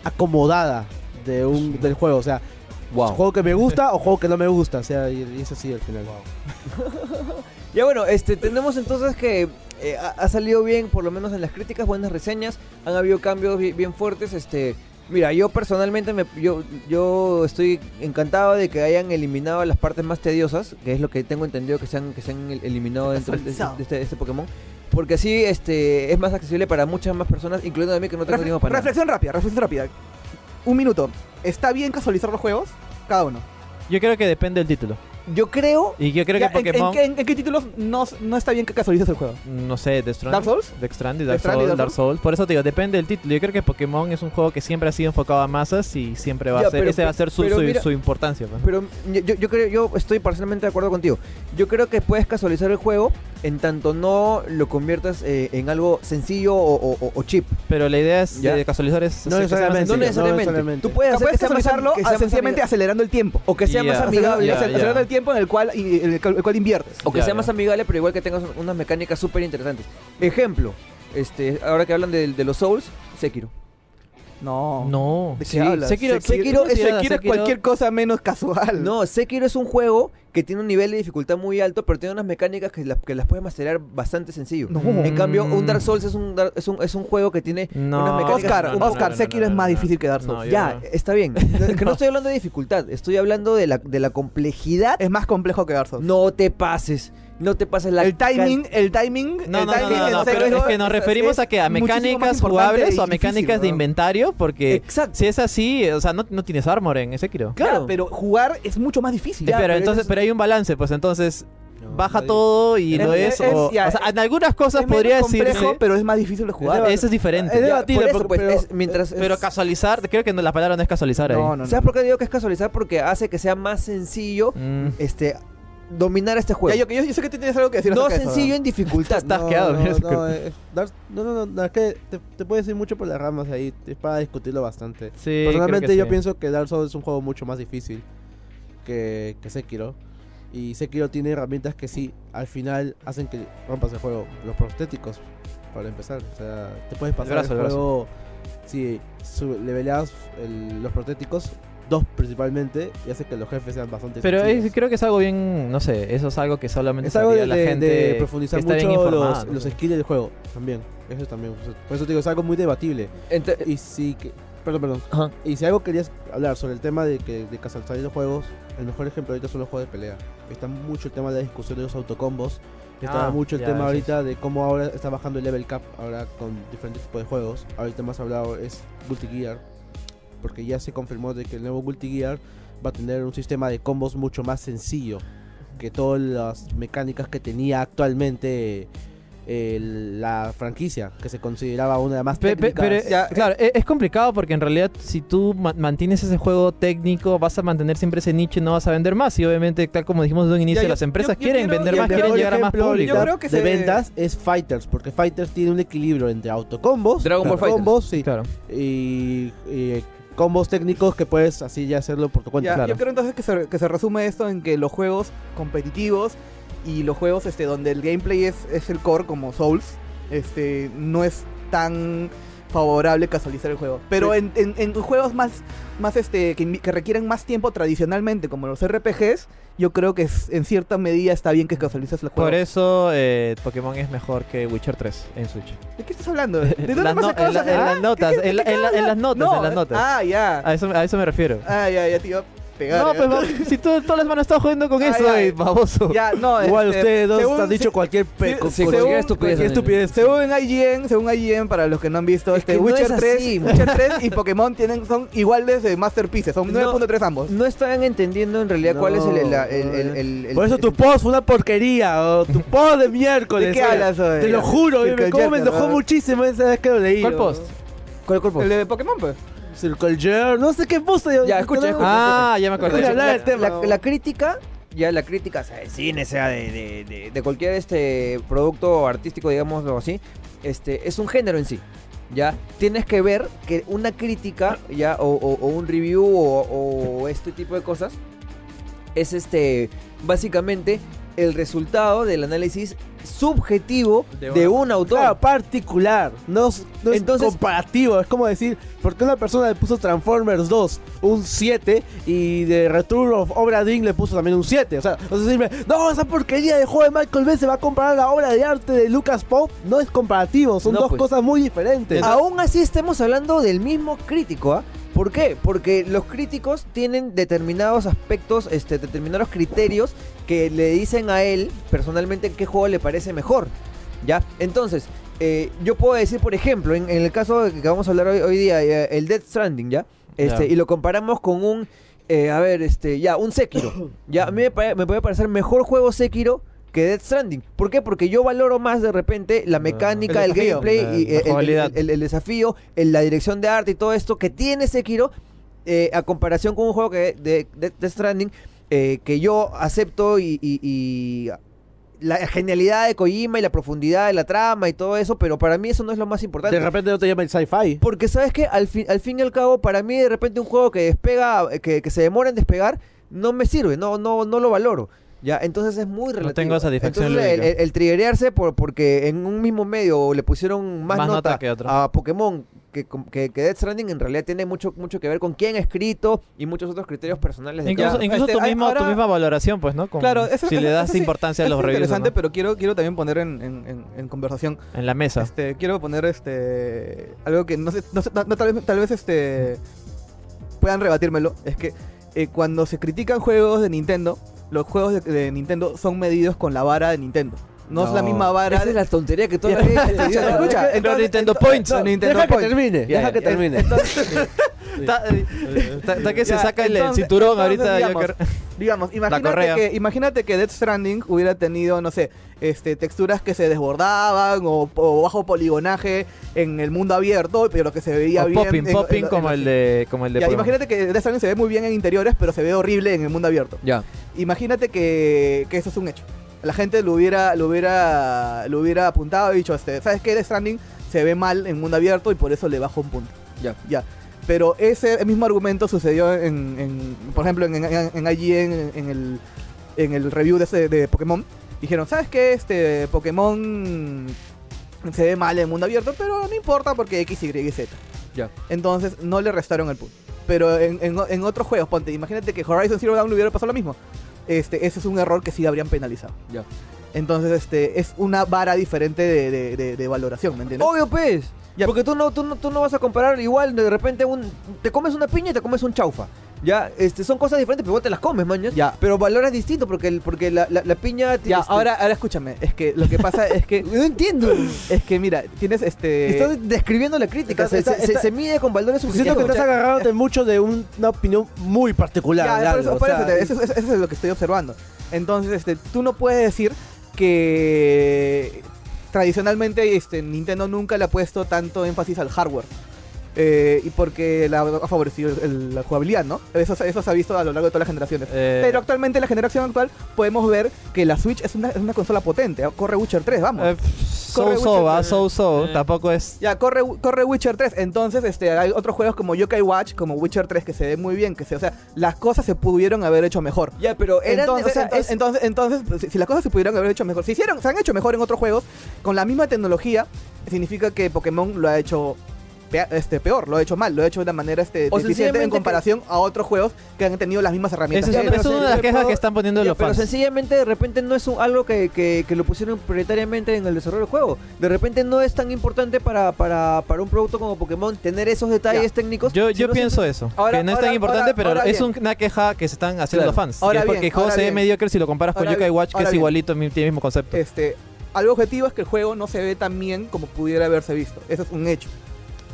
Speaker 2: acomodada de un, del juego. O sea,
Speaker 4: Wow.
Speaker 2: juego que me gusta o juego que no me gusta. O sea, y, y es así al final.
Speaker 4: Ya bueno, este, tenemos entonces que eh, ha, ha salido bien, por lo menos en las críticas, buenas reseñas, han habido cambios bi- bien fuertes, este. Mira, yo personalmente me, yo, yo estoy encantado de que hayan eliminado las partes más tediosas, que es lo que tengo entendido que se han, que se han el- eliminado dentro de,
Speaker 3: Casualizado.
Speaker 4: de este, de este Pokémon. Porque así este, es más accesible para muchas más personas, incluyendo a mí que no tengo
Speaker 3: Refle-
Speaker 4: tiempo para nada.
Speaker 3: reflexión rápida, reflexión rápida. Un minuto. ¿Está bien casualizar los juegos? Cada uno.
Speaker 5: Yo creo que depende del título.
Speaker 4: Yo creo
Speaker 5: Y yo creo
Speaker 3: Ya,
Speaker 5: que
Speaker 3: ¿en- en
Speaker 5: Pokémon,
Speaker 3: qué- en, en qué títulos no, no está bien que casualices el juego?
Speaker 5: no sé, Death Stranding.
Speaker 3: ¿Dark Souls?
Speaker 5: Death Stranding, Dark
Speaker 3: Death Stranding,
Speaker 5: Souls,
Speaker 3: Dark
Speaker 5: Dark Souls. Por eso te digo, depende del título. Yo creo que Pokémon es un juego que siempre ha sido enfocado a masas y siempre va
Speaker 4: Ya,
Speaker 5: a ser,
Speaker 4: pero-
Speaker 5: ese va a ser su,
Speaker 4: pero
Speaker 5: su-
Speaker 4: mira-
Speaker 5: su importancia. pues.
Speaker 4: Pero yo, yo- yo creo, yo estoy parcialmente de acuerdo contigo. Yo creo que puedes casualizar el juego en tanto no lo conviertas eh, en algo sencillo o, o- o- o cheap.
Speaker 5: Pero la idea es eh,
Speaker 4: Ya.
Speaker 5: de casualizar es
Speaker 2: No
Speaker 5: es-
Speaker 2: necesariamente.
Speaker 5: es-
Speaker 4: no,
Speaker 2: Sencillo,
Speaker 4: necesariamente.
Speaker 2: no necesariamente.
Speaker 4: Tú puedes hacer
Speaker 3: puedes
Speaker 4: que sea más am-
Speaker 3: casualizarlo
Speaker 4: que sea más
Speaker 3: sencillamente
Speaker 4: amiga-
Speaker 3: acelerando el tiempo.
Speaker 4: o que sea
Speaker 5: Ya,
Speaker 4: más
Speaker 5: ya,
Speaker 4: amigable.
Speaker 5: ya,
Speaker 4: o sea,
Speaker 5: ya.
Speaker 3: Acelerando el tiempo en el cual, y, en el, cual- el cual inviertes.
Speaker 4: O que
Speaker 5: Ya,
Speaker 4: sea
Speaker 5: ya.
Speaker 4: más amigable, pero igual que tengas unas mecánicas súper interesantes. Ejemplo, este, ahora que hablan de, de los Souls, Sekiro.
Speaker 3: No.
Speaker 5: No.
Speaker 3: ¿De qué
Speaker 4: Sí,
Speaker 3: hablas?
Speaker 4: Sekiro- Sekiro es-
Speaker 3: Sekiro es
Speaker 5: Sekiro-
Speaker 3: cualquier cosa menos casual.
Speaker 4: No, Sekiro es un juego que tiene un nivel de dificultad muy alto, pero tiene unas mecánicas que las, que las puedes masterar bastante sencillo.
Speaker 3: No.
Speaker 4: En cambio, un Dark
Speaker 5: Mm.
Speaker 4: Souls es un, dar- es un, es un juego que tiene
Speaker 5: No.
Speaker 4: unas mecánicas...
Speaker 3: Oscar,
Speaker 5: No, no, no,
Speaker 3: Oscar,
Speaker 5: no,
Speaker 3: Sekiro
Speaker 5: no,
Speaker 3: es más
Speaker 5: no.
Speaker 3: difícil que Dark
Speaker 5: No,
Speaker 3: Souls.
Speaker 5: yo-
Speaker 4: Ya, Eh, está bien. No, que no estoy hablando de dificultad, estoy hablando de la, de la complejidad.
Speaker 3: Es más complejo que Dark Souls.
Speaker 4: No te pases, no te pases la
Speaker 3: el
Speaker 4: can-
Speaker 3: timing, el timing,
Speaker 5: No,
Speaker 3: el
Speaker 5: no, no,
Speaker 3: timing
Speaker 5: no,
Speaker 3: en
Speaker 5: no, pero
Speaker 3: eh, Sekiro
Speaker 5: es que nos
Speaker 3: es-
Speaker 5: referimos a que a
Speaker 3: es muchísimo más
Speaker 5: mecánicas
Speaker 3: importante
Speaker 5: jugables
Speaker 3: y
Speaker 5: o a
Speaker 3: difícil,
Speaker 5: mecánicas de
Speaker 3: ¿no?
Speaker 5: inventario,
Speaker 4: Eh,
Speaker 5: porque
Speaker 4: Exacto.
Speaker 5: si es así, o sea, no, no tienes armor en Sekiro.
Speaker 4: Claro,
Speaker 3: Claro, pero jugar es mucho más difícil.
Speaker 5: pero,
Speaker 4: pero
Speaker 5: entonces,
Speaker 4: eres-
Speaker 5: pero hay un balance, pues entonces baja
Speaker 2: nadie-
Speaker 5: todo y
Speaker 3: Es-
Speaker 5: no es,
Speaker 3: es- es-
Speaker 5: o,
Speaker 3: ya,
Speaker 5: o sea,
Speaker 3: es-
Speaker 5: en algunas cosas
Speaker 3: es menos
Speaker 5: podría
Speaker 3: complejo,
Speaker 5: decirse,
Speaker 3: pero es más difícil de jugar.
Speaker 5: eso es diferente.
Speaker 2: es
Speaker 4: Ya,
Speaker 2: debatible,
Speaker 4: por eso,
Speaker 2: pero-
Speaker 4: pues,
Speaker 2: pero-
Speaker 4: es- mientras es-
Speaker 5: eh, Pero casualizar, creo que no- la palabra no es casualizar ahí.
Speaker 3: No, no, no.
Speaker 4: ¿Sabes por qué digo que es casualizar? Porque hace que sea más sencillo
Speaker 5: Mm.
Speaker 4: este dominar este juego.
Speaker 3: Ya, yo, yo- yo sé que tú tienes algo que decir.
Speaker 4: no
Speaker 3: acerca de eso,
Speaker 4: sencillo en dificultad.
Speaker 5: Estás quedado,
Speaker 2: no,
Speaker 5: mira,
Speaker 2: no,
Speaker 5: ese
Speaker 2: no, eh, Dark- no, no, no, es que te, te puedes ir mucho por las ramas ahí, es para discutirlo bastante.
Speaker 5: Sí,
Speaker 2: Personalmente
Speaker 5: creo que
Speaker 2: yo
Speaker 5: sí.
Speaker 2: pienso que Dark Souls es un juego mucho más difícil que, que Sekiro. Y Sekiro tiene herramientas que sí, al final hacen que rompas el juego. Los prostéticos, para empezar. O sea, te puedes pasar el,
Speaker 5: brazo, el brazo.
Speaker 2: juego si su- leveleas el- los prostéticos, dos principalmente, y hace que los jefes sean bastante
Speaker 5: Pero es-
Speaker 2: sencillos.
Speaker 5: creo que es algo bien, no sé, eso es algo que solamente
Speaker 2: Es algo
Speaker 5: sabría
Speaker 2: de,
Speaker 5: la
Speaker 2: de-
Speaker 5: gente
Speaker 2: de profundizar
Speaker 5: que está bien
Speaker 2: mucho
Speaker 5: informada,
Speaker 2: los,
Speaker 5: ¿no?
Speaker 2: los skills del juego también. Eso también. pues, Por eso te digo, es algo muy debatible.
Speaker 5: Eh,
Speaker 4: Ente-
Speaker 2: Y si que- Perdón, perdón.
Speaker 4: Ajá.
Speaker 2: Y si algo querías hablar sobre el tema de que de casualizar los juegos, el mejor ejemplo ahorita son los juegos de pelea. Está mucho el tema de la discusión de los autocombos. Está
Speaker 5: Ah,
Speaker 2: mucho el
Speaker 5: ya,
Speaker 2: tema
Speaker 5: sí,
Speaker 2: ahorita de cómo ahora está bajando el level cap ahora con diferentes tipos de juegos. Ahorita más hablado es Guilty Gear, porque ya se confirmó de que el nuevo Guilty Gear va a tener un sistema de combos mucho más sencillo que todas las mecánicas que tenía actualmente eh, la franquicia, que se consideraba una de las más
Speaker 5: Pe- pe-
Speaker 2: técnicas.
Speaker 5: pero, eh, claro, e- es complicado porque en realidad si tú ma- mantienes ese juego técnico vas a mantener siempre ese nicho y no vas a vender más. Y obviamente, tal como dijimos desde un inicio,
Speaker 3: yo-
Speaker 5: las empresas
Speaker 3: yo- yo
Speaker 5: quieren
Speaker 3: quiero-
Speaker 5: vender
Speaker 2: Y el
Speaker 5: más, quieren
Speaker 2: mejor
Speaker 5: llegar a más
Speaker 2: ejemplo
Speaker 5: público.
Speaker 2: ahorita
Speaker 3: Yo creo que
Speaker 2: de
Speaker 3: se-
Speaker 2: ventas es Fighters, porque Fighters tiene un equilibrio entre autocombos,
Speaker 4: Dragon Ball
Speaker 2: combos sí,
Speaker 5: Claro.
Speaker 2: y, y combos técnicos que puedes así ya hacerlo por tu cuenta.
Speaker 3: Ya,
Speaker 5: claro.
Speaker 3: Yo creo entonces que se, que se resume esto en que los juegos competitivos y los juegos este, donde el gameplay es, es el core, como Souls, este, no es tan favorable casualizar el juego. Pero en, en, en juegos más, más este, que, invi- que requieren más tiempo tradicionalmente, como los RPGs, yo creo que es- en cierta medida está bien que casualices el juego.
Speaker 5: Por eso eh, Pokémon es mejor que Witcher 3 en Switch.
Speaker 3: ¿De qué estás hablando? ¿De dónde
Speaker 5: Las
Speaker 3: me
Speaker 5: no-
Speaker 3: sacabas
Speaker 5: en la-
Speaker 3: esa-
Speaker 5: en
Speaker 3: ah?
Speaker 5: las notas,
Speaker 3: ¿Qué- qué-
Speaker 5: en la-
Speaker 3: qué
Speaker 5: en la- en las notas,
Speaker 3: No,
Speaker 5: en las notas.
Speaker 3: Ah, ya.
Speaker 5: A eso, a eso me refiero.
Speaker 3: Ah, ya, ya te iba a pegar.
Speaker 5: No,
Speaker 3: ya.
Speaker 5: pues va- si tú todas las manos estás jugando con
Speaker 3: Ay,
Speaker 5: eso,
Speaker 3: ay.
Speaker 5: eh, baboso.
Speaker 3: Ya, no,
Speaker 2: Igual
Speaker 3: este,
Speaker 2: ustedes dos
Speaker 3: según-
Speaker 2: han dicho
Speaker 3: se-
Speaker 2: cualquier pe-
Speaker 3: se- se-
Speaker 2: co- co-
Speaker 3: según-
Speaker 2: cualquier
Speaker 4: estupidez,
Speaker 2: cualquier estupidez.
Speaker 3: Según IGN, según IGN, para los que no han visto,
Speaker 4: Es
Speaker 3: este,
Speaker 4: que no
Speaker 3: Witcher,
Speaker 4: es así,
Speaker 3: 3,
Speaker 4: man.
Speaker 3: Witcher 3 y Pokémon tienen, son iguales de masterpieces, son
Speaker 4: No.
Speaker 3: 9.3 ambos.
Speaker 4: No están entendiendo en realidad cuál es el... el, el, el- el- el-
Speaker 2: Por eso tu post fue una porquería, o tu post de miércoles.
Speaker 3: ¿De qué
Speaker 2: oye.
Speaker 3: hablas hoy?
Speaker 2: Te lo juro,
Speaker 3: El
Speaker 2: oye,
Speaker 3: Call
Speaker 2: cómo me
Speaker 3: Joker,
Speaker 2: enojó
Speaker 3: ¿no?
Speaker 2: muchísimo esa vez que lo leí.
Speaker 5: ¿Cuál
Speaker 2: ¿no?
Speaker 5: post?
Speaker 4: ¿Cuál cuerpo?
Speaker 3: El de Pokémon, pues.
Speaker 2: El Call Joker, no sé qué post. yo-
Speaker 4: Ya, escucha,
Speaker 2: no-
Speaker 4: escucha.
Speaker 5: Ah, ya me
Speaker 2: Escucha
Speaker 5: acordé.
Speaker 2: hablar del tema.
Speaker 4: La, la crítica, ya la crítica, sea de cine, sea de, de- de- de cualquier este producto artístico, digámoslo así, este, es un género en sí. Ya tienes que ver que una crítica, ya, o, o- o un review, o, o este tipo de cosas, es este básicamente el resultado del análisis subjetivo
Speaker 5: De
Speaker 4: de,
Speaker 5: un-
Speaker 4: un autor.
Speaker 2: Claro, particular, no, es- no es
Speaker 4: Entonces-
Speaker 2: comparativo, es como decir, porque una persona le puso Transformers 2 un 7 y de Return of Obra Dinn le puso también un 7? O sea, no decirme, no, esa porquería de juego de Michael Bay se va a comparar a la obra de arte de Lucas Pope, no es comparativo, son
Speaker 4: No,
Speaker 2: dos
Speaker 4: pues.
Speaker 2: cosas muy diferentes.
Speaker 4: Aún así estemos hablando del mismo crítico, ¿ah? ¿Por qué? Porque los críticos tienen determinados aspectos, este, determinados criterios que le dicen a él personalmente qué juego le parece mejor. ¿Ya? Entonces, eh, yo puedo decir, por ejemplo, en, en el caso de que vamos a hablar hoy, hoy día, eh, el Death Stranding, ¿ya? Este,
Speaker 5: Ya.
Speaker 4: Y lo comparamos con un, eh, a ver, este, ya, un Sekiro. ya, a mí me, pare- me puede parecer mejor juego Sekiro que Death Stranding. ¿Por qué? Porque yo valoro más de repente la mecánica,
Speaker 3: El
Speaker 4: el,
Speaker 3: desafío.
Speaker 4: gameplay
Speaker 5: La-
Speaker 4: y
Speaker 5: la
Speaker 4: eh, el- el,
Speaker 5: jugabilidad.
Speaker 4: el- el desafío, el- la dirección de arte y todo esto que tiene Sekiro eh, a comparación con un juego que de, de- de Stranding eh, que yo acepto y, y- y la genialidad de Kojima y la profundidad de la trama y todo eso, pero para mí eso no es lo más importante.
Speaker 2: de repente no te llama el sci-fi.
Speaker 4: Porque sabes que al, fin- al fin y al cabo, para mí de repente un juego que despega, eh, que, que se demora en despegar, no me sirve, no, no, no lo valoro. Ya, entonces es muy relativo.
Speaker 5: tengo satisfacción
Speaker 4: Entonces, el,
Speaker 5: lúdica.
Speaker 4: el, el triggerearse por, porque en un mismo medio le pusieron más,
Speaker 5: Más nota
Speaker 4: nota,
Speaker 5: que otro.
Speaker 4: a Pokémon que, com- que, que Death Stranding, en realidad tiene mucho, mucho que ver con quién ha escrito y muchos otros criterios personales. de
Speaker 5: Incluso,
Speaker 4: cada-
Speaker 5: incluso
Speaker 3: Este,
Speaker 5: tu,
Speaker 3: hay-
Speaker 5: mismo- tu
Speaker 3: ahora-
Speaker 5: misma valoración, pues, ¿no? Con-
Speaker 3: Claro, eso-
Speaker 5: si
Speaker 3: eso-
Speaker 5: le das
Speaker 3: eso sí,
Speaker 5: importancia a
Speaker 3: Es
Speaker 5: los reviews ¿no?
Speaker 3: interesante, pero quiero, quiero también poner en, en- en- en conversación,
Speaker 5: en la mesa.
Speaker 3: este, quiero poner este algo que no sé, no sé- no- no, tal vez, tal vez este puedan rebatírmelo, es que eh, cuando se critican juegos de Nintendo, los juegos de, de Nintendo son medidos con la vara de Nintendo. No, es la misma vara.
Speaker 4: Esa
Speaker 3: de-
Speaker 4: es la tontería que toda la vida se dice, ¿no?
Speaker 3: Escucha,
Speaker 5: Los
Speaker 3: entonces-
Speaker 5: Nintendo
Speaker 3: entonces-
Speaker 5: Points.
Speaker 3: no, Nintendo
Speaker 2: deja que
Speaker 3: Points.
Speaker 2: termine,
Speaker 5: Ya,
Speaker 2: deja
Speaker 5: ya,
Speaker 2: que
Speaker 5: ya.
Speaker 2: termine.
Speaker 5: Está, eh, está- está que se
Speaker 3: Ya,
Speaker 5: saca el- el
Speaker 3: entonces-
Speaker 5: cinturón
Speaker 3: entonces,
Speaker 5: ahorita,
Speaker 3: digamos,
Speaker 5: Joker.
Speaker 3: Digamos,
Speaker 5: correa.
Speaker 3: imagínate que, imagínate que Death Stranding hubiera tenido, no sé, este, texturas que se desbordaban o, o bajo poligonaje en el mundo abierto, pero que se veía
Speaker 5: O
Speaker 3: bien.
Speaker 5: popping,
Speaker 3: en- en-
Speaker 5: popping
Speaker 3: en-
Speaker 5: como,
Speaker 3: en-
Speaker 5: el de, como el de
Speaker 3: Ya,
Speaker 5: Pokémon.
Speaker 3: imagínate que Death Stranding se ve muy bien en interiores, pero se ve horrible en el mundo abierto.
Speaker 4: Ya.
Speaker 3: Imagínate que, que eso es un hecho. La gente lo hubiera, lo hubiera, lo hubiera apuntado y dicho, este, ¿sabes qué? Death Stranding se ve mal en mundo abierto y por eso le bajo un punto.
Speaker 4: Ya.
Speaker 3: Ya. Pero ese mismo argumento sucedió en, en- por ejemplo, en, en, en IGN, en, en el, en el review de, ese- de Pokémon. Dijeron, ¿sabes qué? Este Pokémon se ve mal en mundo abierto, pero no importa porque X, Y, Z.
Speaker 4: Ya.
Speaker 3: Entonces no le restaron el punto. Pero en, en- en otros juegos, ponte, imagínate que Horizon Zero Dawn le hubiera pasado lo mismo. Este, ese es un error que sí habrían penalizado.
Speaker 4: Ya.
Speaker 3: Entonces, este, es una vara diferente de, de- de- de valoración, ¿me entiendes?
Speaker 4: Obvio, pues.
Speaker 3: Ya.
Speaker 4: Porque tú no, tú, no, tú no vas a comparar igual de repente un... Te comes una piña y te comes un chaufa. Ya, este, son cosas diferentes, pero igual te las comes, mañas.
Speaker 3: Ya.
Speaker 4: Pero valoras distinto porque, el, porque la, la, la piña...
Speaker 3: Ya,
Speaker 4: este,
Speaker 3: ahora, ahora escúchame, es que lo que pasa es que,
Speaker 4: No entiendo.
Speaker 3: es que mira, tienes este...
Speaker 4: Estás describiendo la crítica.
Speaker 2: está-
Speaker 4: se-
Speaker 2: está-
Speaker 4: se, se-
Speaker 2: está-
Speaker 4: se mide con valores
Speaker 2: Siento que
Speaker 4: subjetivos.
Speaker 2: estás agarrándote mucho de un- una opinión muy particular.
Speaker 3: Ya,
Speaker 2: de
Speaker 3: por
Speaker 2: algo,
Speaker 3: eso,
Speaker 2: o
Speaker 3: por
Speaker 2: sea,
Speaker 3: eso te- eso- eso- eso es lo que estoy observando. Entonces, este, tú no puedes decir que tradicionalmente este, Nintendo nunca le ha puesto tanto énfasis al hardware. Eh, y porque la, ha favorecido el- la jugabilidad, ¿no? Eso, se- eso se ha visto a lo largo de todas las generaciones.
Speaker 5: Eh,
Speaker 3: Pero actualmente, en la generación actual, podemos ver que la Switch es una, es una consola potente. Corre Witcher 3, vamos.
Speaker 5: eh,
Speaker 3: Corre
Speaker 5: so
Speaker 3: Witcher,
Speaker 5: so, va,
Speaker 3: eh,
Speaker 5: so so. Tampoco es.
Speaker 3: Ya, corre, corre Witcher 3. Entonces, este, hay otros juegos como Yokai Watch, como Witcher 3, que se ve muy bien. Que se, o sea, las cosas se pudieron haber hecho mejor.
Speaker 4: Ya, pero eran-
Speaker 3: Entonces,
Speaker 4: o sea,
Speaker 3: entonces,
Speaker 4: es-
Speaker 3: entonces, entonces, pues, si, si las cosas se pudieran haber hecho mejor, se hicieron, se han hecho mejor en otros juegos con la misma tecnología, significa que Pokémon lo ha hecho pea- este, peor, lo ha hecho mal, lo ha hecho de una manera este,
Speaker 4: O
Speaker 3: deficiente en
Speaker 4: sencillamente
Speaker 3: comparación a otros juegos que han tenido las mismas herramientas.
Speaker 5: Esa es,
Speaker 4: Ya,
Speaker 5: esa
Speaker 4: pero
Speaker 5: es una
Speaker 4: se-
Speaker 5: de las
Speaker 4: se-
Speaker 5: quejas
Speaker 4: pero-
Speaker 5: que están poniendo
Speaker 4: Ya,
Speaker 5: los
Speaker 4: pero
Speaker 5: fans.
Speaker 4: sencillamente de repente no es un- algo que, que- que lo pusieron prioritariamente en el desarrollo del juego. De repente no es tan importante para, para, para un producto como Pokémon tener esos detalles técnicos.
Speaker 5: Yo, yo
Speaker 4: sino
Speaker 5: pienso
Speaker 4: simple-
Speaker 5: eso,
Speaker 4: Ahora-
Speaker 5: que no es
Speaker 4: ahora-
Speaker 5: tan importante,
Speaker 4: ahora-
Speaker 5: pero
Speaker 4: ahora
Speaker 5: es
Speaker 4: bien.
Speaker 5: un- una queja que se están haciendo
Speaker 4: Claro.
Speaker 5: los fans.
Speaker 3: Ahora
Speaker 5: que es porque
Speaker 3: bien,
Speaker 5: el juego
Speaker 3: ahora
Speaker 5: se ve
Speaker 3: bien.
Speaker 5: mediocre si lo comparas con
Speaker 3: Ahora
Speaker 5: Yokai
Speaker 3: bien,
Speaker 5: Watch, que
Speaker 3: ahora
Speaker 5: es
Speaker 3: bien.
Speaker 5: igualito, mi- tiene el mismo concepto.
Speaker 3: Este, algo objetivo es que el juego no se ve tan bien como pudiera haberse visto. Eso es un hecho.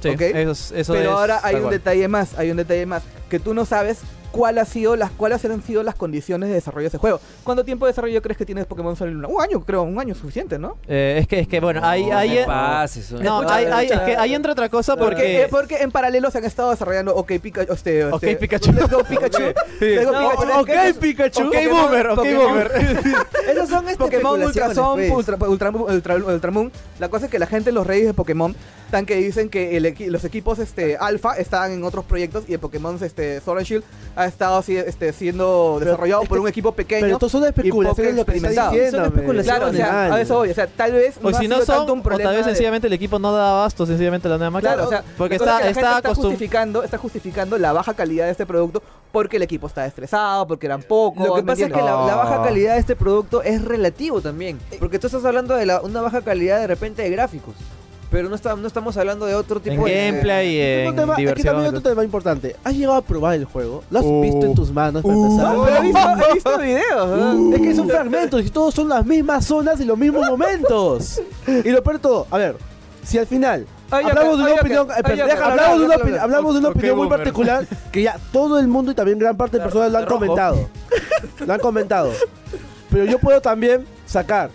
Speaker 5: Sí,
Speaker 3: ok.
Speaker 5: eso es- eso
Speaker 3: Pero
Speaker 5: es
Speaker 3: ahora
Speaker 5: tal
Speaker 3: hay un
Speaker 5: cual.
Speaker 3: detalle más, hay un detalle más, que tú no sabes cuál ha sido las, cuáles han sido las condiciones de desarrollo de ese juego. ¿Cuánto tiempo de desarrollo crees que tienes Pokémon Sol y Luna? Un año, creo, un año es suficiente, ¿no?
Speaker 5: Eh, es que, es que bueno,
Speaker 4: No,
Speaker 5: ahí,
Speaker 4: no
Speaker 5: ahí,
Speaker 4: te pases, oye.
Speaker 5: no,
Speaker 4: Escucha,
Speaker 5: ahí, ahí- es
Speaker 4: escucha.
Speaker 5: que ahí entra otra cosa
Speaker 3: Porque,
Speaker 5: porque...
Speaker 3: eh, porque en paralelo se han estado desarrollando OK Pikachu. Este,
Speaker 5: Ok,
Speaker 3: este,
Speaker 5: Pikachu.
Speaker 3: Let's Go Pikachu. Let's Go
Speaker 5: No,
Speaker 3: Pikachu.
Speaker 5: ok,
Speaker 3: Let's Go
Speaker 5: Pikachu. Ok,
Speaker 3: Pokémon-
Speaker 5: Boomer. Ok,
Speaker 3: Pokémon-
Speaker 5: Boomer.
Speaker 4: Esos son este,
Speaker 3: Pokémon Ultra
Speaker 4: especulaciones,
Speaker 3: Sun,
Speaker 4: pues.
Speaker 3: Ultra, Ultra, Ultra- Ultramoon. La cosa es que la gente, los reyes de Pokémon, están que dicen que el equi- los equipos este, alfa estaban en otros proyectos y el Pokémon este, Sword and Shield ha estado así, este, siendo desarrollado por un equipo pequeño.
Speaker 2: Pero esto son especulaciones
Speaker 3: poco
Speaker 2: lo que está
Speaker 3: experimentado.
Speaker 2: diciendo.
Speaker 4: Son
Speaker 2: men.
Speaker 4: especulaciones.
Speaker 3: Claro, o sea,
Speaker 2: Claro.
Speaker 3: a eso voy. O sea, tal vez no
Speaker 5: O si
Speaker 3: ha
Speaker 5: no
Speaker 3: sido
Speaker 5: son,
Speaker 3: tanto un
Speaker 5: o tal
Speaker 3: problema
Speaker 5: vez
Speaker 3: de-
Speaker 5: sencillamente el equipo no da abasto, sencillamente la nueva máquina.
Speaker 3: Claro, o sea,
Speaker 5: porque
Speaker 3: la cosa
Speaker 5: está,
Speaker 3: es que la
Speaker 5: está
Speaker 3: gente está
Speaker 5: acostum-
Speaker 3: justificando, está justificando la baja calidad de este producto porque el equipo está estresado, porque eran pocos.
Speaker 4: Lo que
Speaker 3: ¿me
Speaker 4: pasa es que
Speaker 3: entiendes? Ah.
Speaker 4: la, la baja
Speaker 5: No. Eh.
Speaker 4: calidad de este producto es relativo también. Porque tú estás hablando de la- una baja calidad de repente de gráficos. Pero no, está- no estamos hablando de otro
Speaker 5: en
Speaker 4: tipo eh, de.
Speaker 5: gameplay,
Speaker 2: Otro
Speaker 5: en
Speaker 2: tema- es que
Speaker 5: diversión.
Speaker 2: también otro tema importante. ¿Has llegado a probar el juego? ¿Lo has visto en tus manos? para empezar?
Speaker 3: Uh. No, pero he visto, he visto videos. ¿no?
Speaker 5: Uh.
Speaker 3: Uh.
Speaker 2: Es que son fragmentos y todos son las mismas zonas y los mismos momentos. Y lo peor de todo, a ver, si al final
Speaker 3: Oye,
Speaker 2: hablamos de una
Speaker 3: oye,
Speaker 2: opinión,
Speaker 3: oye,
Speaker 2: eh, pero
Speaker 3: oye,
Speaker 2: deja,
Speaker 3: oye,
Speaker 2: hablamos de una
Speaker 3: oye,
Speaker 2: opinión-
Speaker 3: oye,
Speaker 2: hablamos de una
Speaker 5: ok,
Speaker 2: opinión muy
Speaker 5: boomer.
Speaker 2: particular que ya todo el mundo y también gran parte de personas lo han
Speaker 5: rojo.
Speaker 2: comentado. Lo han comentado. Pero yo puedo también sacar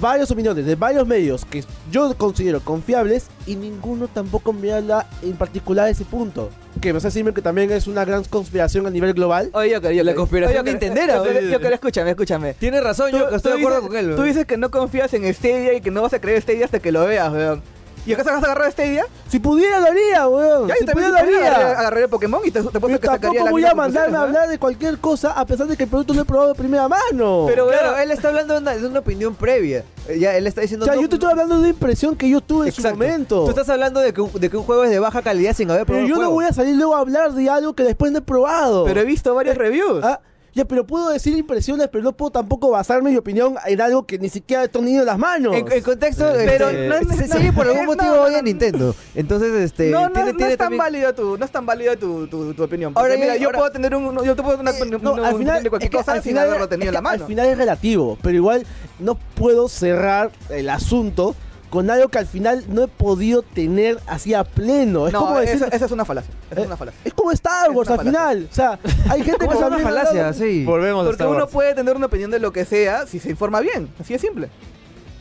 Speaker 2: varias opiniones de varios medios que yo considero confiables y ninguno tampoco me habla en particular de ese punto. Que me hace decirme que también es una gran conspiración a nivel global.
Speaker 3: Oye, yo
Speaker 4: La conspiración nintendera,
Speaker 3: Yo,
Speaker 4: oye.
Speaker 3: yo, escúchame, escúchame.
Speaker 4: Tiene razón, yo estoy de acuerdo
Speaker 3: dices,
Speaker 4: con él.
Speaker 3: Tú
Speaker 4: ¿no?
Speaker 3: dices que no confías en Stadia y que no vas a creer Stadia hasta que lo veas, weón. ¿Y acaso vas a agarrar Stadia?
Speaker 2: Si pudiera lo haría, weón.
Speaker 3: Ya,
Speaker 2: si
Speaker 3: yo también
Speaker 2: pudiera lo
Speaker 3: si pudiera,
Speaker 2: haría.
Speaker 3: agarré- agarré Pokémon y te, te puedo
Speaker 2: Yo
Speaker 3: que sacaría
Speaker 2: tampoco
Speaker 3: la
Speaker 2: voy
Speaker 3: misma
Speaker 2: a mandarme a
Speaker 3: conclusión, ¿no?
Speaker 2: hablar de cualquier cosa a pesar de que el producto lo he probado de primera mano.
Speaker 3: Pero, weón,
Speaker 4: Claro, él está hablando de una, de una opinión previa. Eh, Ya, él está diciendo.
Speaker 2: o sea,
Speaker 4: no-
Speaker 2: yo te estoy hablando de una impresión que yo tuve en
Speaker 4: Exacto.
Speaker 2: su momento.
Speaker 4: Tú estás hablando de que, un, de que un juego es de baja calidad sin haber
Speaker 2: pero
Speaker 4: probado.
Speaker 2: yo
Speaker 4: el
Speaker 2: no
Speaker 4: juego.
Speaker 2: voy a salir luego a hablar de algo que después no he probado.
Speaker 3: pero he visto varias reviews.
Speaker 2: Ah, Ya, pero puedo decir impresiones, pero no puedo tampoco basar mi opinión en algo que ni siquiera he tenido en las manos.
Speaker 4: En, en contexto, pero
Speaker 3: no es-
Speaker 4: se
Speaker 3: no-
Speaker 4: sigue por algún
Speaker 3: no,
Speaker 4: motivo
Speaker 3: no,
Speaker 4: hoy a
Speaker 3: no.
Speaker 4: Nintendo. Entonces, este.
Speaker 3: no, no,
Speaker 4: tiene-
Speaker 3: no
Speaker 4: tiene
Speaker 3: es tan
Speaker 4: también-
Speaker 3: válida tu, no es tan válida tu, tu, tu opinión.
Speaker 4: Ahora
Speaker 3: Ahora,
Speaker 4: ya-
Speaker 3: mira, yo
Speaker 4: ahora-
Speaker 3: puedo tener un, yo te puedo tener una, opinión
Speaker 2: Eh, No, al final,
Speaker 3: de
Speaker 2: es
Speaker 3: cualquier
Speaker 2: que
Speaker 3: cosa
Speaker 2: al
Speaker 3: sin
Speaker 2: final-
Speaker 3: haberlo tenido
Speaker 2: es
Speaker 3: en la
Speaker 2: que
Speaker 3: mano.
Speaker 2: Al final es relativo, pero igual no puedo cerrar el asunto con algo que al final no he podido tener así a pleno. Es
Speaker 3: no,
Speaker 2: como decir,
Speaker 3: esa, esa es una falacia. Esa
Speaker 2: Eh,
Speaker 3: es una falacia.
Speaker 2: Es como Star Wars
Speaker 3: Es
Speaker 2: al
Speaker 3: una
Speaker 2: final. O sea, hay gente
Speaker 4: ¿Cómo
Speaker 2: que
Speaker 4: es una
Speaker 2: también
Speaker 4: falacia?
Speaker 2: habla-
Speaker 4: Sí.
Speaker 5: Volvemos a
Speaker 3: Porque
Speaker 5: Star
Speaker 3: uno
Speaker 5: Wars.
Speaker 3: puede tener una opinión de lo que sea si se informa bien. Así de simple.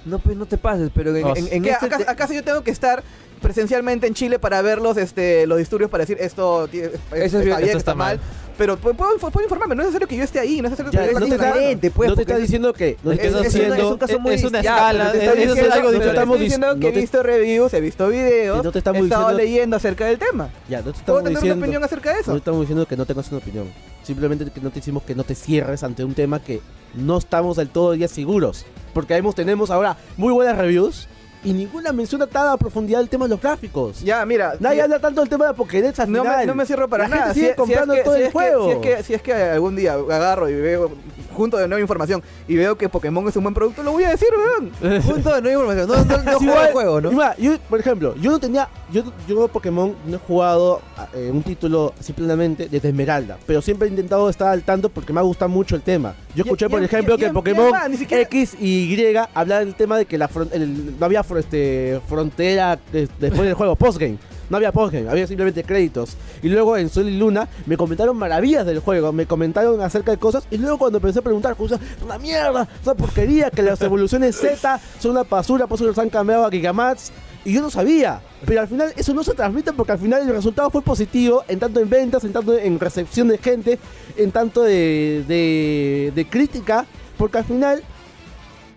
Speaker 4: No, pues no te pases, pero en,
Speaker 5: Oh,
Speaker 4: en, en
Speaker 3: ¿Qué,
Speaker 4: este.
Speaker 3: acaso, acaso yo tengo que estar presencialmente en Chile para ver los, este, los disturbios para decir esto ti- está
Speaker 4: Eso es bien,
Speaker 3: bien,
Speaker 5: esto
Speaker 3: está,
Speaker 5: está
Speaker 3: mal? Pero pu- puedo, inf- puedo informarme, no es necesario que yo esté ahí, no Pues, es necesario que
Speaker 2: Ya,
Speaker 3: tenga
Speaker 2: no
Speaker 3: la cosa
Speaker 2: te
Speaker 3: en la
Speaker 2: está-
Speaker 3: mano.
Speaker 4: diferente, pues.
Speaker 2: no te
Speaker 4: porque
Speaker 2: estás diciendo que. No
Speaker 5: Es
Speaker 2: te
Speaker 5: que
Speaker 4: es-
Speaker 5: no
Speaker 2: estás eh,
Speaker 4: es una- es
Speaker 5: siendo-
Speaker 4: un caso muy
Speaker 5: es una
Speaker 4: distinto.
Speaker 5: escala,
Speaker 2: Te
Speaker 5: es-
Speaker 2: estamos
Speaker 5: eso es
Speaker 2: diciendo-
Speaker 5: algo
Speaker 2: te
Speaker 3: Te
Speaker 5: diferente.
Speaker 2: estamos
Speaker 3: estamos diciendo
Speaker 2: dic-
Speaker 3: que
Speaker 2: no te-
Speaker 3: he visto reviews, he visto videos,
Speaker 2: Que no te
Speaker 3: he estado
Speaker 2: estamos diciendo-
Speaker 3: leyendo acerca del tema.
Speaker 2: Ya, no te
Speaker 3: ¿Puedo
Speaker 2: estamos
Speaker 3: tener
Speaker 2: diciendo.
Speaker 3: una opinión acerca de eso?
Speaker 2: No estamos diciendo que no tengas una opinión. Simplemente que no te decimos que no te cierres ante un tema que no estamos del todo ya seguros. Porque ahí hemos- tenemos ahora muy buenas reviews y ninguna menciona tan a profundidad el tema de los gráficos.
Speaker 3: Ya, mira.
Speaker 2: Nadie
Speaker 3: sí,
Speaker 2: habla tanto del tema de Pokédex al
Speaker 3: no me,
Speaker 2: final.
Speaker 3: no me cierro para
Speaker 2: La
Speaker 3: nada.
Speaker 2: gente sigue
Speaker 3: es-
Speaker 2: comprando
Speaker 3: es que-
Speaker 2: todo el
Speaker 3: es que-
Speaker 2: juego.
Speaker 3: si es, que, si es que algún día agarro y veo, junto de nueva información, y veo que Pokémon es un buen producto, lo voy a decir, weón.
Speaker 4: Punto de no información. No, no, no
Speaker 2: Es
Speaker 4: juego
Speaker 2: igual-
Speaker 4: el juego, ¿no?
Speaker 2: y mira, yo, por ejemplo, yo no tenía. Yo, yo Pokémon no he jugado eh, un título simplemente desde Esmeralda. Pero siempre he intentado estar al tanto porque me gusta mucho el tema. Yo
Speaker 3: Y-
Speaker 2: escuché,
Speaker 3: y-
Speaker 2: por
Speaker 3: y-
Speaker 2: ejemplo,
Speaker 3: y-
Speaker 2: que
Speaker 3: y-
Speaker 2: en Pokémon
Speaker 3: y además, ni siquiera-
Speaker 2: X y Y hablar del tema de que la fron- el- no había fro- este, frontera eh, después del juego, postgame. No había postgame, había simplemente créditos. Y luego en Sol y Luna me comentaron maravillas del juego, me comentaron acerca de cosas. Y luego cuando empecé a preguntar, cosas, una mierda, es una porquería, que las evoluciones Z son una basura, por eso los han cambiado a Gigamax. Y yo no sabía, pero al final eso no se transmite porque al final el resultado fue positivo, en tanto en ventas, en tanto en recepción de gente, en tanto de, de, de crítica, porque al final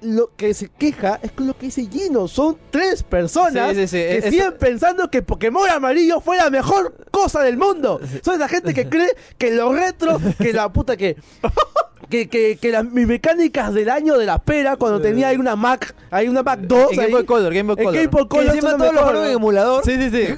Speaker 2: lo que se queja es con lo que dice Gino. Son tres personas
Speaker 5: Sí, sí, sí,
Speaker 2: que
Speaker 5: eso-
Speaker 2: siguen pensando que Pokémon amarillo fue la mejor cosa del mundo. Son esa gente que cree que lo retro, que la puta que. Que, que, que las mis mecánicas del año de la pera, cuando tenía ahí una Mac, ahí una Mac 2,
Speaker 5: En Game
Speaker 2: ahí,
Speaker 5: Boy Color, Game Boy
Speaker 2: en
Speaker 5: Color.
Speaker 2: Game Boy
Speaker 4: Que
Speaker 2: Color,
Speaker 4: encima
Speaker 2: son
Speaker 4: todos lo
Speaker 2: mejor.
Speaker 4: jugaron en emulador.
Speaker 5: Sí, sí, sí.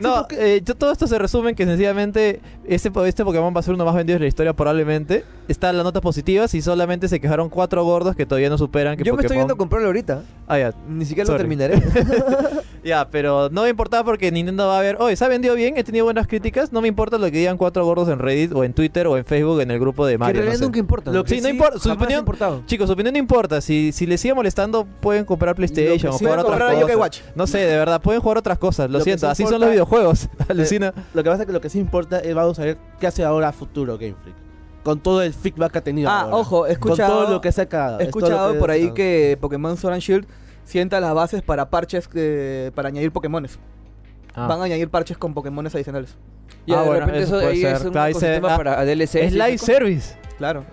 Speaker 5: No, eh, yo- todo esto se resume en que sencillamente este, po- este Pokémon va a ser uno más vendido de la historia probablemente. Están las notas positivas y solamente se quejaron cuatro gordos que todavía no superan que
Speaker 4: Yo me estoy
Speaker 5: Pokémon-
Speaker 4: viendo a comprarlo ahorita.
Speaker 5: Ah, ya.
Speaker 4: Ni siquiera
Speaker 5: Sorry.
Speaker 4: lo terminaré.
Speaker 5: Ya, pero no me importaba porque Nintendo va a ver, oye, se ha vendido bien, he tenido buenas críticas, no me importa lo que digan cuatro gordos en Reddit o en Twitter o en Facebook en el grupo de
Speaker 4: que en
Speaker 5: Mario. no
Speaker 4: realidad
Speaker 5: sé.
Speaker 4: nunca importa.
Speaker 5: Lo que sí, no importa, su
Speaker 4: jamás ha
Speaker 5: opinión-
Speaker 4: importado.
Speaker 5: Chicos, su opinión no importa. Si, si les sigue molestando, pueden comprar
Speaker 2: Lo que
Speaker 5: PlayStation o
Speaker 2: sí
Speaker 5: jugar
Speaker 2: va a
Speaker 5: otras
Speaker 2: comprar
Speaker 5: cosas.
Speaker 2: es Yokai Watch.
Speaker 5: No sé, de verdad, pueden jugar otras cosas. Lo,
Speaker 2: Lo que
Speaker 5: siento,
Speaker 2: sí
Speaker 5: así son
Speaker 2: importa-
Speaker 5: los videojuegos. Alucina.
Speaker 2: Lo que pasa es que lo que sí importa es vamos a ver qué hace ahora a futuro Game Freak. Con todo el feedback que ha tenido
Speaker 3: Ah,
Speaker 2: ahora.
Speaker 3: ojo, he
Speaker 2: Con
Speaker 3: escuchado,
Speaker 2: todo lo que saca.
Speaker 3: he escuchado por ahí que Pokémon Sword and Shield sienta las bases para parches que- para añadir Pokémones.
Speaker 2: Ah.
Speaker 3: Van a añadir parches con Pokémones adicionales.
Speaker 4: Y
Speaker 5: Ah,
Speaker 4: de
Speaker 5: bueno,
Speaker 4: repente
Speaker 5: eso puede
Speaker 4: eso, ahí
Speaker 5: ser.
Speaker 4: es un
Speaker 5: Claro, ahí se-
Speaker 4: ecosistema
Speaker 5: ah,
Speaker 4: para DLC.
Speaker 5: es
Speaker 4: sí,
Speaker 5: live
Speaker 4: sí.
Speaker 5: service.
Speaker 3: Claro.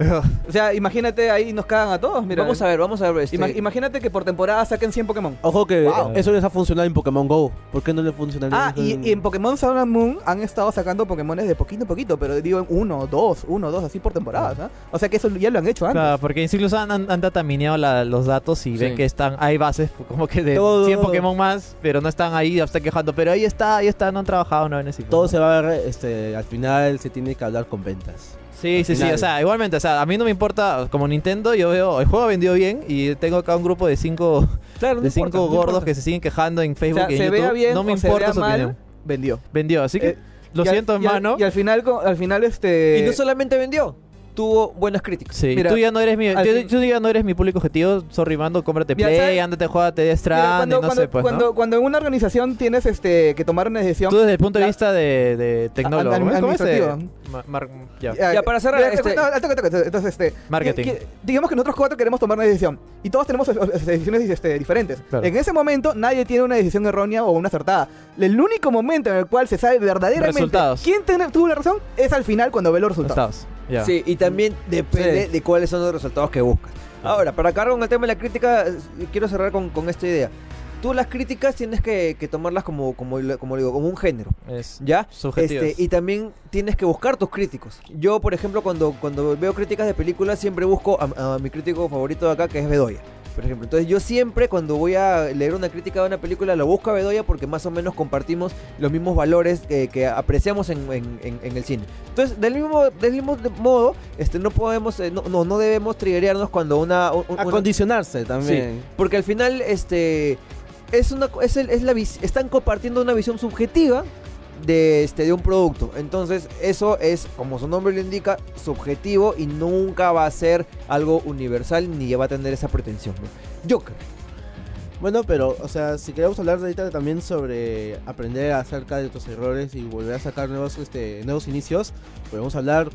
Speaker 3: o sea, imagínate ahí nos cagan a todos, mira.
Speaker 4: Vamos a ver, vamos a ver. este-
Speaker 3: Ima- Imagínate que por temporada saquen 100 Pokémon.
Speaker 2: Ojo que
Speaker 4: Wow.
Speaker 2: eso les ha funcionado en Pokémon Go. ¿Por qué no le funcionaría?
Speaker 3: Ah, y, y en Pokémon Sun and Moon han estado sacando Pokémones de poquito a poquito, pero digo uno, dos, uno, dos, así por temporadas. ¿ah? O sea que eso ya lo han hecho antes.
Speaker 5: Claro, porque incluso han, han, han datamineado la- los datos y ven
Speaker 4: Sí.
Speaker 5: que están, hay bases como que de
Speaker 2: Todo-
Speaker 5: 100 Pokémon más, pero no están ahí, ya están quejando, pero ahí está, ahí está, no han trabajado, no han necesitado.
Speaker 2: Todo se va a ver, este, al final se tiene que hablar con ventas.
Speaker 5: Sí, sí, sí,
Speaker 2: final.
Speaker 5: o sea, igualmente, o sea, a mí no me importa, como Nintendo, yo veo, el juego ha vendido bien y tengo acá un grupo de cinco,
Speaker 3: Claro,
Speaker 5: de cinco gordos que se siguen quejando en
Speaker 3: O
Speaker 5: Facebook
Speaker 3: sea,
Speaker 5: y en
Speaker 3: se
Speaker 5: YouTube,
Speaker 3: vea bien
Speaker 5: no me
Speaker 3: o se
Speaker 5: importa
Speaker 3: vea
Speaker 5: su
Speaker 3: mal,
Speaker 5: opinión.
Speaker 3: vendió.
Speaker 5: Vendió, así que
Speaker 3: Eh,
Speaker 5: lo
Speaker 3: Y al-
Speaker 5: siento,
Speaker 3: y al-
Speaker 5: hermano.
Speaker 3: Y al final, co- al final este...
Speaker 4: Y no solamente vendió, tuvo buenas críticas.
Speaker 5: Sí,
Speaker 3: Mira,
Speaker 5: tú ya no eres mi,
Speaker 3: al
Speaker 5: tú-
Speaker 3: fin-
Speaker 5: tú ya no eres mi público objetivo, sorry, mando, cómprate
Speaker 3: Mira,
Speaker 5: Play,
Speaker 3: ¿sabes?
Speaker 5: ándate, juégate de
Speaker 3: Mira,
Speaker 5: Strand, y no sé, pues,
Speaker 3: cuando,
Speaker 5: ¿no?
Speaker 3: cuando en una organización tienes este que tomar una decisión...
Speaker 5: Tú desde el punto de
Speaker 3: la-
Speaker 5: vista de, de tecnólogo,
Speaker 3: Ad- ad-
Speaker 5: ¿cómo es?
Speaker 3: administrativo.
Speaker 5: Eh, ma- mar- ya.
Speaker 3: Ya,
Speaker 4: Ya, para cerrar,
Speaker 3: ya,
Speaker 4: este-
Speaker 3: no, al toque, al toque, entonces, este,
Speaker 5: Marketing.
Speaker 3: que- que- digamos que nosotros cuatro queremos tomar una decisión y todos tenemos eh, eh, decisiones este, diferentes.
Speaker 5: Claro.
Speaker 3: En ese momento nadie tiene una decisión errónea o una acertada. El único momento en el cual se sabe verdaderamente
Speaker 5: Resultados.
Speaker 3: quién ten- tuvo la razón es al final cuando ve los resultados.
Speaker 5: Estados, ya.
Speaker 4: Sí, y también depende
Speaker 2: Sí.
Speaker 4: de cuáles son los resultados que buscas. Ahora, para acabar con el tema de la crítica, eh, quiero cerrar con, con esta idea. Tú las críticas tienes que, que tomarlas como, como, lo- como, lo digo, como un género.
Speaker 5: Es
Speaker 4: ¿Ya?
Speaker 5: subjetivo.
Speaker 4: Este, y también tienes que buscar tus críticos. Yo, por ejemplo, cuando, cuando veo críticas de películas, siempre busco a, a mi crítico favorito de acá, que es Bedoya. Por ejemplo, entonces yo siempre cuando voy a leer una crítica de una película la busco a Bedoya porque más o menos compartimos los mismos valores que, que apreciamos en, en- en- en el cine. Entonces, del mismo, del mismo de- modo, este, no podemos, eh, no, no, no debemos triggerearnos cuando una, un- un- una-
Speaker 2: Acondicionarse también.
Speaker 4: porque al final, este. Es una, co- es el- es la vis- están compartiendo una visión subjetiva de, este, de un producto. Entonces, eso es, como su nombre lo indica, subjetivo y nunca va a ser algo universal ni va a tener esa pretensión. ¿no? Joker.
Speaker 2: Bueno, pero, o sea, si queremos hablar de ahorita también sobre aprender acerca de tus errores y volver a sacar nuevos, este, nuevos inicios, podemos hablar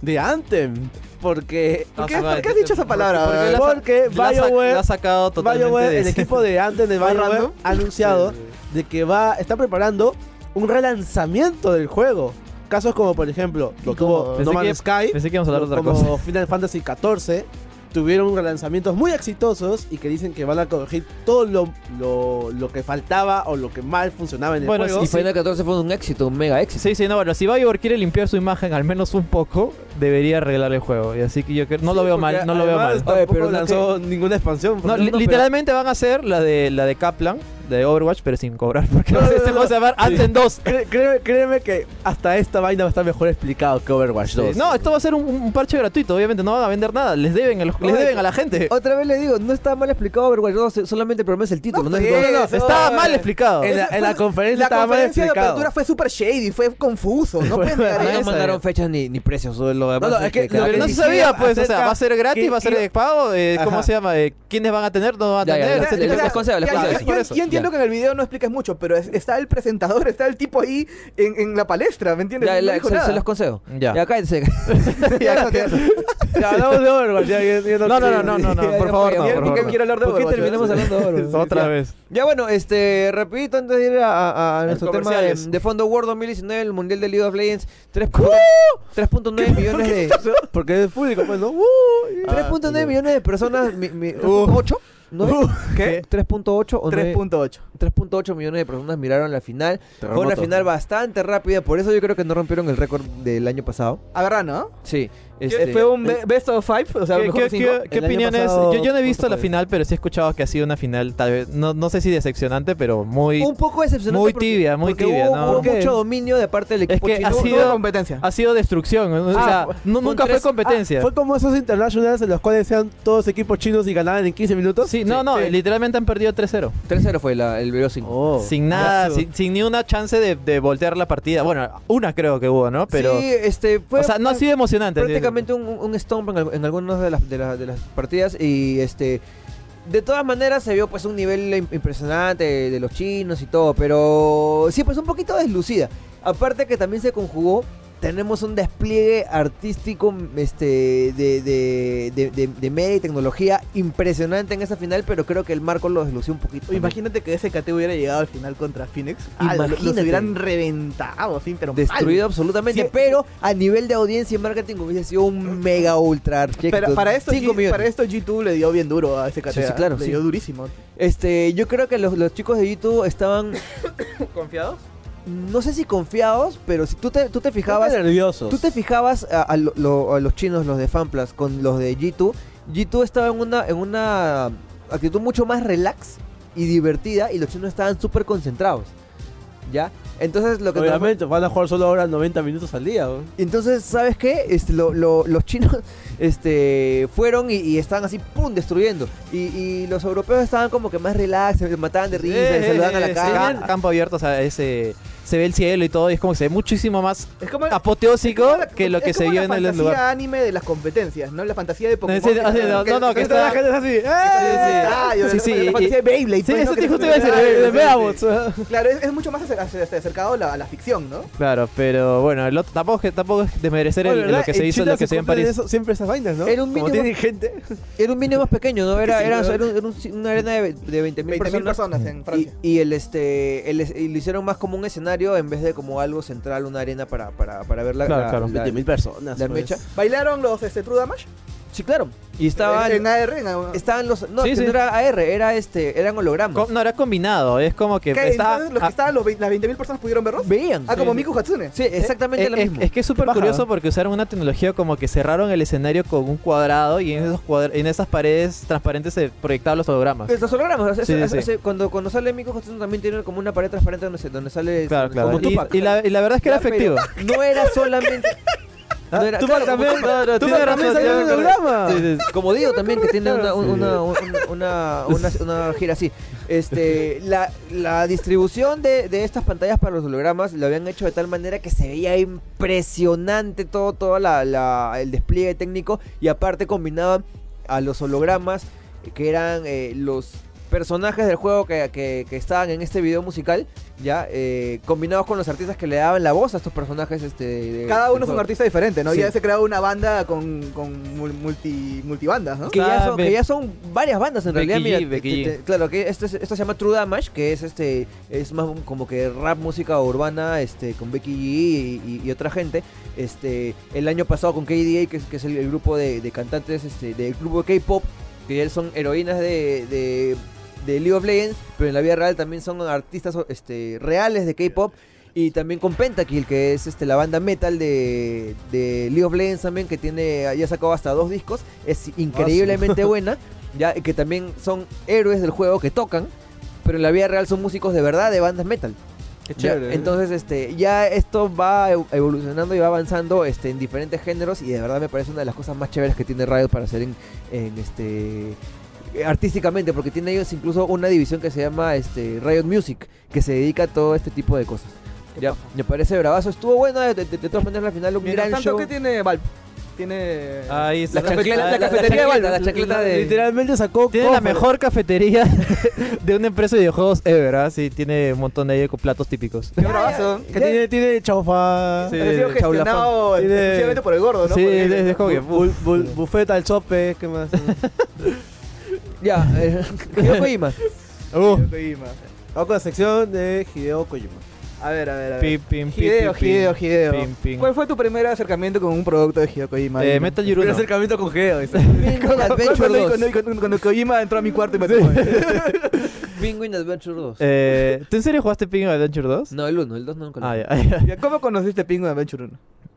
Speaker 2: de Anthem. Porque.
Speaker 5: Ah,
Speaker 3: ¿Por qué,
Speaker 5: se va,
Speaker 3: por qué has dicho esa palabra?
Speaker 5: porque- porque
Speaker 3: bro?
Speaker 5: la-
Speaker 2: Porque
Speaker 5: La ha sa-
Speaker 2: BioWare.
Speaker 5: la ha sacado totalmente
Speaker 2: BioWare,
Speaker 5: de
Speaker 2: el
Speaker 5: sí.
Speaker 2: equipo de Anthem de
Speaker 3: ¿Más
Speaker 2: BioWare
Speaker 3: random?
Speaker 2: ha anunciado de que va está preparando un relanzamiento del juego. Casos como por ejemplo, lo
Speaker 3: Y
Speaker 2: tuvo
Speaker 3: como-
Speaker 2: No
Speaker 5: Pensé
Speaker 2: Man's
Speaker 5: que-
Speaker 2: Sky,
Speaker 5: Pensé que íbamos a hablar de otra
Speaker 2: como
Speaker 5: cosa.
Speaker 2: Final Fantasy XIV, tuvieron relanzamientos muy exitosos y que dicen que van a corregir todo lo, lo, lo que faltaba o lo que mal funcionaba en el
Speaker 5: Bueno,
Speaker 2: juego.
Speaker 5: sí,
Speaker 4: Final 14 fue un éxito, un mega éxito.
Speaker 5: Sí, sí, no, bueno, si BioWare quiere limpiar su imagen al menos un poco, debería arreglar el juego. Y así que yo creo- no lo veo mal, no lo veo mal.
Speaker 4: Oye,
Speaker 2: pero
Speaker 4: pero no
Speaker 2: lanzó ninguna expansión.
Speaker 5: No,
Speaker 2: porque-
Speaker 5: li- literalmente van a hacer la de la de Kaplan, de Overwatch, pero sin cobrar, porque
Speaker 2: No, no,
Speaker 5: este
Speaker 2: no,
Speaker 5: juego
Speaker 2: no.
Speaker 5: se va a llamar Anthem 2.
Speaker 2: Cre- créeme, créeme que hasta esta vaina va a estar mejor explicado que Overwatch 2.
Speaker 5: No, esto va a ser un, un parche gratuito, obviamente no van a vender nada, les deben a, los- les
Speaker 4: Oye,
Speaker 5: deben a la gente.
Speaker 4: Otra vez le digo, no está mal explicado Overwatch 2, solamente el problema es el título. No,
Speaker 3: No,
Speaker 4: es
Speaker 3: sí.
Speaker 4: dos.
Speaker 3: eso,
Speaker 5: Estaba
Speaker 3: eh.
Speaker 5: mal explicado.
Speaker 2: En la, en la conferencia
Speaker 3: La
Speaker 2: estaba mal
Speaker 3: conferencia de
Speaker 2: explicado.
Speaker 3: apertura fue super shady, fue confuso. No puedes negar
Speaker 5: Ahí no
Speaker 4: Ahí
Speaker 3: eso.
Speaker 4: no
Speaker 5: mandaron
Speaker 4: mandaron fechas ni, precios. Lo este,
Speaker 2: demás es que-
Speaker 5: Pero no se sabía, pues, o sea, va a ser gratis,
Speaker 2: que-
Speaker 5: va a ser
Speaker 2: que-
Speaker 5: de pago, eh, ¿cómo
Speaker 2: Ajá.
Speaker 5: se llama? Eh, ¿Quiénes van a tener? ¿No van a
Speaker 4: Ya, ya,
Speaker 5: tener?
Speaker 4: ya,
Speaker 5: etcétera.
Speaker 4: ya, ya, Les concedo, les
Speaker 3: Ya,
Speaker 4: concedo
Speaker 3: ya,
Speaker 4: eso.
Speaker 3: yo-
Speaker 5: Por eso.
Speaker 3: Yo entiendo que en el video no expliques mucho, pero es- está el presentador, está el tipo ahí en, en la palestra, ¿me entiendes? No dijo
Speaker 4: se,
Speaker 3: nada.
Speaker 4: los concedo.
Speaker 5: Ya.
Speaker 4: Ya cállense.
Speaker 3: Ya, ya, ya.
Speaker 2: Ya hablamos de Overwatch. ya, ya, ya
Speaker 5: No, no, no, no, no, no,
Speaker 4: Ya,
Speaker 5: por
Speaker 4: ya fue,
Speaker 5: favor,
Speaker 4: ya
Speaker 5: no,
Speaker 4: fue.
Speaker 5: por
Speaker 3: Porque
Speaker 5: favor.
Speaker 3: quiero hablar de
Speaker 4: ¿Por qué
Speaker 3: Overwatch?
Speaker 4: terminamos hablando de Overwatch?
Speaker 5: Otra
Speaker 4: Ya.
Speaker 5: vez.
Speaker 4: Ya bueno, este, rapidito antes de ir a, a- a nuestro tema de,
Speaker 5: comerciales.
Speaker 4: de fondo World 2019, el Mundial de League of Legends, 3 punto- 3.9 millones de Ah,
Speaker 2: Porque es público, pues, ¿no? Uh,
Speaker 4: 3.9 millones de personas, mi, mi,
Speaker 5: Uh.
Speaker 4: 3.8 ¿no?
Speaker 3: ¿Qué?
Speaker 4: 3.8 o nueve-
Speaker 3: 3.8.
Speaker 4: 3.8 millones de personas miraron la final. Fue una final bastante rápida, por eso yo creo que no rompieron el récord del año pasado. Este,
Speaker 3: A verdad, ¿no?
Speaker 4: Sí.
Speaker 3: Eh, Fue un be- best of five, o sea,
Speaker 5: ¿Qué,
Speaker 3: mejor
Speaker 5: qué-
Speaker 3: cinco.
Speaker 5: qué- qué
Speaker 4: El año
Speaker 5: opiniones?
Speaker 4: pasado,
Speaker 5: yo, yo no he visto
Speaker 4: ¿cuánto
Speaker 5: la
Speaker 4: fue?
Speaker 5: final, pero sí he escuchado que ha sido una final, tal vez, no, no sé si decepcionante, pero muy...
Speaker 4: un poco decepcionante.
Speaker 5: Muy
Speaker 4: porque-
Speaker 5: tibia, muy
Speaker 4: porque
Speaker 5: tibia,
Speaker 4: hubo,
Speaker 5: ¿no?
Speaker 4: hubo
Speaker 5: ¿Por qué?
Speaker 4: mucho dominio de parte del equipo
Speaker 5: que
Speaker 4: chino.
Speaker 5: ha
Speaker 3: Tuvo- tuvo
Speaker 5: sido-
Speaker 3: competencia.
Speaker 5: Ha sido destrucción, o sea, nu-
Speaker 2: fue
Speaker 5: nunca
Speaker 2: tres-
Speaker 5: fue competencia.
Speaker 2: Fue como esos internationals en los cuales sean todos equipos chinos y ganaban en 15 minutos.
Speaker 5: Sí, no, no,
Speaker 3: sí.
Speaker 5: literalmente han perdido 3-0.
Speaker 4: 3-0 fue la- el video 5.
Speaker 2: Oh.
Speaker 5: sin nada,
Speaker 3: Ya.
Speaker 5: sin, sin ni una chance de, de voltear la partida. Bueno, una creo que hubo, ¿no? Pero,
Speaker 4: sí, este, fue
Speaker 5: o sea, no ha sido emocionante.
Speaker 4: prácticamente un, un stomp en, al- en algunas de las, de, las- de las partidas y este de todas maneras se vio pues un nivel im- impresionante de los chinos y todo, pero sí pues un poquito deslucida. Aparte que también se conjugó tenemos un despliegue artístico este de, de, de, de- de media y tecnología impresionante en esa final, pero creo que el marco lo deslució un poquito.
Speaker 3: Oye,
Speaker 4: también.
Speaker 3: Imagínate que ese SKT hubiera llegado al final contra Phoenix. Ah, lo- los
Speaker 4: Imagínate.
Speaker 3: hubieran reventado, sí, pero mal.
Speaker 4: Destruido absolutamente,
Speaker 3: Sí.
Speaker 4: pero a nivel de audiencia y marketing hubiese sido un mega ultra arquitecto.
Speaker 3: Pero para esto,
Speaker 4: Cinco
Speaker 3: G,
Speaker 4: millones.
Speaker 3: para esto G2 le dio bien duro a ese
Speaker 4: Sí, sí, claro,
Speaker 3: Le
Speaker 4: sí.
Speaker 3: dio durísimo.
Speaker 4: Este, yo creo que los, los chicos de YouTube estaban,
Speaker 3: ¿Confiados?
Speaker 4: no sé si confiados, pero si tú te, tú te fijabas,
Speaker 2: nervioso.
Speaker 4: tú te fijabas a, a lo- lo- a los chinos, los de Fanplas, con los de G2, G2 estaba en una, en una actitud mucho más relax y divertida y los chinos estaban súper concentrados, ¿ya? Entonces lo que...
Speaker 2: Obviamente, van a jugar solo ahora 90 minutos al día. ¿no?
Speaker 4: Entonces, ¿sabes qué? Este, lo- lo- los chinos este, fueron y, y estaban así, ¡pum!, destruyendo. Y, y los europeos estaban como que más relax, se mataban de risa,
Speaker 5: Eh,
Speaker 4: se saludaban a la cara.
Speaker 5: Campo abierto, o sea, ese, se ve el cielo y todo, y es como que se ve muchísimo más
Speaker 3: Es como
Speaker 5: apoteósico que lo que
Speaker 3: es
Speaker 5: se
Speaker 3: como
Speaker 5: vio
Speaker 3: la
Speaker 5: en el
Speaker 3: fantasía
Speaker 5: lugar.
Speaker 3: anime de las competencias, ¿no? La fantasía de Pokémon.
Speaker 5: No, sí, no, sí, no,
Speaker 3: Que-
Speaker 5: no, no, que
Speaker 3: toda
Speaker 5: está-
Speaker 3: la gente es así.
Speaker 5: Sí, sí,
Speaker 3: La fantasía de Beyblade.
Speaker 5: Sí,
Speaker 3: pues,
Speaker 5: eso
Speaker 3: ¿no?
Speaker 5: te-
Speaker 3: Que-
Speaker 5: justo iba a decir,
Speaker 3: Ah,
Speaker 5: eh,
Speaker 3: sí,
Speaker 5: veamos.
Speaker 3: sí. Claro, es, es mucho más acer- acer- acer- acercado a la, a la ficción, ¿no?
Speaker 5: Claro, pero bueno, el otro- tampoco, es que- tampoco es desmerecer el-
Speaker 2: Bueno, ¿verdad?
Speaker 5: lo que se hizo,
Speaker 2: China
Speaker 5: lo que se vio en
Speaker 2: cumplen
Speaker 5: París.
Speaker 2: eso- siempre esas vainas, ¿no?
Speaker 4: Era un
Speaker 2: Como
Speaker 4: mínimo-
Speaker 2: tienen gente.
Speaker 4: Era un mini más pequeño, ¿no? Era,
Speaker 3: Sí,
Speaker 4: era,
Speaker 3: ¿no?
Speaker 4: era un- era un- una arena de, de 20.000
Speaker 3: 20.000
Speaker 4: personas.
Speaker 3: personas, en
Speaker 4: Y,
Speaker 3: Francia.
Speaker 4: y el este el, es- y lo hicieron más como un escenario en vez de como algo central, una arena para, para, para ver la,
Speaker 5: Claro,
Speaker 4: la-
Speaker 5: claro.
Speaker 4: la-
Speaker 2: 20.000 personas.
Speaker 4: la
Speaker 2: pues.
Speaker 4: mecha.
Speaker 3: ¿Bailaron los este, True Damage? Eh,
Speaker 4: Sí, claro. Y estaban, Este,
Speaker 3: en, en AR. En,
Speaker 4: estaban los... No,
Speaker 5: Sí,
Speaker 4: que
Speaker 5: sí.
Speaker 4: no era AR, era este, eran hologramas.
Speaker 5: Co- No, era combinado, es como que
Speaker 3: ¿Qué?
Speaker 5: está...
Speaker 3: Entonces, los que
Speaker 5: ah,
Speaker 3: estaban, los, ve- las 20.000 personas pudieron verlos.
Speaker 4: Veían.
Speaker 3: Ah, como
Speaker 4: Sí,
Speaker 3: Miku Hatsune.
Speaker 4: Sí, exactamente
Speaker 5: Eh,
Speaker 4: lo
Speaker 5: eh,
Speaker 4: mismo.
Speaker 5: Es que es súper
Speaker 2: Qué paja.
Speaker 5: curioso porque usaron una tecnología como que cerraron el escenario con un cuadrado y en, esos cuadra- en esas paredes transparentes se proyectaban los hologramas.
Speaker 4: Eh, Los hologramas, o sea,
Speaker 5: Sí,
Speaker 4: eso-
Speaker 5: sí,
Speaker 4: eso- cuando, cuando sale Mico Hudson también tiene como una pared transparente donde, se- donde sale
Speaker 5: Claro,
Speaker 4: donde-
Speaker 5: claro.
Speaker 4: como
Speaker 5: Y,
Speaker 4: Tupac.
Speaker 5: y la, y la verdad es que era
Speaker 4: Ya, pero
Speaker 5: efectivo. Ah,
Speaker 4: No era solamente no era, claro, como
Speaker 5: también,
Speaker 4: Tupac.
Speaker 5: no, no,
Speaker 4: Tupac
Speaker 5: tiene
Speaker 4: también
Speaker 5: razón, tiene
Speaker 4: salió en el
Speaker 5: razón.
Speaker 4: holograma.
Speaker 5: Sí, sí, sí.
Speaker 4: Como digo también que tiene una, un-
Speaker 5: Sí.
Speaker 4: una, un- una, una, una gira así. Este, la, la distribución de, de estas pantallas para los hologramas lo habían hecho de tal manera que se veía impresionante todo, todo la, la- el despliegue técnico y aparte combinaban a los hologramas que eran eh, los personajes del juego que, que- que estaban en este video musical, ya eh, combinados con los artistas que le daban la voz a estos personajes. Este, de-
Speaker 3: Cada
Speaker 4: del
Speaker 3: uno es un
Speaker 4: juego.
Speaker 3: artista diferente, ¿no?
Speaker 4: Sí.
Speaker 3: Y ya se creó una banda con, con mul- multi, multibandas, ¿no?
Speaker 4: Que ya, son,
Speaker 5: Sabe.
Speaker 4: que ya son varias bandas en
Speaker 5: Becky
Speaker 4: realidad. mira,
Speaker 5: G, Becky
Speaker 4: te- te- te- claro, que esto, es- esto se llama True Damage, que es este es más un- como que rap, música urbana, este con Becky G y, y- y otra gente. Este el año pasado con KDA, que, es- que es el, el grupo de, de cantantes este del grupo de K-pop, que ya son heroínas de, de, de League of Legends, pero en la vida real también son artistas este reales de K-pop. Y también con Pentakill, que es este, la banda metal de, de League of Legends también, que tiene, ya ha sacado hasta dos discos. Es increíblemente buena. Ya, y que también son héroes del juego que tocan, pero en la vida real son músicos de verdad de bandas metal.
Speaker 2: Qué
Speaker 4: Ya,
Speaker 2: chévere.
Speaker 4: entonces, este, ya esto va ev- evolucionando y va avanzando este, en diferentes géneros. Y de verdad me parece una de las cosas más chéveres que tiene Riot para hacer en, en, este. eh, Artísticamente, porque tiene ellos incluso una división que se llama este, Riot Music, que se dedica a todo este tipo de cosas. Ya, me parece bravazo. Estuvo bueno, de, de- de todas maneras, la final un
Speaker 3: Mientras
Speaker 4: gran
Speaker 3: tanto,
Speaker 4: show.
Speaker 3: ¿qué tiene Valve? Tiene...
Speaker 5: Ahí
Speaker 4: La
Speaker 5: está.
Speaker 4: chancleta-
Speaker 5: Ah,
Speaker 4: la cafetería de Valve, la chancleta de-
Speaker 2: Literalmente sacó.
Speaker 5: Tiene la
Speaker 2: cofre.
Speaker 5: mejor cafetería de una empresa de videojuegos ever, ¿ah? Sí, tiene un montón de ahí con platos típicos.
Speaker 3: Qué bravazo.
Speaker 2: Que tiene, tiene chaufa.
Speaker 5: Sí.
Speaker 3: Ha sido gestionado
Speaker 5: de
Speaker 3: este,
Speaker 2: Chaulafán.
Speaker 3: exclusivamente por el gordo, ¿no?
Speaker 5: Sí,
Speaker 3: Porque-
Speaker 5: es, es como que...
Speaker 2: Bu- bu- buffet al chope, ¿qué más?
Speaker 4: Ya, eh, Hideo Kojima.
Speaker 5: Uh,
Speaker 3: Kojima.
Speaker 2: Vamos con la sección de Hideo Kojima.
Speaker 3: A ver, a ver, a ver.
Speaker 5: Pim, pim, pim,
Speaker 3: Hideo,
Speaker 5: pim,
Speaker 3: Hideo,
Speaker 5: pim.
Speaker 3: Hideo.
Speaker 5: Pim, pim.
Speaker 3: ¿Cuál fue tu primer acercamiento con un producto de Hideo Kojima?
Speaker 5: Eh,
Speaker 3: Dime.
Speaker 5: Metal Gear 1.
Speaker 2: acercamiento con Geo.
Speaker 4: Penguin Adventure
Speaker 3: Cuando,
Speaker 4: 2.
Speaker 3: cuando- cuando- cuando Kojima entró a mi cuarto y me dijo,
Speaker 4: Penguin Adventure 2.
Speaker 5: Eh, ¿Tú en serio jugaste Ping Adventure 2?
Speaker 4: No, el 1, el 2 no lo conozco.
Speaker 5: Ah, ya, ya.
Speaker 3: "Ya, ¿Cómo conociste Pingo de Adventure 1?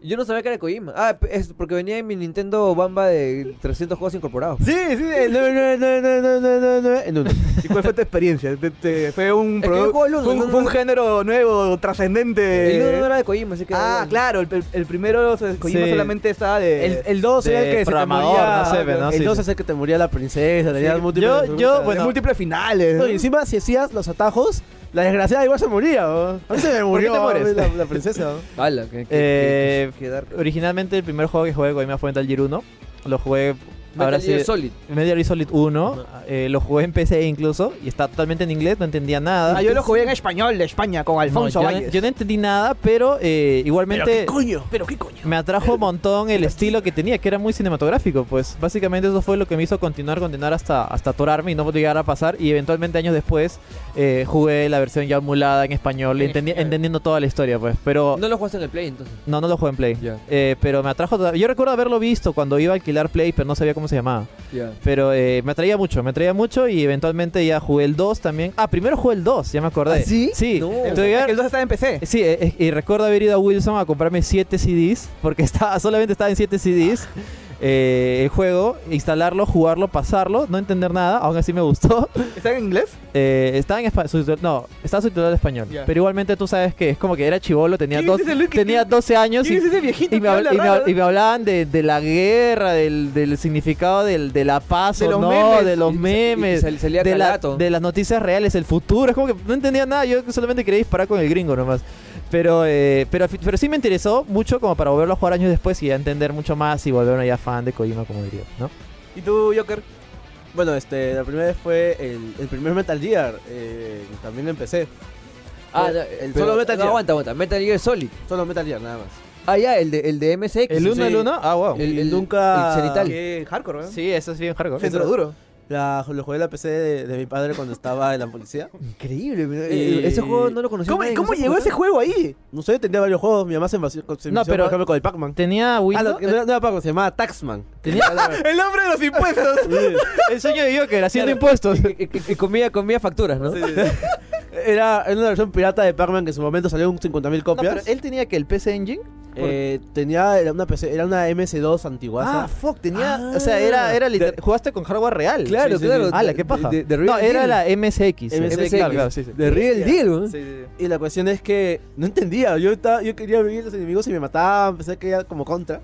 Speaker 4: Yo no sabía que era Kojima. Ah, p- es porque venía en mi Nintendo Bamba de 300 juegos incorporados.
Speaker 2: Sí, sí, el 9999999 en uno.
Speaker 3: ¿Y cuál fue tu experiencia? ¿Te- te- ¿Fue un
Speaker 4: que yo
Speaker 3: producto?
Speaker 4: juego el uno,
Speaker 3: fue un-
Speaker 4: no, no,
Speaker 3: fue un
Speaker 4: no.
Speaker 3: género nuevo,
Speaker 4: El
Speaker 3: trascendente?
Speaker 4: 1 no era de Kojima, así que...
Speaker 3: Ah,
Speaker 4: bueno.
Speaker 3: claro, el, el primero o sea, Kojima
Speaker 5: Sí.
Speaker 3: solamente estaba de.
Speaker 2: El, el 2 era
Speaker 5: De
Speaker 2: el que se te
Speaker 5: programador,
Speaker 2: moría.
Speaker 5: no sé, pero no,
Speaker 2: el
Speaker 5: sí,
Speaker 2: 2
Speaker 5: sí.
Speaker 2: es el que te moría la princesa, tenías múltiples.
Speaker 5: Yo-
Speaker 2: preguntas.
Speaker 5: yo,
Speaker 3: de
Speaker 5: bueno,
Speaker 3: múltiples finales.
Speaker 2: No, y encima, si hacías los atajos, la desgraciada igual se moría. ¿no? A mí se me murió
Speaker 5: te mueres?
Speaker 2: La, la princesa. ¿no?
Speaker 4: Ala, que, que,
Speaker 5: Eh,
Speaker 4: que- que dark.
Speaker 5: Originalmente el primer juego que jugué de Kojima fue Metal Gear 1. Lo jugué...
Speaker 4: Metal
Speaker 5: ahora
Speaker 4: Gear
Speaker 5: sí,
Speaker 4: Solid.
Speaker 5: Metal Gear Solid 1. eh, lo jugué en PC incluso. Y está totalmente en inglés, no entendía nada.
Speaker 3: Ah, yo lo jugué en español de España con Alfonso
Speaker 5: No, yo, no,
Speaker 3: Valles.
Speaker 5: yo no entendí nada, pero eh, igualmente...
Speaker 3: coño? ¿Pero qué coño?
Speaker 5: me atrajo un montón el estilo que tenía, que era muy cinematográfico. Pues básicamente eso fue lo que me hizo continuar, continuar hasta, hasta atorarme y no llegar a pasar. Y eventualmente años después eh, jugué la versión ya emulada en español,
Speaker 4: En
Speaker 5: entendi-
Speaker 4: español.
Speaker 5: entendiendo toda la historia, pues. Pero
Speaker 4: No lo jugaste en el Play, entonces.
Speaker 5: no, no lo jugué en Play.
Speaker 4: Ya.
Speaker 5: Eh, pero me atrajo. toda- Yo recuerdo haberlo visto cuando iba a alquilar Play, pero no sabía cómo se llamaba.
Speaker 4: Ya.
Speaker 5: Pero eh, me atraía mucho, me atraía mucho y eventualmente ya jugué el 2 también. Ah, primero jugué el 2, ya me acordé.
Speaker 4: ¿Ah, sí?
Speaker 5: Sí.
Speaker 4: No.
Speaker 5: Entonces, ya-
Speaker 3: El 2 estaba en PC.
Speaker 5: Sí, eh, eh, y recuerdo haber ido a Wilson a comprarme 7 CDs, porque estaba, solamente estaba en 7 CDs. eh, el juego, instalarlo, jugarlo, pasarlo, no entender nada, aún así me gustó.
Speaker 3: ¿Está en inglés?
Speaker 5: Eh, estaba en espa- subtitul- no, estaba subtitulado en español,
Speaker 3: Ya.
Speaker 5: pero igualmente tú sabes que es como que era chivolo, tenía,
Speaker 3: ¿Quién
Speaker 5: dos,
Speaker 3: es ese Luke?
Speaker 5: tenía 12 años
Speaker 3: ¿Quién es
Speaker 5: y,
Speaker 3: ese viejito
Speaker 5: y me,
Speaker 3: que
Speaker 5: habl-
Speaker 3: habla
Speaker 5: y me
Speaker 3: raro?
Speaker 5: habl- y me hablaban de, de la guerra, del, del significado del- de la paz
Speaker 3: De
Speaker 5: o
Speaker 3: los
Speaker 5: no,
Speaker 3: memes.
Speaker 5: de los
Speaker 4: Y- y-
Speaker 5: memes,
Speaker 4: y sal- salía
Speaker 5: de, la-
Speaker 4: Calato.
Speaker 5: de las noticias reales, el futuro. Es como que no entendía nada, yo solamente quería disparar con el gringo nomás. Pero, eh, pero, fi- pero sí me interesó mucho como para volverlo a jugar años después y ya entender mucho más y volverme ya fan de Kojima, como diría, ¿no?
Speaker 3: ¿Y tú, Joker?
Speaker 2: Bueno, este, la primera vez fue el, el primer Metal Gear. eh, también empecé.
Speaker 4: Ah,
Speaker 2: el-
Speaker 4: no,
Speaker 2: el
Speaker 4: pero-
Speaker 2: solo Metal
Speaker 4: no,
Speaker 2: Gear.
Speaker 4: aguanta, aguanta. Metal Gear Solid.
Speaker 2: Solo Metal Gear, nada más.
Speaker 4: Ah, ya, el de, el de MSX.
Speaker 5: ¿El 1, el 1? Ah, wow.
Speaker 4: El-
Speaker 2: Y nunca.
Speaker 4: el cenital.
Speaker 3: Qué hardcore, ¿verdad?
Speaker 5: Sí, eso es bien hardcore.
Speaker 3: Centro
Speaker 2: Eso-
Speaker 3: duro.
Speaker 2: La, lo jugué en la PC de, de mi padre cuando estaba en la policía.
Speaker 4: Increíble. pero,
Speaker 2: Y-
Speaker 4: eh, Ese juego no lo conocí.
Speaker 3: ¿Cómo, cómo llegó ese juego ahí?
Speaker 2: No sé, tenía varios juegos. Mi mamá se envació con, se
Speaker 5: No,
Speaker 2: envició,
Speaker 5: pero-
Speaker 2: por ejemplo, con el Pac-Man.
Speaker 5: Tenía
Speaker 2: Ah,
Speaker 5: Windows.
Speaker 2: no, no era no era Pac-Man, se llamaba Taxman.
Speaker 3: El nombre de los impuestos.
Speaker 5: el sueño de Joker, haciendo impuestos.
Speaker 4: Y comía, comía facturas, ¿no?
Speaker 2: Era, era una versión pirata de Pac-Man que en su momento salió en 50.000
Speaker 5: No, pero eh,
Speaker 2: copias.
Speaker 5: él tenía que el PC Engine.
Speaker 2: Eh, tenía era una PC, era una MS2 antigua.
Speaker 5: Ah, fuck, tenía. o sea, era, era literal- Jugaste con hardware real.
Speaker 4: Claro, claro.
Speaker 5: Ah, la que paja.
Speaker 4: De- de- de
Speaker 5: no,
Speaker 4: Real
Speaker 5: era
Speaker 4: Deal.
Speaker 5: la MSX.
Speaker 2: MSX.
Speaker 5: Claro, claro, sí, sí.
Speaker 4: De Real Deal, ¿no?
Speaker 2: Y la cuestión es que no entendía. Yo estaba, yo quería vivir los enemigos y me mataban. Pensé que era como contra.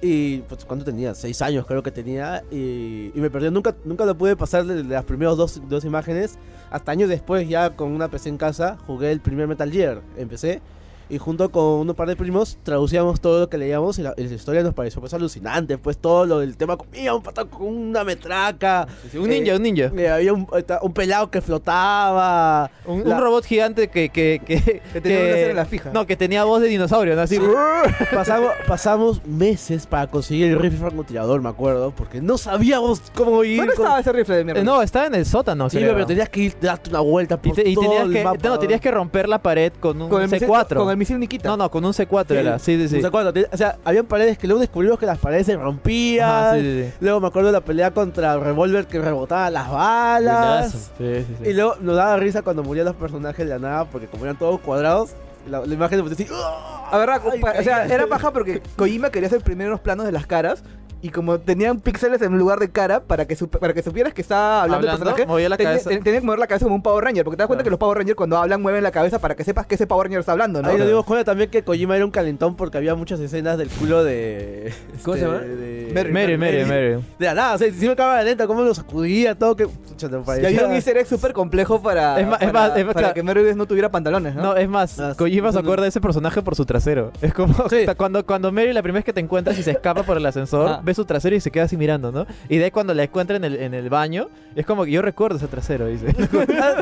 Speaker 2: Y pues, ¿cuánto tenía? Seis años creo que tenía. Y, y me perdió. Nunca, nunca lo pude pasar de las primeras dos, dos imágenes. Hasta años después, ya con una PC en casa, jugué el primer Metal Gear. Empecé. Y junto con un par de primos traducíamos todo lo que leíamos y la, y la historia nos pareció pues alucinante. Pues todo lo del tema comía un patán con una metraca.
Speaker 5: Un ninja, un ninja.
Speaker 2: eh, había un, un pelado que flotaba.
Speaker 5: Un, un
Speaker 2: la-
Speaker 5: robot gigante que. Que, que,
Speaker 3: Que tenía una cera en la fija.
Speaker 5: No, que tenía voz de dinosaurio, ¿no? Así. eh,
Speaker 2: pasamos, pasamos meses para conseguir el rifle francotirador, me acuerdo, porque no sabíamos cómo ir.
Speaker 3: ¿Dónde
Speaker 2: cómo-
Speaker 3: estaba ese rifle de mierda?
Speaker 5: Eh, No, estaba en el sótano.
Speaker 2: Sí,
Speaker 5: creo.
Speaker 2: pero tenías que ir, darte una vuelta
Speaker 5: y,
Speaker 2: por
Speaker 5: te- y
Speaker 2: todo
Speaker 5: tenías
Speaker 2: el
Speaker 5: que,
Speaker 2: mapa.
Speaker 5: no, tenías que romper la pared con un
Speaker 3: con el misil-
Speaker 5: C4.
Speaker 3: Con el misil Nikita.
Speaker 5: no, no, con un C4 era. Sí, sí, sí.
Speaker 2: O sea, cuando te- o sea, habían paredes que luego descubrimos que las paredes se rompían.
Speaker 5: Ajá, sí, sí, sí.
Speaker 2: Luego me acuerdo de la pelea contra el revólver que rebotaba las balas.
Speaker 5: Buenazo. Sí, sí, sí.
Speaker 2: Y luego nos daba risa cuando morían los personajes de la nada, porque como eran todos cuadrados, la, la imagen de así. ¡ah!
Speaker 3: A ver, Raku,
Speaker 2: Ay,
Speaker 3: pa- o sea,
Speaker 2: ay,
Speaker 3: era paja porque Kojima quería hacer primero los planos de las caras. Y como tenían píxeles en lugar de cara, para que, sup- para que supieras que estaba hablando, el
Speaker 5: Hablando,
Speaker 3: personaje,
Speaker 5: movía la
Speaker 3: tenía-
Speaker 5: cabeza.
Speaker 3: ten- tenía que mover la cabeza como un Power Ranger. Porque te das cuenta
Speaker 5: Claro.
Speaker 3: que los Power Rangers cuando hablan mueven la cabeza para que sepas que ese Power Ranger está hablando, Ah, ¿no?
Speaker 2: Ahí nos dimos cuenta también que Kojima era un calentón porque había muchas escenas del culo de. este,
Speaker 4: ¿Cómo se llama?
Speaker 2: de-
Speaker 3: Merry,
Speaker 5: Mary, Mary, Mary.
Speaker 2: De la nada, o sea, encima cámara lenta, cómo lo sacudía, todo que. Pucha, te
Speaker 3: Y
Speaker 2: parecía-
Speaker 3: había un easter egg súper complejo para,
Speaker 5: Es más- es
Speaker 3: para,
Speaker 5: más- es más,
Speaker 3: para
Speaker 5: claro.
Speaker 3: que Mercedes no tuviera pantalones, ¿no?
Speaker 5: No, es más,
Speaker 2: Ah, sí.
Speaker 5: Kojima se acuerda de ese personaje por su trasero. Es como
Speaker 2: Sí.
Speaker 5: cuando, cuando Mary la primera vez que te encuentras y se escapa por el ascensor,
Speaker 3: Ah.
Speaker 5: ve su trasero y se queda así mirando, ¿no? Y de ahí cuando la encuentra en el, en el baño, es como que yo recuerdo ese trasero, dice.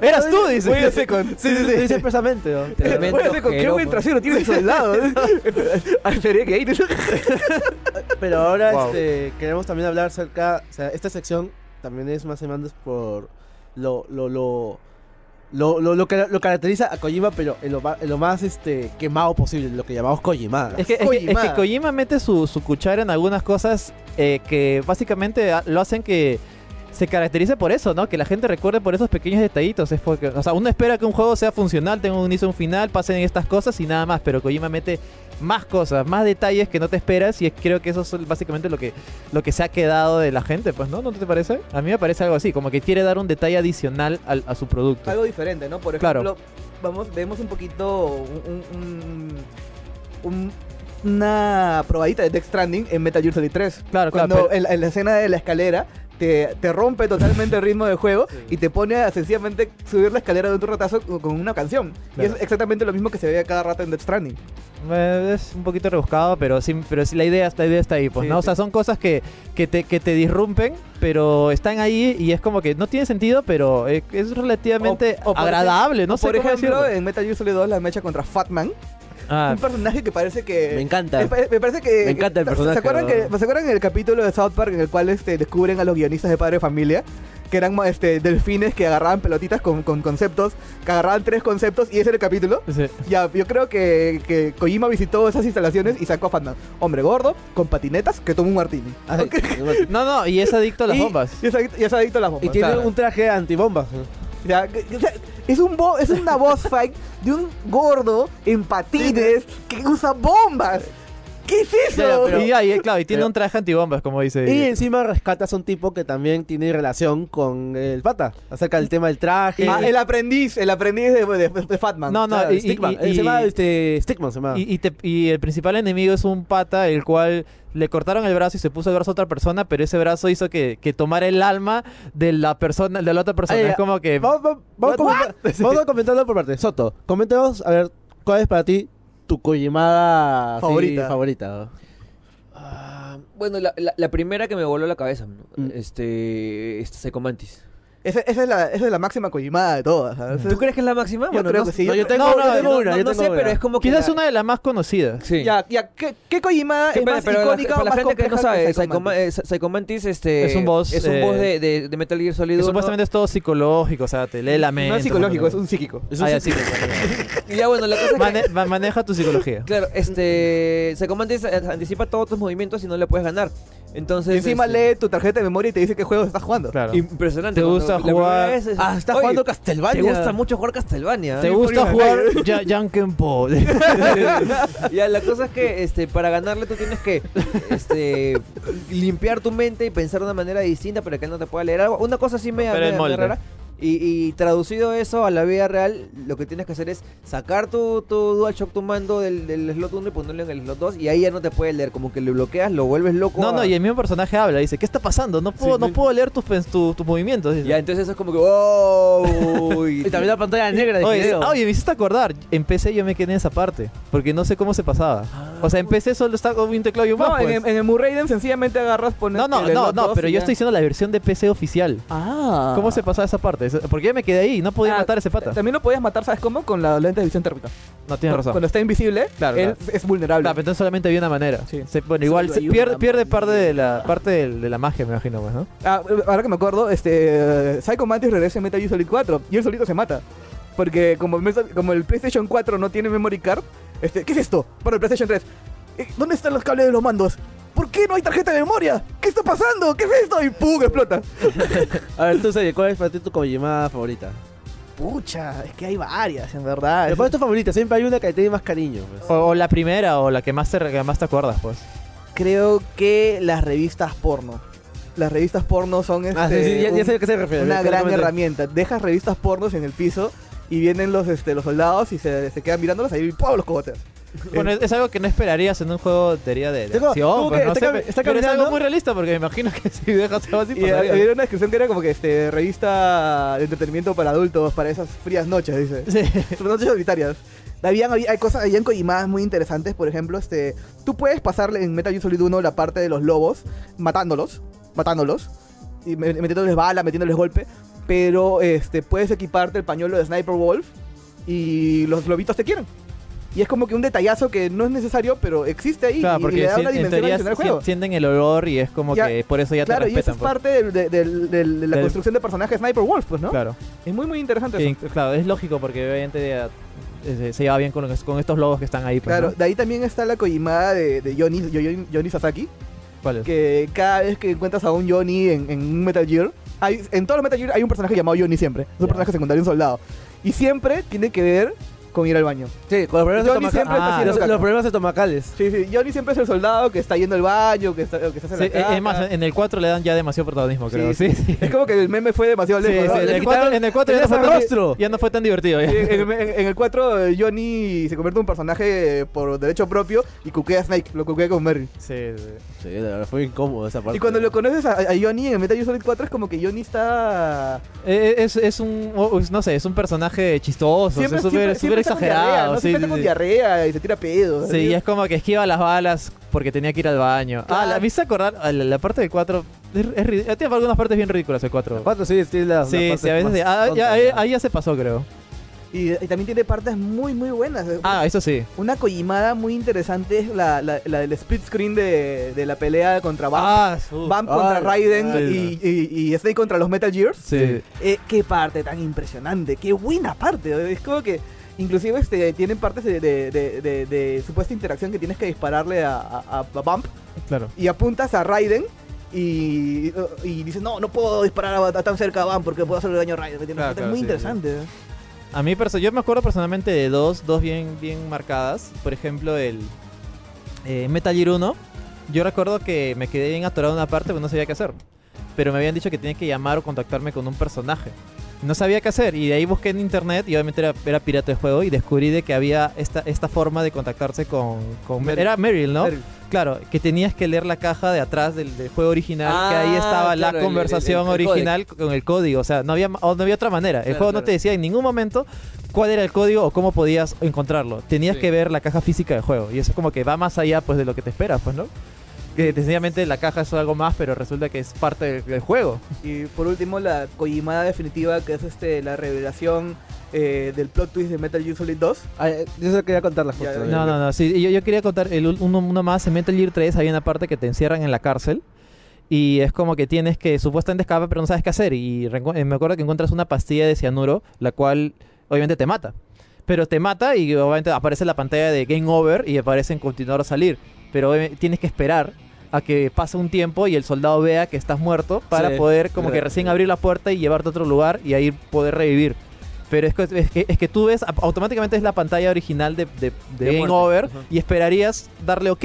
Speaker 5: Eras tú, dice.
Speaker 3: Voy a hacer con-
Speaker 5: Sí, sí,
Speaker 2: Lo
Speaker 5: sí.
Speaker 2: dice expresamente, ¿no?
Speaker 4: Tremendo
Speaker 3: Oye, con qué
Speaker 4: ojero,
Speaker 3: buen
Speaker 4: po.
Speaker 3: trasero tiene el soldado. Sería gay.
Speaker 2: Pero ahora
Speaker 5: Wow.
Speaker 2: este, queremos también hablar acerca. O sea, esta sección también es más o menos por lo, lo, lo, Lo, lo, lo, que- lo caracteriza a Kojima, pero en lo, ma- en lo más este, quemado posible, lo que llamamos Kojimada.
Speaker 5: Es que, es que- es que Kojima mete su, su cuchara en algunas cosas eh, que básicamente a- lo hacen que se caracterice por eso, ¿no? Que la gente recuerde por esos pequeños detallitos. Es porque, o sea, uno espera que un juego sea funcional, tenga un inicio, un final, pasen estas cosas y nada más. Pero Kojima mete más cosas, más detalles que no te esperas y es- creo que eso es básicamente lo que, lo que se ha quedado de la gente, pues, ¿no? ¿No te parece? A mí me parece algo así, como que quiere dar un detalle adicional al- a su producto.
Speaker 3: algo diferente, ¿no? Por
Speaker 5: Claro.
Speaker 3: ejemplo, vamos, vemos un poquito un- un- un- una probadita de Death Stranding en Metal Gear Solid 3.
Speaker 5: Claro, claro,
Speaker 3: Cuando
Speaker 5: pero-
Speaker 3: en, la- en la escena de la escalera te, te rompe totalmente el ritmo del juego y te pone a sencillamente subir la escalera de un ratazo con con una canción.
Speaker 5: Claro.
Speaker 3: Y es exactamente lo mismo que se ve a cada rato en Death Stranding.
Speaker 5: Eh, Es un poquito rebuscado, pero sí, pero sí la idea, la idea está ahí, pues,
Speaker 3: Sí,
Speaker 5: ¿no? O
Speaker 3: sí.
Speaker 5: sea, son cosas que, que, te, que te disrumpen, pero están ahí y es como que no tiene sentido, pero es, es relativamente
Speaker 3: O- o por
Speaker 5: agradable, ¿no? sé
Speaker 3: Por
Speaker 5: cómo
Speaker 3: ejemplo,
Speaker 5: decirlo.
Speaker 3: en Metal Gear Solid 2 la mecha contra Fatman,
Speaker 5: Ah,
Speaker 3: un personaje que parece
Speaker 2: Me
Speaker 3: que
Speaker 2: encanta.
Speaker 3: Me pa- Me parece que.
Speaker 2: Me encanta el
Speaker 3: ¿se-
Speaker 2: personaje,
Speaker 3: ¿Se acuerdan,
Speaker 2: ¿no?
Speaker 3: que, ¿Se acuerdan el capítulo de South Park en el cual este, descubren a los guionistas de Padre de Familia? Que eran este, delfines que agarraban pelotitas con, con conceptos, que agarraban tres conceptos y ese era el capítulo.
Speaker 5: sí.
Speaker 3: Ya, yo creo que, que Kojima visitó esas instalaciones y sacó a Fatman. Hombre gordo, con patinetas, que toma un martini.
Speaker 2: Ay, y
Speaker 5: No, no, y es adicto a las
Speaker 2: Y-
Speaker 5: bombas.
Speaker 3: Y es adicto, y es adicto a las bombas.
Speaker 2: tiene
Speaker 3: Claro.
Speaker 2: un traje antibombas.
Speaker 3: O sea, que- o sea, es, un bo- es una boss fight de un gordo en patines que usa bombas. ¿Qué es eso?
Speaker 5: Ya, ya, pero- y, ahí, claro, y tiene
Speaker 2: pero-
Speaker 5: un traje antibombas, como dice.
Speaker 2: Y encima rescatas a un tipo que también tiene relación con el pata. Acerca del tema del traje.
Speaker 3: Ah, el aprendiz, el aprendiz de, de, de Fatman.
Speaker 5: No, no,
Speaker 2: Claro,
Speaker 5: y- y-
Speaker 2: Stickman.
Speaker 5: y-
Speaker 2: se llama este, Stickman, se llama.
Speaker 5: Y, y te- y el principal enemigo es un pata, el cual le cortaron el brazo y se puso el brazo a otra persona, pero ese brazo hizo que, que tomara el alma de la persona, de la otra persona.
Speaker 2: Ay,
Speaker 5: es como que.
Speaker 2: Vamos, vamos, vamos, a comentar- vamos a comentarlo por parte. Soto, coméntanos, a ver, ¿cuál es para ti tu Kojimada así,
Speaker 3: Favorita.
Speaker 2: favorita?
Speaker 4: Ah, bueno, la, la- la primera que me voló la cabeza, ¿no?
Speaker 2: Mm.
Speaker 4: este, este Psycho Mantis.
Speaker 3: Esa, esa es la, esa es la máxima Kojimada de todas. ¿sabes?
Speaker 4: ¿Tú crees que es la máxima?
Speaker 3: Yo
Speaker 4: bueno,
Speaker 3: creo
Speaker 4: no,
Speaker 3: que sí.
Speaker 4: no,
Speaker 3: Yo
Speaker 4: yo
Speaker 5: no,
Speaker 4: tengo, no,
Speaker 5: no,
Speaker 4: yo
Speaker 5: yo
Speaker 4: no,
Speaker 2: tengo una, yo
Speaker 4: no
Speaker 2: tengo
Speaker 4: sé,
Speaker 2: una.
Speaker 4: pero es como que
Speaker 5: Quizás
Speaker 4: la-
Speaker 5: una de las más conocidas.
Speaker 4: Sí.
Speaker 3: Ya, ya, ¿qué, qué Kojimada
Speaker 4: Que
Speaker 3: es
Speaker 4: para-
Speaker 3: más
Speaker 4: pero la-
Speaker 3: icónica
Speaker 4: para
Speaker 3: o
Speaker 4: la
Speaker 3: más
Speaker 4: gente que no
Speaker 3: compleja
Speaker 4: sabe,
Speaker 3: Psycho
Speaker 4: Psycho, Ma-
Speaker 3: Mantis?
Speaker 4: eh, Psycho Mantis este,
Speaker 5: Es un boss,
Speaker 4: es un
Speaker 5: eh,
Speaker 4: boss de, de- de Metal Gear Solid
Speaker 5: Que
Speaker 4: 1.
Speaker 5: supuestamente es todo psicológico, o sea, te lee la mente.
Speaker 3: No es psicológico,
Speaker 5: bueno,
Speaker 3: es un psíquico.
Speaker 2: Es
Speaker 5: Ah,
Speaker 2: un
Speaker 5: ya,
Speaker 2: psico-
Speaker 4: Y ya bueno, la cosa es que...
Speaker 5: Mane- ma- maneja tu psicología.
Speaker 4: Claro, este... Psycho Mantis eh, anticipa todos tus movimientos y no le puedes ganar. Entonces...
Speaker 3: Y encima
Speaker 4: este,
Speaker 3: lee tu tarjeta de memoria y te dice qué juegos estás jugando.
Speaker 5: Claro.
Speaker 4: Impresionante.
Speaker 5: Te
Speaker 4: cuando
Speaker 5: gusta
Speaker 4: la primera
Speaker 5: jugar-
Speaker 4: vez es-
Speaker 2: Ah, está
Speaker 4: Oye,
Speaker 2: jugando
Speaker 4: Te
Speaker 2: Castlevania.
Speaker 4: gusta mucho jugar Castlevania.
Speaker 5: ¿Te
Speaker 4: ¿eh?
Speaker 5: gusta jugar ya, Janken Po?
Speaker 4: Ya, la cosa es que este, para ganarle tú tienes que este, limpiar tu mente y pensar de una manera distinta para que no te pueda leer algo. Una cosa así media,
Speaker 5: Romper el
Speaker 4: media- media
Speaker 5: molde.
Speaker 4: rara. Y, y traducido eso a la vida real, lo que tienes que hacer es sacar tu, tu DualShock, tu mando del, del slot 1 y ponerlo en el slot 2 y ahí ya no te puede leer. Como que lo bloqueas, lo vuelves loco.
Speaker 5: No, no,
Speaker 4: a-
Speaker 5: y el mismo personaje habla, dice, ¿qué está pasando? No puedo, no puedo leer tus, pens- tu- tus movimientos. dice.
Speaker 4: Ya, entonces eso es como que... ¡Oh!
Speaker 2: Y también la pantalla negra de
Speaker 5: Oye,
Speaker 2: video.
Speaker 5: oye, me hiciste acordar, en PC yo me quedé en esa parte, porque no sé cómo se pasaba. O sea, en PC solo está con un teclado y un
Speaker 3: Ah. No,
Speaker 5: mouse,
Speaker 3: en,
Speaker 5: pues.
Speaker 3: en el Murraiden sencillamente agarras, pones.
Speaker 5: No, no,
Speaker 3: el
Speaker 5: no,
Speaker 3: Dot
Speaker 5: no,
Speaker 3: 2
Speaker 5: pero
Speaker 3: y
Speaker 5: yo
Speaker 3: ya.
Speaker 5: estoy diciendo la versión de PC oficial.
Speaker 3: Ah.
Speaker 5: ¿Cómo se pasaba esa parte? Esa- Porque yo me quedé ahí, no podía
Speaker 3: Ah,
Speaker 5: matar a ese pata.
Speaker 3: También lo podías matar, ¿sabes cómo? Con la lente de visión térmica.
Speaker 5: No, tienes razón.
Speaker 3: Cuando está invisible,
Speaker 5: Claro,
Speaker 3: él
Speaker 5: claro.
Speaker 3: es vulnerable.
Speaker 5: Claro, pero entonces solamente había una manera.
Speaker 3: Sí.
Speaker 5: Se- bueno, igual
Speaker 3: Solo
Speaker 5: se
Speaker 3: hay una
Speaker 5: pierde, pierde parte de la parte de, de la magia, me imagino, pues, ¿no?
Speaker 3: Ah, ahora que me acuerdo, este eh, Psycho Mantis regresa en Metal Gear Solid 4 y él solito se mata. Porque como, el Metal- como el PlayStation 4 no tiene memory card, este, ¿qué es esto? Para el PlayStation 3. Eh, ¿Dónde están los cables de los mandos? ¿Por qué no hay tarjeta de memoria? ¿Qué está pasando? ¿Qué es esto? Y ¡pum! explota.
Speaker 2: A ver, tú, Sergio, ¿cuál es para ti tu Kojimada favorita?
Speaker 3: Pucha, es que hay varias, en verdad.
Speaker 2: Después de tu favorita, siempre hay una que te dé más cariño. pues.
Speaker 5: O, o la primera o la que más te, re- que más te acuerdas, pues.
Speaker 3: Creo que las revistas porno. Las revistas porno son este,
Speaker 2: Ah, sí, sí, ya, ya
Speaker 3: un-
Speaker 2: sé a qué se refiere.
Speaker 3: una
Speaker 2: ya
Speaker 3: gran
Speaker 2: comenté.
Speaker 3: herramienta. Dejas revistas pornos en el piso y vienen los, este, los soldados y se, se quedan mirándolos ahí y ¡pum! los cogotes.
Speaker 5: Bueno, es, es algo que no esperarías en un juego de teoría de, de
Speaker 2: Tengo-
Speaker 5: acción,
Speaker 2: como
Speaker 5: pues,
Speaker 2: que
Speaker 5: no
Speaker 2: está
Speaker 5: sé,
Speaker 2: cami-
Speaker 5: pe-
Speaker 2: está
Speaker 5: pero es algo
Speaker 2: caminando.
Speaker 5: muy realista porque me imagino que si dejas algo así
Speaker 3: Y
Speaker 5: pasaría.
Speaker 3: había una descripción que era como que este, revista de entretenimiento para adultos, para esas frías noches, dice.
Speaker 5: Sí.
Speaker 3: Son noches solitarias. Habían, había- hay cosas, habían coimadas muy interesantes, por ejemplo, este, tú puedes pasarle en Metal Gear Solid 1 la parte de los lobos, matándolos, matándolos, y me- metiéndoles bala, metiéndoles golpe, pero este, puedes equiparte el pañuelo de Sniper Wolf y los lobitos te quieren. Y es como que un detallazo que no es necesario, pero existe ahí
Speaker 5: Claro,
Speaker 3: y- y,
Speaker 5: porque
Speaker 3: le da
Speaker 5: sien-
Speaker 3: una
Speaker 5: en
Speaker 3: dimensión
Speaker 5: teoría
Speaker 3: adicional al juego.
Speaker 5: sien- sienten el olor y es como
Speaker 3: Ya,
Speaker 5: que por eso ya
Speaker 3: claro,
Speaker 5: te
Speaker 3: y eso
Speaker 5: respetan.
Speaker 3: es
Speaker 5: pues.
Speaker 3: parte del- del- del- del- de la
Speaker 5: Del-
Speaker 3: construcción de personaje Sniper Wolf, pues, ¿no?
Speaker 5: Claro.
Speaker 3: Es muy, muy interesante
Speaker 5: Que
Speaker 3: eso.
Speaker 5: inc- claro, es lógico porque obviamente eh, eh, se lleva bien con, los- con estos logos que están ahí. pues,
Speaker 3: Claro,
Speaker 5: ¿no?
Speaker 3: de ahí también está la coimada de, de Johnny, yo- yo- Johnny Sasaki,
Speaker 5: ¿Cuál es?
Speaker 3: que cada vez que encuentras a un Johnny en, en un Metal Gear, hay, en todos los Metal Gear hay un personaje llamado Johnny siempre, es un
Speaker 5: Ya.
Speaker 3: personaje secundario, un soldado. Y siempre tiene que ver con ir al baño.
Speaker 2: Sí, con los problemas de
Speaker 3: Johnny
Speaker 2: tomaca-
Speaker 3: siempre
Speaker 5: Ah,
Speaker 3: está haciendo
Speaker 2: los, los
Speaker 3: caca.
Speaker 2: problemas de tomacales.
Speaker 3: Sí, sí, Johnny siempre es el soldado que está yendo al baño, que está, que se hace
Speaker 5: Sí,
Speaker 3: la
Speaker 5: eh,
Speaker 3: caca.
Speaker 5: es más, en el 4 le dan ya demasiado protagonismo, creo.
Speaker 3: Sí,
Speaker 5: Sí, sí.
Speaker 3: Es como que el meme fue demasiado
Speaker 5: Sí,
Speaker 3: lejos.
Speaker 5: sí,
Speaker 3: ¿no?
Speaker 5: en,
Speaker 2: le
Speaker 5: el 4, en el 4 ya no,
Speaker 2: ¡Tenías
Speaker 5: fue
Speaker 2: el
Speaker 5: tan,
Speaker 2: rostro!
Speaker 5: ya no fue tan divertido. ya.
Speaker 3: Sí, eh. en, en- en el 4 eh, Johnny se convierte en un personaje eh, por derecho propio y cuquea a Snake, lo cuquea con Merry.
Speaker 5: Sí, sí.
Speaker 2: Sí, la verdad fue incómodo esa parte.
Speaker 3: Y cuando lo conoces a, a Johnny en Metal Gear Solid 4 es como que Johnny está...
Speaker 5: Eh, Es, es un, o- es- no sé, es un personaje chistoso, o sea, Pues súper súper
Speaker 3: está con diarrea,
Speaker 5: exagerado.
Speaker 3: ¿no?
Speaker 5: sí,
Speaker 3: Siempre
Speaker 5: sí,
Speaker 3: está con
Speaker 5: sí.
Speaker 3: diarrea y se tira pedos.
Speaker 5: Sí, y es como que esquiva las balas porque tenía que ir al baño. Ah, la,
Speaker 3: Claro.
Speaker 5: me hice acordar, a la, la parte del 4, es, es rid- tiene algunas partes bien ridículas el 4.
Speaker 2: ¿Cuánto sí? Sí, la,
Speaker 5: Sí, sí, a veces. sí. Ah, ya- ahí, ahí ya se pasó, creo.
Speaker 3: Y- y también tiene partes muy, muy buenas. ¿eh?
Speaker 5: Ah, eso sí.
Speaker 3: Una coimada muy interesante es la, la, la del split screen de, de la pelea contra Bam.
Speaker 5: Ah, su-
Speaker 3: Bam contra
Speaker 2: Ah,
Speaker 3: Raiden
Speaker 2: ah,
Speaker 3: y, y, y Snake contra los Metal Gears.
Speaker 5: Sí.
Speaker 3: Eh, qué parte tan impresionante, qué buena parte. ¿eh? Es como que inclusive este, tienen partes de, de- de- de- de supuesta interacción que tienes que dispararle a, a, a Bump
Speaker 5: Claro.
Speaker 3: y apuntas a Raiden. Y, y dices, no, no puedo disparar a, a tan cerca a Bump porque puedo hacerle daño a Raiden. que tiene
Speaker 5: Claro,
Speaker 3: partes
Speaker 5: claro,
Speaker 3: muy
Speaker 5: sí,
Speaker 3: interesante. ¿eh?
Speaker 5: A mí, perso- yo me acuerdo personalmente de dos, dos bien, bien marcadas. Por ejemplo, el eh, Metal Gear 1. Yo recuerdo que me quedé bien atorado en una parte porque no sabía qué hacer. Pero me habían dicho que tenía que llamar o contactarme con un personaje. No sabía qué hacer y de ahí busqué en internet y obviamente era, era pirata de juego y descubrí de que había esta, esta forma de contactarse con... con
Speaker 3: Meryl.
Speaker 5: Era Meryl, ¿no?
Speaker 3: Meryl.
Speaker 5: Claro, que tenías que leer la caja de atrás del, del juego original, que ahí
Speaker 4: Ah,
Speaker 5: estaba
Speaker 4: claro, el-
Speaker 5: la
Speaker 4: el-
Speaker 5: conversación
Speaker 4: el código.
Speaker 5: original con el código. O sea, no había, ma- o no había otra manera. el
Speaker 4: Claro,
Speaker 5: juego no
Speaker 4: claro.
Speaker 5: te decía en ningún momento cuál era el código o cómo podías encontrarlo. Tenías
Speaker 4: Sí.
Speaker 5: que ver la caja física del juego. Y eso como que va más allá pues de lo que te esperas, pues, ¿no? Que sencillamente la caja es algo más, pero resulta que es parte del, del juego.
Speaker 3: Y por último, la coimada definitiva que es este la revelación eh, del plot twist de Metal Gear Solid 2.
Speaker 2: Yo solo quería contarla justo.
Speaker 3: Ya, ya,
Speaker 5: No, no, no. Sí, y yo, yo quería contar el, ul- uno, uno más. En Metal Gear 3 hay una parte que te encierran en la cárcel. Y es como que tienes que supuestamente escapar, pero no sabes qué hacer. Y recu- eh, me acuerdo que encuentras una pastilla de cianuro, la cual obviamente te mata. Pero te mata y obviamente aparece la pantalla de Game Over y aparecen continuar a salir. Pero obviamente tienes que esperar a que pase un tiempo y el soldado vea que estás muerto para
Speaker 2: Sí,
Speaker 5: poder como que
Speaker 2: claro.
Speaker 5: recién abrir la puerta y llevarte a otro lugar y ahí poder revivir. Pero es que, es que, es que tú ves, ap- automáticamente es la pantalla original de, de, de
Speaker 4: De
Speaker 5: Game
Speaker 4: muerte,
Speaker 5: Over
Speaker 4: ajá.
Speaker 5: y esperarías darle ok,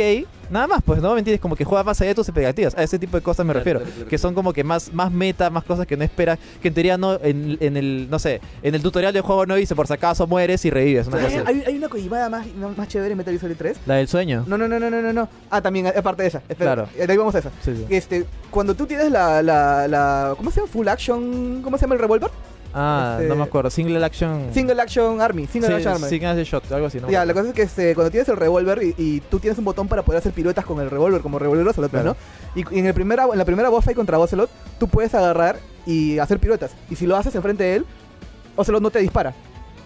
Speaker 5: nada más, pues, ¿no? ¿Me entiendes? Como que juegas más allá de tus expectativas. A ese tipo de cosas me
Speaker 4: Claro,
Speaker 5: refiero.
Speaker 4: claro, claro,
Speaker 5: que
Speaker 4: claro.
Speaker 5: son como que más, más meta, más cosas que no esperas. Que en teoría no, en, en el, no sé, en el tutorial del juego no dice por si acaso mueres y revives. Una
Speaker 3: Hay,
Speaker 5: cosa. así.
Speaker 3: hay- hay una coimada más, no, más chévere en Metal Gear Solid 3.
Speaker 5: La del sueño.
Speaker 3: No, no, no, no, no, no, no. Ah, también, aparte de esa. Espera,
Speaker 5: Claro.
Speaker 3: eh, De ahí vamos a esa.
Speaker 5: Sí, sí.
Speaker 3: Este, cuando tú tienes la, la, la. ¿Cómo se llama? Full action. ¿Cómo se llama el revólver?
Speaker 5: Ah,
Speaker 3: este-
Speaker 5: no me acuerdo. Single action.
Speaker 3: Single action army.
Speaker 5: Mm. Sí,
Speaker 3: Single action army.
Speaker 5: single action shot, algo así, ¿no? me
Speaker 3: Ya, la cosa
Speaker 5: acuerdo.
Speaker 3: es que este, cuando tienes el revólver y, y tú tienes un botón para poder hacer piruetas con el revólver, como revólver Ocelot, pues,
Speaker 5: Claro.
Speaker 3: ¿no? Y, y en, el primera, en la primera boss fight contra Ocelot, tú puedes agarrar y hacer piruetas. Y si lo haces enfrente de él, Ocelot no te dispara.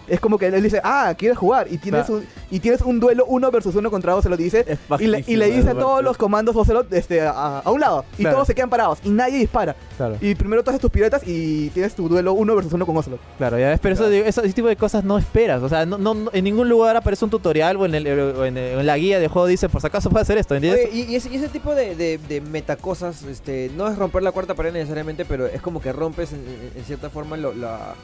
Speaker 3: Es como que él dice, ah, quieres jugar. Y tienes,
Speaker 2: Claro.
Speaker 3: un, y tienes un duelo uno versus uno contra Ocelot. Y dice,
Speaker 2: Es
Speaker 3: y le, y
Speaker 2: bajísimo,
Speaker 3: le dice
Speaker 2: es
Speaker 3: todos
Speaker 2: bajísimo.
Speaker 3: los comandos Ocelot este, a, a un lado. Y
Speaker 5: Claro.
Speaker 3: todos se quedan parados. Y nadie dispara.
Speaker 5: Claro.
Speaker 3: Y primero tú haces tus piruetas y tienes tu duelo uno versus uno con Ocelot.
Speaker 5: Claro, ya ves, pero eso, digo, eso- ese tipo de cosas no esperas. O sea, no, no- no- en ningún lugar aparece un tutorial o en, el- o en el- o en la guía de juego dice, por si acaso puedes hacer esto, ¿entiendes?
Speaker 4: Oye, y, y ese, y ese tipo de, de, de metacosas, este, no es romper la cuarta pared necesariamente, pero es como que rompes en, en- en cierta forma lo- la,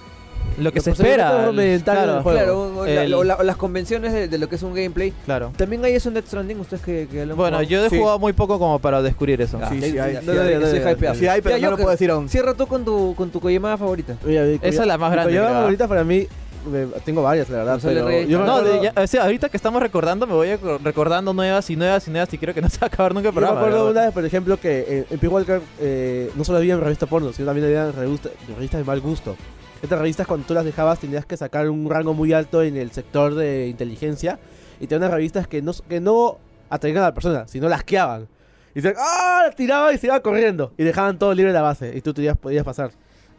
Speaker 5: lo que
Speaker 4: lo
Speaker 5: se
Speaker 4: posible
Speaker 5: espera.
Speaker 4: todo
Speaker 5: el-
Speaker 2: mental del
Speaker 5: claro,
Speaker 2: juego.
Speaker 4: claro, o, o la-
Speaker 5: El-
Speaker 4: o la- o las convenciones de, de lo que es un gameplay.
Speaker 5: claro.
Speaker 4: También hay eso en Death Stranding, ustedes que, que lo han
Speaker 5: Bueno,
Speaker 4: jugado?
Speaker 5: yo he
Speaker 2: Sí.
Speaker 5: jugado muy poco como para descubrir eso.
Speaker 4: Ah,
Speaker 3: Sí,
Speaker 4: ya-
Speaker 3: sí
Speaker 4: ya-
Speaker 3: hay,
Speaker 4: ya-
Speaker 3: sí
Speaker 4: no, no,
Speaker 2: hay,
Speaker 4: no,
Speaker 2: sí
Speaker 4: no,
Speaker 2: hay,
Speaker 4: no,
Speaker 2: sí
Speaker 3: Sí hay, pero
Speaker 4: Ya,
Speaker 3: no lo
Speaker 4: Joker,
Speaker 3: puedo decir aún.
Speaker 4: Cierra tú con tu, con tu Koyemada favorita.
Speaker 2: Oye, oye,
Speaker 5: Esa es la más
Speaker 2: Mi
Speaker 5: grande.
Speaker 2: pijama
Speaker 5: creo.
Speaker 2: favorita para mí, me- tengo varias, la verdad.
Speaker 4: Gonzalo
Speaker 2: Pero
Speaker 4: Reyes.
Speaker 2: yo me
Speaker 5: No, de-
Speaker 2: acuerdo-
Speaker 5: ya- o sea, ahorita que estamos recordando, me voy acor- recordando nuevas y nuevas y nuevas y creo que no se va a acabar nunca el
Speaker 2: Yo me
Speaker 5: programa.
Speaker 2: acuerdo
Speaker 5: ¿verdad?
Speaker 2: una vez, por ejemplo, que eh, en Pink Walker eh, no solo había revistas porno, sino también había revista- revistas de mal gusto. Estas revistas, cuando tú las dejabas, tenías que sacar un rango muy alto en el sector de inteligencia. Y te unas revistas que no, que no atraían a la persona, sino lasqueaban. Y se ¡ah! la tiraban y se iban corriendo. Y dejaban todo libre la base. Y tú te ibas- podías pasar.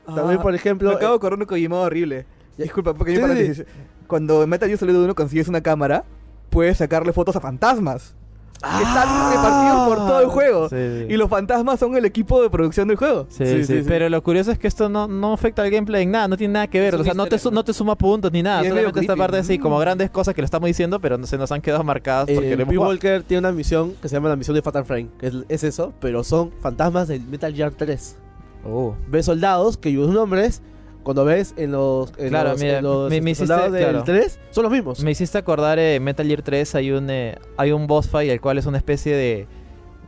Speaker 2: También, por ejemplo.
Speaker 3: Ah, Me acabo
Speaker 2: eh,
Speaker 3: de correr un Kojima horrible.
Speaker 2: Ya.
Speaker 3: Disculpa, porque
Speaker 2: Sí,
Speaker 3: yo
Speaker 2: sí,
Speaker 3: paréntesis. Cuando en Metal Gear Solid 1 consigues una cámara puedes sacarle fotos a fantasmas. Que están repartidos por todo el juego.
Speaker 5: Sí, sí.
Speaker 3: Y los fantasmas son el equipo de producción del juego.
Speaker 5: Sí, sí, pero lo curioso es que esto no, no afecta al gameplay en nada, no tiene nada que ver,
Speaker 3: Es
Speaker 5: o sea,
Speaker 3: un
Speaker 5: no te,
Speaker 3: easter
Speaker 5: su-
Speaker 3: egg.
Speaker 5: no te suma puntos ni nada,
Speaker 3: Y es medio
Speaker 5: solamente esta
Speaker 3: creepy.
Speaker 5: parte así, como grandes cosas que lo estamos diciendo, pero no se nos han quedado marcadas porque
Speaker 2: Eh,
Speaker 5: lo hemos
Speaker 2: Pete
Speaker 5: jugado.
Speaker 2: Walker tiene una misión que se llama la misión de Fatal Frame, que es, es eso, pero son fantasmas del Metal Gear 3.
Speaker 5: Oh.
Speaker 2: Ves soldados que los nombres, cuando ves en los, en
Speaker 5: Claro,
Speaker 2: los,
Speaker 5: mira,
Speaker 2: en los
Speaker 5: me- me hiciste-
Speaker 2: soldados del
Speaker 5: claro.
Speaker 2: 3, son los mismos.
Speaker 5: Me hiciste acordar eh, en Metal Gear 3 hay un eh, hay un boss fight el cual es una especie de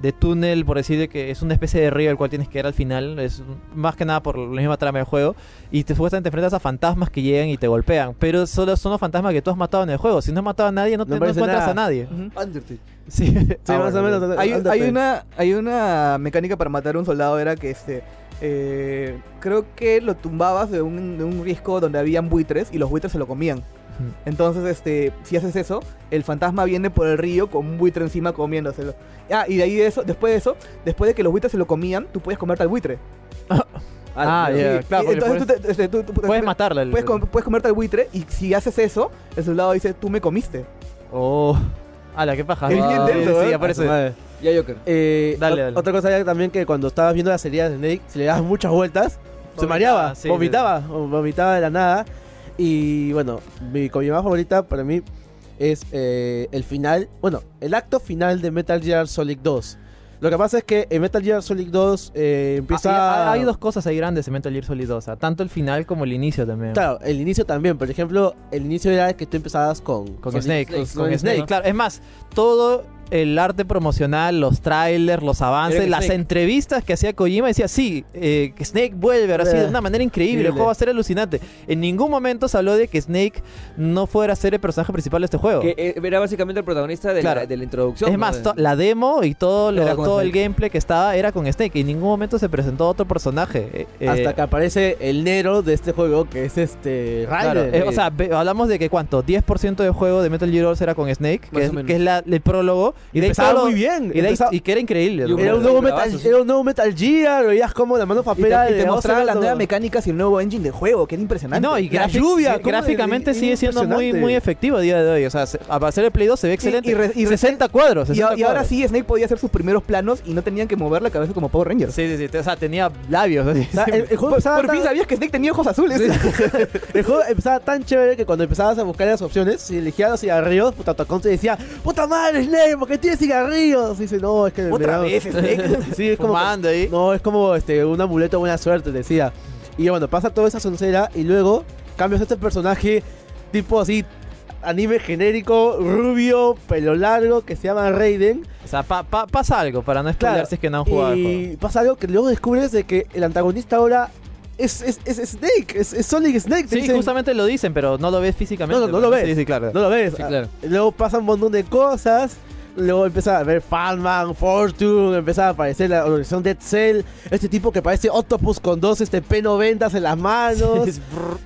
Speaker 5: de túnel, por decir de que es una especie de río el cual tienes que ir al final, es un- más que nada por la misma trama del juego y te supuestamente te enfrentas a fantasmas que llegan y te golpean, pero solo son los fantasmas que tú has matado en el juego, si no has matado a nadie no, te,
Speaker 2: No
Speaker 5: no
Speaker 2: aparece
Speaker 5: encuentras
Speaker 2: nada.
Speaker 5: a nadie.
Speaker 3: Mm.
Speaker 2: Undertale.
Speaker 5: Sí.
Speaker 2: Sí, más o menos.
Speaker 3: Ah, Hay, hay
Speaker 2: Undertale.
Speaker 3: una, hay una mecánica para matar a un soldado, era que este. eh, creo que lo tumbabas de un, de un risco donde habían buitres y los buitres se lo comían. Entonces, este, si haces eso, el fantasma viene por el río con un buitre encima comiéndoselo. Ah, y de ahí de eso, después de eso, después de que los buitres se lo comían, tú puedes comerte al buitre.
Speaker 5: Ah,
Speaker 3: Sí,
Speaker 5: ya, claro,
Speaker 3: y
Speaker 5: porque
Speaker 3: entonces
Speaker 5: puedes,
Speaker 3: tú te- este, tú- tú-
Speaker 5: puedes matarla. el-
Speaker 3: puedes com- puedes comerte al buitre y si haces eso, el soldado dice, tú me comiste.
Speaker 5: Oh. Ala, qué paja.
Speaker 3: Es bien
Speaker 5: Ah, sí,
Speaker 3: denso,
Speaker 5: sí,
Speaker 3: ¿eh?
Speaker 5: aparece.
Speaker 2: Ah, madre.
Speaker 4: Ya Joker.
Speaker 2: Eh,
Speaker 5: Dale,
Speaker 2: o-
Speaker 5: dale.
Speaker 2: Otra cosa era también que cuando estabas viendo las heridas de Snake, si le dabas muchas vueltas, se
Speaker 5: Vomitaba,
Speaker 2: mareaba,
Speaker 5: sí,
Speaker 2: vomitaba, o vomitaba de la nada. Y bueno, mi comida más favorita para mí es eh, el final, bueno, el acto final de Metal Gear Solid 2. Lo que pasa es que en Metal Gear Solid 2 eh, empieza...
Speaker 5: Ah, y hay, hay dos cosas ahí grandes en Metal Gear Solid 2, o sea, tanto el final como el inicio también.
Speaker 2: Claro, el inicio también. Por ejemplo, el inicio era que tú empezabas con...
Speaker 5: Con
Speaker 2: Solid-
Speaker 5: Snake, con,
Speaker 2: con
Speaker 5: Snake, claro. Es más, todo el arte promocional, los trailers, los avances,
Speaker 4: Era
Speaker 5: las
Speaker 4: Snake.
Speaker 5: entrevistas que hacía Kojima, decía, sí, eh, que Snake vuelve, ahora sí, de una manera increíble, el
Speaker 2: Increíble.
Speaker 5: juego va a ser alucinante. En ningún momento se habló de que Snake no fuera a ser el personaje principal de este juego.
Speaker 4: Que eh, era básicamente el protagonista de, la,
Speaker 5: Claro.
Speaker 4: de la introducción.
Speaker 5: Es
Speaker 4: ¿no?
Speaker 5: más,
Speaker 4: De-
Speaker 5: to- la demo y todo, lo-
Speaker 3: Era con
Speaker 5: todo el
Speaker 3: Snake.
Speaker 5: gameplay que estaba era con Snake. Y en ningún momento se presentó otro personaje. Eh, eh,
Speaker 2: Hasta que aparece el Nero de este juego, que es este...
Speaker 5: Claro,
Speaker 2: Raiden.
Speaker 5: eh, o sea, ve- hablamos de que cuánto, 10% del juego de Metal Gear Solid era con Snake,
Speaker 4: Más
Speaker 5: que
Speaker 4: o
Speaker 5: es,
Speaker 4: menos.
Speaker 5: que es la- el prólogo, y de ahí
Speaker 2: Empezaba
Speaker 5: todo lo-
Speaker 2: muy bien.
Speaker 5: y, de ahí-
Speaker 2: empezaba-
Speaker 5: y que era increíble.
Speaker 4: Y un
Speaker 5: ¿no?
Speaker 2: Era un, nuevo Metal,
Speaker 4: Bravazo, sí.
Speaker 2: era un nuevo Metal Gear, veías como la mano
Speaker 3: Y te,
Speaker 2: papera
Speaker 3: y te
Speaker 2: de
Speaker 3: mostraban las
Speaker 2: Ocelot.
Speaker 3: nuevas mecánicas y el nuevo engine de juego, que era
Speaker 5: Y
Speaker 3: impresionante.
Speaker 5: No, y
Speaker 2: La
Speaker 5: grafi-
Speaker 2: lluvia,
Speaker 5: eh,
Speaker 2: ¿cómo
Speaker 5: gráficamente
Speaker 2: es? Es
Speaker 5: sigue siendo muy,
Speaker 2: impresionante.
Speaker 5: muy efectivo a día de hoy. O sea, se- a- para hacer el Play 2 se ve excelente.
Speaker 3: y re- y
Speaker 5: 60 cuadros.
Speaker 3: Y,
Speaker 5: 60
Speaker 3: a- y ahora
Speaker 5: cuadros.
Speaker 3: sí, Snake podía hacer sus primeros planos y no tenían que mover la cabeza como Power Rangers.
Speaker 5: Sí, sí, sí. te- O sea, tenía labios. así.
Speaker 2: O sea, el, el juego empezaba
Speaker 3: Por fin
Speaker 2: tan,
Speaker 3: sabías que Snake tenía ojos azules.
Speaker 2: el juego empezaba tan chévere que cuando empezabas a buscar las opciones, si elegías los cigarrillos, puta Tocón te decía, puta madre, Snake, ¿por qué tienes cigarrillos? Y dice, no, es que me
Speaker 3: Otra
Speaker 2: da-
Speaker 3: vez, Snake.
Speaker 2: Sí, es como,
Speaker 5: Fumando ahí.
Speaker 2: no, es como este, un amuleto de buena suerte, decía. Y bueno, pasa toda esa soncera y luego cambias a este personaje tipo así, anime genérico, rubio, pelo largo, que se llama Raiden.
Speaker 5: O sea, pa- pa- pasa algo para no spoilear
Speaker 2: Claro,
Speaker 5: si es que no han jugado. el
Speaker 2: y
Speaker 5: juego.
Speaker 2: pasa algo que luego descubres de que el antagonista ahora es, es, es Snake, es, es Sonic Snake. te
Speaker 5: Sí,
Speaker 2: dicen,
Speaker 5: justamente lo dicen, pero no lo ves físicamente.
Speaker 2: No, no, no lo ves.
Speaker 5: Sí, sí, claro.
Speaker 2: No lo ves.
Speaker 4: Sí, claro.
Speaker 2: Ah, Luego pasa un montón de cosas. Luego empieza a ver Fanman, Fortune, empieza a aparecer la organización Dead Cell, este tipo que parece Octopus con dos este P90s en las manos.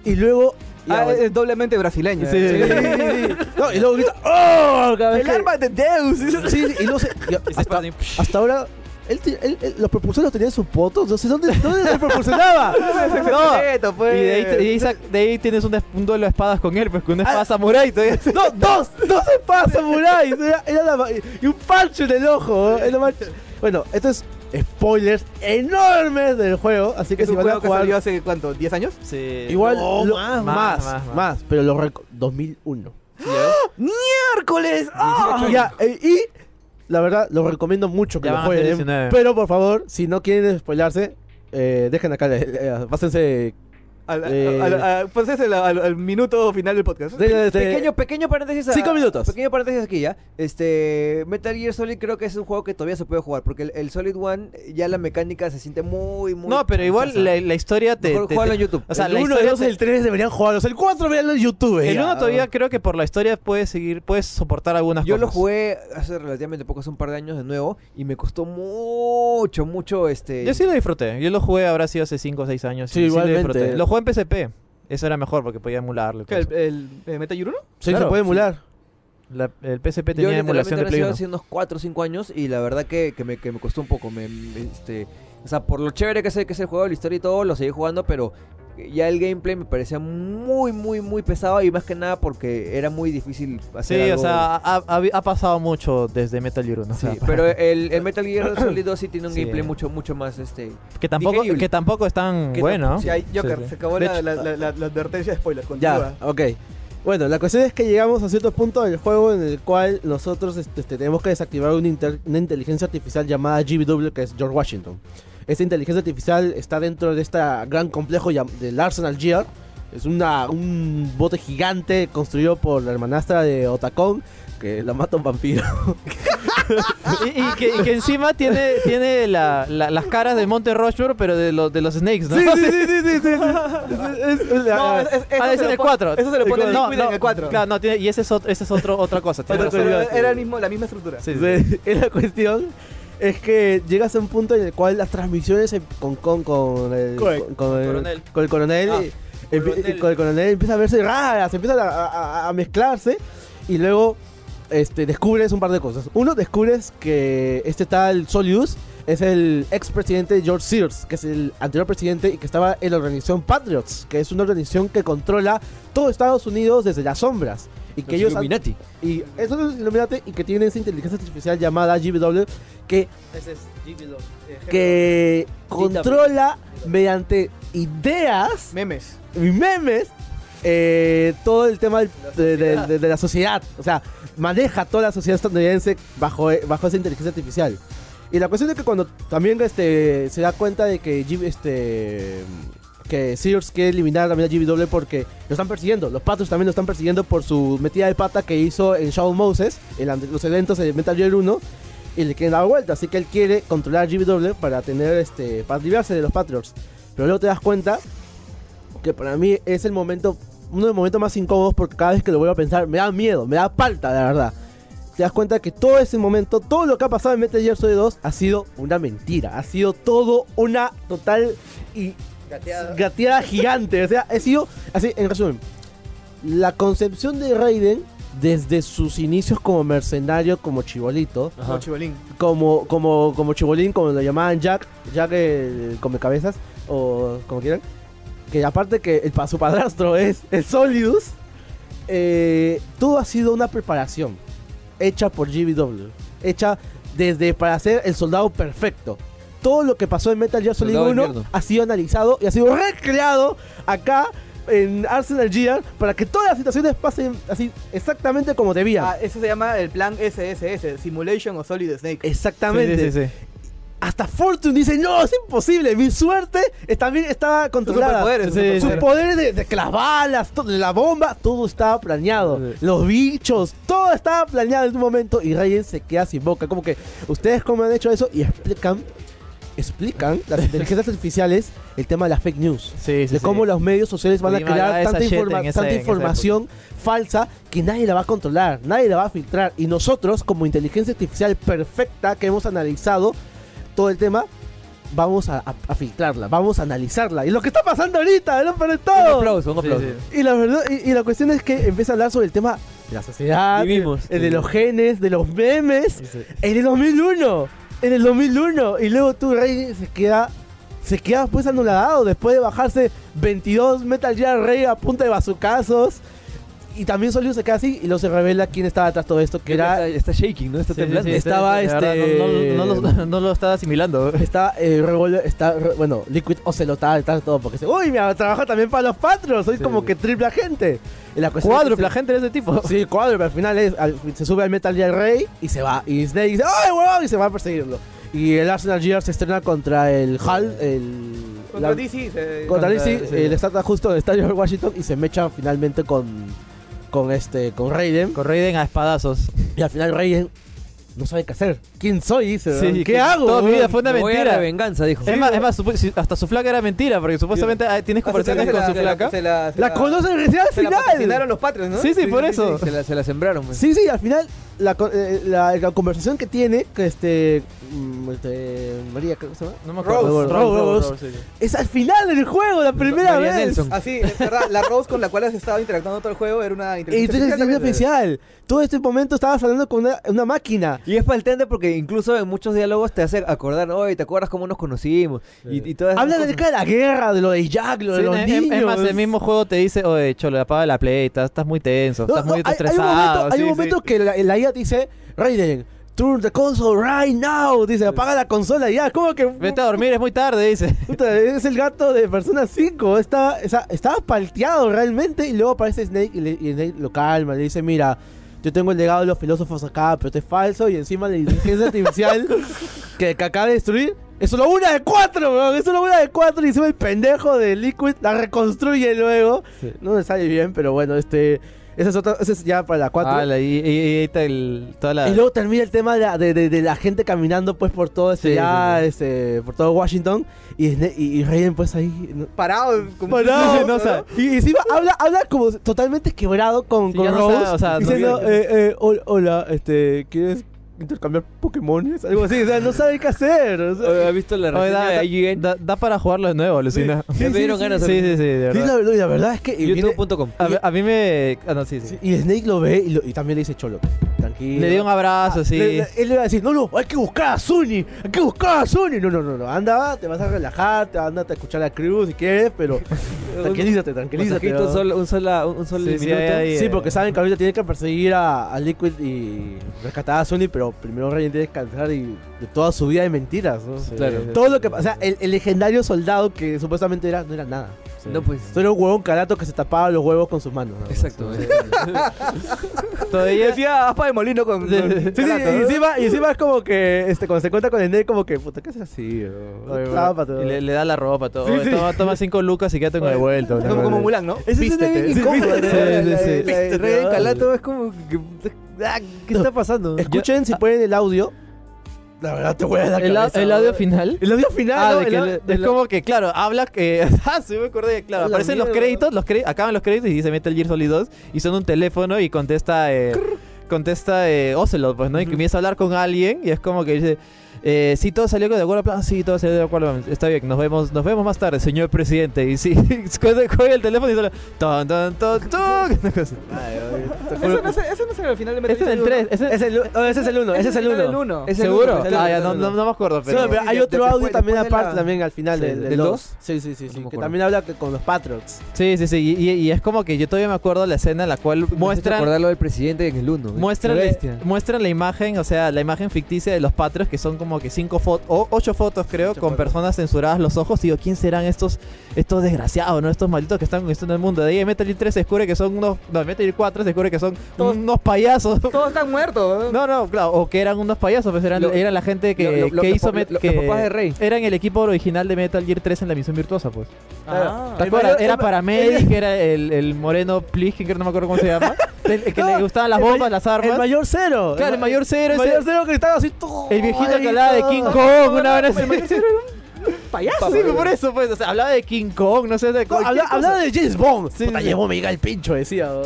Speaker 2: y luego... y
Speaker 3: Ah,
Speaker 2: ahora-
Speaker 3: es doblemente brasileño.
Speaker 2: Sí, sí, sí, sí. No, y luego grita ¡Oh! Cada vez
Speaker 3: El
Speaker 2: que-
Speaker 3: arma de Deus.
Speaker 2: Sí, sí, y no sé... y
Speaker 5: Y se
Speaker 2: hasta,
Speaker 5: pone-
Speaker 2: hasta ahora... él te- él- él- los propulsores los tenía en sus potos, no sé dónde, dónde se propulsionaba. No,
Speaker 3: Secreto,
Speaker 5: Y
Speaker 3: pues.
Speaker 5: de ahí, y ahí sac- de ahí tienes un, des- un duelo de espadas con él, pues con una espada
Speaker 2: Ah.
Speaker 5: samurai todavía.
Speaker 2: No, dos, dos espadas samuráis. Era, era la ma- y un parche en el ojo. ¿eh? Es lo más ch- Bueno, esto es spoilers enormes del juego. Así que
Speaker 3: Es
Speaker 2: si
Speaker 3: un
Speaker 2: van a
Speaker 3: juego que
Speaker 2: jugar.
Speaker 3: salió hace, ¿cuánto? ¿10 años?
Speaker 2: Igual, lo- más, más,
Speaker 5: más, más.
Speaker 2: pero lo reco- 2001.
Speaker 3: ¡Miércoles!
Speaker 2: Ah, ya, eh, y la verdad, lo recomiendo mucho que
Speaker 5: Ya
Speaker 2: lo
Speaker 5: van a ser
Speaker 2: jueguen.
Speaker 5: 19.
Speaker 2: Pero por favor, si no quieren spoilarse, eh, dejen acá. le- le- pásense.
Speaker 3: Al,
Speaker 2: Eh.
Speaker 3: al- al- pues es el- al- al minuto final del podcast.
Speaker 2: de- de-
Speaker 5: Este,
Speaker 4: Pequeño, pequeño paréntesis. a-
Speaker 2: Cinco minutos.
Speaker 4: Pequeño paréntesis aquí ya. Este, Metal Gear Solid creo que es un juego que todavía se puede jugar. Porque el, el Solid One eh, ya la mecánica se siente muy, muy.
Speaker 5: No, pero igual la, la historia te.
Speaker 4: Mejor
Speaker 5: te-
Speaker 4: juégalo en
Speaker 5: te-
Speaker 4: YouTube.
Speaker 5: O sea,
Speaker 2: el
Speaker 5: la
Speaker 2: 1, el
Speaker 5: historia
Speaker 2: 2,
Speaker 5: te-
Speaker 2: el 3 deberían jugarlos. El 4 veanlo en YouTube.
Speaker 5: El
Speaker 2: ya.
Speaker 5: uno todavía creo que por la historia puedes seguir, puedes soportar algunas
Speaker 4: Yo
Speaker 5: cosas.
Speaker 4: lo jugué hace relativamente poco, hace un par de años de nuevo. Y me costó mucho, mucho. Este,
Speaker 5: Yo sí lo disfruté. Yo lo jugué, habrá sido hace 5 o 6 años.
Speaker 2: Sí,
Speaker 5: y lo
Speaker 2: igualmente.
Speaker 5: disfruté. Lo jugué en PSP. Eso era mejor porque podía emularlo. y todo
Speaker 3: ¿El,
Speaker 5: eso.
Speaker 3: el, eh, Metal Gear 1?
Speaker 2: Sí,
Speaker 5: Claro,
Speaker 2: se puede emular.
Speaker 5: La- el PSP
Speaker 4: Yo
Speaker 5: tenía emulación de
Speaker 4: literalmente
Speaker 5: Play
Speaker 4: ahora
Speaker 5: 1.
Speaker 4: sí hace unos 4 o 5 años y la verdad que, que me, que me costó un poco. Me, me- este, o sea, por lo chévere que es, el- que es el juego, la historia y todo, lo seguí jugando, pero ya el gameplay me parecía muy, muy, muy pesado y más que nada porque era muy difícil hacer
Speaker 5: Sí, o
Speaker 4: algo-
Speaker 5: sea, ha, ha- ha pasado mucho desde Metal Gear 1. o
Speaker 4: Sí,
Speaker 5: sea,
Speaker 4: pero el, el Metal Gear Solid 2 sí tiene un
Speaker 5: Sí.
Speaker 4: gameplay mucho, mucho más este.
Speaker 5: que tampoco,
Speaker 4: digerible.
Speaker 5: que tampoco es tan
Speaker 4: Que
Speaker 5: bueno.
Speaker 4: tampoco-
Speaker 5: ¿no?
Speaker 4: sí,
Speaker 3: Ya, Joker,
Speaker 5: Sí, sí.
Speaker 3: se acabó
Speaker 5: De
Speaker 3: la,
Speaker 5: hecho-
Speaker 3: la- la- la- la advertencia de spoilers.
Speaker 2: Ya,
Speaker 3: Continúa.
Speaker 2: ok. Bueno, la cuestión es que llegamos a cierto punto del juego en el cual nosotros este, este, tenemos que desactivar una, inter- una inteligencia artificial llamada GBW, que es George Washington. Esta inteligencia artificial está dentro de este gran complejo llam- del Arsenal Gear. Es una, un bote gigante construido por la hermanastra de Otacón, que la mata un vampiro.
Speaker 5: Y, y que, y que encima tiene, tiene la- la- las caras de Monte Rushmore, pero de, los de los Snakes, ¿no?
Speaker 2: sí, sí, sí. sí. Es- es- es-
Speaker 3: No,
Speaker 2: la-
Speaker 3: es- es- eso
Speaker 5: Ah,
Speaker 3: se
Speaker 5: es en
Speaker 3: lo
Speaker 5: el
Speaker 3: pon-
Speaker 5: 4.
Speaker 3: Eso se lo pone
Speaker 5: no,
Speaker 3: Liquid en
Speaker 5: no,
Speaker 3: el 4.
Speaker 5: Claro, no, tiene, y ese es, otro, ese es otro, otra cosa. tiene
Speaker 3: Pero-
Speaker 5: razón.
Speaker 3: pero era el mismo, la misma estructura.
Speaker 5: Sí, sí, sí.
Speaker 2: Sí, es la cuestión es que llegas a un punto en el cual las transmisiones en- con con con el,
Speaker 3: Con-
Speaker 2: con, con el
Speaker 5: coronel.
Speaker 2: con el coronel,
Speaker 5: Ah,
Speaker 2: eh, empie-
Speaker 5: coronel.
Speaker 2: con el coronel empieza a verse raras, empiezan a, a- a mezclarse y luego este descubres un par de cosas. Uno descubres que este tal Solius es el ex presidente George Sears, que es el anterior presidente y que estaba en la organización Patriots, que es una organización que controla todo Estados Unidos desde las sombras y que ellos han-
Speaker 4: Illuminati.
Speaker 2: y eso es Illuminati y que tiene esa inteligencia artificial llamada GBW que, que controla mediante ideas
Speaker 3: Memes.
Speaker 2: y memes eh, todo el tema del- de, de- de- de la sociedad. O sea, maneja toda la sociedad estadounidense bajo, eh, bajo esa inteligencia artificial. Y la cuestión es que cuando también este, se da cuenta de que, G- este, que Sears quiere eliminar también a GBW porque lo están persiguiendo. Los patos también lo están persiguiendo por su metida de pata que hizo en Shadow Moses, en la- los eventos de Metal Gear 1. Y le quieren dar vuelta, así que él quiere controlar a GBW para tener este. para librarse de los Patriots. Pero luego te das cuenta que para mí es el momento, uno de los momentos más incómodos porque cada vez que lo vuelvo a pensar me da miedo, me da palta, la verdad. Te das cuenta que todo ese momento, todo lo que ha pasado en Metal Gear Solid 2 ha sido una mentira, ha sido todo una total y gateada gigante. O sea, ha sido, así, en resumen, la concepción de Raiden desde sus inicios como mercenario, como chibolito,
Speaker 3: Como chibolín.
Speaker 2: como, como, como Chibolín, como lo llamaban Jack, Jack el Comecabezas, o como quieran. Que aparte que el, pa- su padrastro es, es Solius, eh, todo ha sido una preparación hecha por GBW, hecha desde para ser el soldado perfecto. Todo lo que pasó en Metal Gear Solid
Speaker 4: Soldado de
Speaker 2: 1
Speaker 4: invierno.
Speaker 2: ha sido analizado y ha sido recreado acá en Arsenal Gear para que todas las situaciones pasen así exactamente como debían.
Speaker 3: Ah, eso se llama el plan SSS, Simulation o Solid
Speaker 5: Eh,
Speaker 3: Snake.
Speaker 2: exactamente.
Speaker 5: Sí, sí, sí.
Speaker 2: Hasta Fortune dice, no, es imposible, mi suerte es- también estaba controlada.
Speaker 3: superpoderes,
Speaker 5: Sí,
Speaker 2: Sus
Speaker 5: sí.
Speaker 2: poderes de, de que las balas, to- de la bomba, todo estaba planeado.
Speaker 5: Sí.
Speaker 2: Los bichos, todo estaba planeado en un momento y Raiden se queda sin boca. Como que, ¿ustedes cómo han hecho eso? Y explican, explican las inteligencias artificiales el tema de las fake news.
Speaker 5: Sí, sí,
Speaker 2: de
Speaker 5: sí.
Speaker 2: cómo los medios sociales van a
Speaker 5: Oye, me agrada
Speaker 2: crear
Speaker 5: esa
Speaker 2: tanta,
Speaker 5: shit
Speaker 2: informa-
Speaker 5: en esa-
Speaker 2: tanta
Speaker 5: en esa
Speaker 2: información falsa que nadie la va a controlar, nadie la va a filtrar. Y nosotros, como inteligencia artificial perfecta que hemos analizado todo el tema, vamos a, a- a filtrarla, vamos a analizarla. Y lo que está pasando ahorita, ¿no? Pero
Speaker 4: Un
Speaker 2: todo.
Speaker 4: aplauso, un
Speaker 5: Sí,
Speaker 4: aplauso.
Speaker 5: sí.
Speaker 2: Y la verdad, y, y la cuestión es que empieza a hablar sobre el tema de la
Speaker 5: Ah,
Speaker 2: sociedad,
Speaker 4: Vivimos.
Speaker 2: el de los genes, de los memes,
Speaker 5: Sí, sí.
Speaker 2: en el 2001. En el 2001. Y luego tú, Rey, se queda. Se queda pues anulado después de bajarse 22 Metal Gear Rey a punta de bazucazos. Y también Solio se queda así. Y luego se revela quién estaba detrás de todo esto. Que era.
Speaker 4: Está, está shaking, ¿no? Está
Speaker 5: Sí, sí,
Speaker 4: temblando.
Speaker 5: sí,
Speaker 2: Estaba,
Speaker 5: de verdad,
Speaker 2: este-
Speaker 5: no, no- no lo, no lo estaba asimilando.
Speaker 2: Está, eh, Revol- está, re- bueno, Liquid Ocelot estaba detrás de todo. Porque dice, uy, me trabaja también para los patros. Soy
Speaker 5: Sí,
Speaker 2: como
Speaker 5: sí.
Speaker 2: que triple agente. Y la cuestión es que
Speaker 5: Cuádruple
Speaker 2: se-
Speaker 5: gente de ese tipo.
Speaker 2: Sí, cuadro, pero al final es- al- se sube al Metal Gear Rey y se va. Y Snake dice, ¡ay, huevón! Y se va a perseguirlo. Y el Arsenal Gear se estrena contra el Hall, el...
Speaker 3: Contra
Speaker 2: la-
Speaker 3: DC. se-
Speaker 2: contra
Speaker 5: contra- eh,
Speaker 2: DC,
Speaker 5: sí.
Speaker 2: el estatua justo de Estadio Washington y se mecha finalmente con, con este, con Raiden.
Speaker 5: Con Raiden a espadazos.
Speaker 2: Y al final Raiden no sabe qué hacer. ¿Quién soy? Dice,
Speaker 5: Sí,
Speaker 2: ¿qué
Speaker 5: que
Speaker 2: hago?
Speaker 5: Toda mi
Speaker 2: huevón?
Speaker 5: vida fue una
Speaker 4: Me voy a la
Speaker 5: mentira.
Speaker 4: venganza, dijo.
Speaker 5: Es más, es más, supu- si- hasta su flaca era mentira, porque supuestamente ah, tienes
Speaker 3: Ah, se la-
Speaker 5: conversaciones con
Speaker 3: se
Speaker 5: su
Speaker 3: la-
Speaker 5: flaca.
Speaker 3: se la- se
Speaker 2: La conoce recién al
Speaker 3: Se la patrocinaron
Speaker 2: final.
Speaker 3: los patrios, ¿no?
Speaker 5: Sí, sí, por eso.
Speaker 4: Se la, se la sembraron. pues.
Speaker 2: Sí, sí, al final la, co- eh, la- la conversación que tiene, que este, mm, este, María, ¿cómo se llama?
Speaker 5: No me
Speaker 2: Rose, Rose,
Speaker 5: sí, sí.
Speaker 2: Es al final del juego, la primera
Speaker 4: María
Speaker 2: vez.
Speaker 4: Nelson.
Speaker 3: Así, Ah, es verdad, la Rose con la cual has estado
Speaker 5: Eh,
Speaker 3: interactuando todo el juego era una
Speaker 2: Y tú eres
Speaker 3: artificial
Speaker 2: inteligencia
Speaker 3: también.
Speaker 2: oficial. Todo este momento estabas hablando con una, una máquina.
Speaker 4: Y es paltante porque incluso en muchos diálogos te hace acordar, oye, ¿te acuerdas cómo nos conocimos? Y, y todas esas
Speaker 2: Habla
Speaker 4: cosas.
Speaker 2: acerca de la guerra, de lo de Jack, lo
Speaker 5: Sí,
Speaker 2: de los
Speaker 5: es, es-
Speaker 2: niños.
Speaker 5: es más, el mismo juego te dice, oye, cholo, apaga la play, estás, estás muy tenso,
Speaker 2: No,
Speaker 5: estás
Speaker 2: no,
Speaker 5: muy
Speaker 2: hay- hay, un
Speaker 5: estresado.
Speaker 2: momento, hay
Speaker 5: sí,
Speaker 2: un momento
Speaker 5: sí.
Speaker 2: que la, la IA te dice, Raiden, turn the console right now. Dice, apaga la consola ya. ¿Cómo que?
Speaker 5: Vete a dormir, es muy tarde, dice.
Speaker 2: Puta, es el gato de Persona 5. Estaba, esa- estaba palteado realmente. Y luego aparece Snake y, le- y Snake lo calma. Le dice: Mira, yo tengo el legado de los filósofos acá, pero esto es falso. Y encima la inteligencia artificial que, que acaba de destruir es solo una de cuatro, weón. Es solo una de cuatro. Y encima el pendejo de Liquid la reconstruye luego. No me sale bien, pero bueno, este. Esa es otra. Esa es ya para la cuatro.
Speaker 5: Ah, la- y, y- y ahí está el, toda la...
Speaker 2: Y luego termina el tema de la, de, de- de la gente caminando pues por todo este,
Speaker 5: Sí,
Speaker 2: ya,
Speaker 5: sí, sí.
Speaker 2: este, por todo Washington y, Sna- y, y Raiden pues ahí ¿no?
Speaker 3: Parado, como
Speaker 2: Parado,
Speaker 5: no, o sea,
Speaker 2: Y encima habla, habla como totalmente quebrado con,
Speaker 5: Sí,
Speaker 2: con
Speaker 5: ya no
Speaker 2: Rose.
Speaker 5: sabe, o sea, no
Speaker 2: diciendo,
Speaker 5: sabe.
Speaker 2: eh, eh, hol- hola, este, ¿quieres intercambiar Pokémones? Algo así, o sea, no sabe qué hacer. o sea.
Speaker 4: Oye, ¿Has visto la
Speaker 5: Oye,
Speaker 4: reseña
Speaker 5: da,
Speaker 4: de IGN?
Speaker 5: da- da para jugarlo de nuevo, Lucina.
Speaker 4: Sí, Me sí, dieron sí, ganas, sí.
Speaker 5: Sí, sí, sí, de
Speaker 2: Sí,
Speaker 5: verdad.
Speaker 2: la, la verdad es que. y viene-
Speaker 4: YouTube.com.
Speaker 5: A, a mí me... Ah, no, sí, sí.
Speaker 2: sí, y Snake lo ve y, lo- y también le dice Cholo. Tranquilo.
Speaker 5: Le di un
Speaker 2: Ah,
Speaker 5: abrazo, sí.
Speaker 2: Le- le- él le va a decir, no, no, hay que buscar a Sony, hay que buscar a Sony. No, no, no, no, anda, te vas a relajar, te andate a escuchar a Crew si quieres, pero tranquilízate, tranquilízate.
Speaker 4: Masajito,
Speaker 2: ¿no?
Speaker 4: un sol, un sola- un sol
Speaker 5: Sí, sí,
Speaker 4: minuto.
Speaker 5: ahí, ahí.
Speaker 2: Sí, eh. porque saben que ahorita tienen que perseguir a, a Liquid y rescatar a Sony, pero primero Ryan tiene que descansar y de toda su vida de mentiras, ¿no?
Speaker 4: Claro.
Speaker 2: Todo lo que o sea, el, el legendario soldado que supuestamente era, no era nada.
Speaker 4: No, pues.
Speaker 2: Solo era un huevón carato que se tapaba los huevos con sus manos. ¿no?
Speaker 4: Exacto.
Speaker 5: Todavía...
Speaker 3: Decía aspa de molino con.
Speaker 5: Sí,
Speaker 3: con-
Speaker 5: sí,
Speaker 2: Sí, sí,
Speaker 3: Calato,
Speaker 2: y
Speaker 3: ¿no?
Speaker 2: encima, y encima es como que este, cuando se cuenta con el Ned, como que, puta, ¿qué haces así?
Speaker 5: Oye,
Speaker 2: bro?
Speaker 5: bro,
Speaker 2: Tápate,
Speaker 5: y
Speaker 2: bro.
Speaker 5: le, le da la ropa, todo.
Speaker 2: Sí,
Speaker 5: Oye,
Speaker 2: sí.
Speaker 5: Toma, toma cinco lucas y quédate con el vuelto.
Speaker 3: Como, como Mulan, ¿no?
Speaker 2: Esa escena es bien incómoda,
Speaker 5: vístete.
Speaker 2: ¿no? La-
Speaker 5: Sí,
Speaker 2: la-
Speaker 5: sí, sí.
Speaker 2: la- la-
Speaker 4: Este, Rey
Speaker 2: la-
Speaker 4: Calato es como. que- ah, ¿Qué está pasando?
Speaker 2: Escuchen si pueden el audio. Ah. La verdad te voy a dar
Speaker 5: El, au- el audio final.
Speaker 2: El audio final.
Speaker 5: Ah,
Speaker 2: ¿no?
Speaker 5: de que
Speaker 2: El au-
Speaker 5: le-
Speaker 2: el
Speaker 5: es como que, claro, habla que. ah, sí, me acordé. Claro,
Speaker 2: La
Speaker 5: aparecen los
Speaker 2: mierda.
Speaker 5: créditos, los cre- acaban los créditos y dice Metal Gear Solid 2 y son un teléfono y contesta. eh, contesta eh, Ocelot, pues, ¿no? Y comienza a hablar con alguien y es como que dice. Eh, sí, todo salió de acuerdo al plan. Sí, todo salió de acuerdo al plan. Está bien, nos vemos, nos vemos más tarde, señor presidente. Y sí, cuelga cuelga el teléfono y solo. Ton, ton, ton, ton. Una cosa.
Speaker 3: Eso Ah, no es, eso no es el final de Metal
Speaker 5: Este es el
Speaker 3: Gear
Speaker 5: 3. Ese,
Speaker 2: Es el, oh, ese es el uno, ese es el
Speaker 3: final del
Speaker 2: uno.
Speaker 3: uno.
Speaker 4: Es el
Speaker 5: ¿Seguro?
Speaker 4: uno, es el
Speaker 5: ah, ya,
Speaker 4: uno,
Speaker 5: no,
Speaker 4: es el
Speaker 5: no,
Speaker 4: uno.
Speaker 5: no me acuerdo.
Speaker 2: Sí, pero
Speaker 5: Pero...
Speaker 2: hay
Speaker 4: de-
Speaker 2: otro
Speaker 4: después-
Speaker 2: audio también
Speaker 4: después de la-
Speaker 2: aparte, también al final
Speaker 4: Sí,
Speaker 2: del,
Speaker 4: del
Speaker 2: del
Speaker 4: dos.
Speaker 2: dos. Sí, sí, sí,
Speaker 4: No
Speaker 2: sí.
Speaker 4: me
Speaker 2: que
Speaker 4: acuerdo.
Speaker 2: también habla que con los Patriots.
Speaker 5: Sí, sí, sí. Y, y- y es como que yo todavía me acuerdo la escena en la cual muestran
Speaker 4: Recordar lo del presidente en el 1.
Speaker 5: Muestran, muestran la imagen, o sea, la imagen ficticia de los patrios, que son como que cinco fotos, ocho fotos creo,
Speaker 2: Ocho
Speaker 5: con
Speaker 2: fotos.
Speaker 5: personas censuradas los ojos. Y digo, ¿quién serán estos, estos desgraciados, no? Estos malditos que están conquistando el mundo. De ahí en Metal Gear 3 se descubre que son unos, no, en Metal Gear 4 se descubre que son
Speaker 3: Todos-
Speaker 5: unos payasos.
Speaker 3: Todos están muertos.
Speaker 5: No, no, claro, o que eran unos payasos, pues eran,
Speaker 4: Lo-
Speaker 5: eran la gente que,
Speaker 4: lo- lo-
Speaker 5: que
Speaker 4: los
Speaker 5: hizo...
Speaker 4: pa-
Speaker 5: Met-
Speaker 4: lo- los
Speaker 5: que
Speaker 4: papás de Rey.
Speaker 5: Eran el equipo original de Metal Gear 3 en la misión virtuosa, pues.
Speaker 3: Ah.
Speaker 5: ¿Te acuerdas? Era paramedic, era el, el moreno Pliskin, que no me acuerdo cómo se llama. El, el que le gustaban las
Speaker 2: el
Speaker 5: bombas,
Speaker 2: mayor-
Speaker 5: las armas.
Speaker 2: El mayor cero.
Speaker 5: Claro, el mayor cero,
Speaker 2: El
Speaker 5: ese-
Speaker 2: mayor cero que estaba así todo.
Speaker 5: El viejito
Speaker 2: ahí,
Speaker 5: que hablaba de
Speaker 2: todo.
Speaker 5: King Kong, una vez así.
Speaker 3: El Metal Gear era un payaso.
Speaker 5: Sí, por eso, pues, o sea, hablaba de King Kong, no sé, de
Speaker 2: No,
Speaker 5: cualquier
Speaker 2: habla-
Speaker 5: cosa.
Speaker 2: Hablaba de James Bond.
Speaker 5: Sí,
Speaker 2: Puta,
Speaker 5: sí.
Speaker 2: James Bond me llega el pincho, decía. ¿no?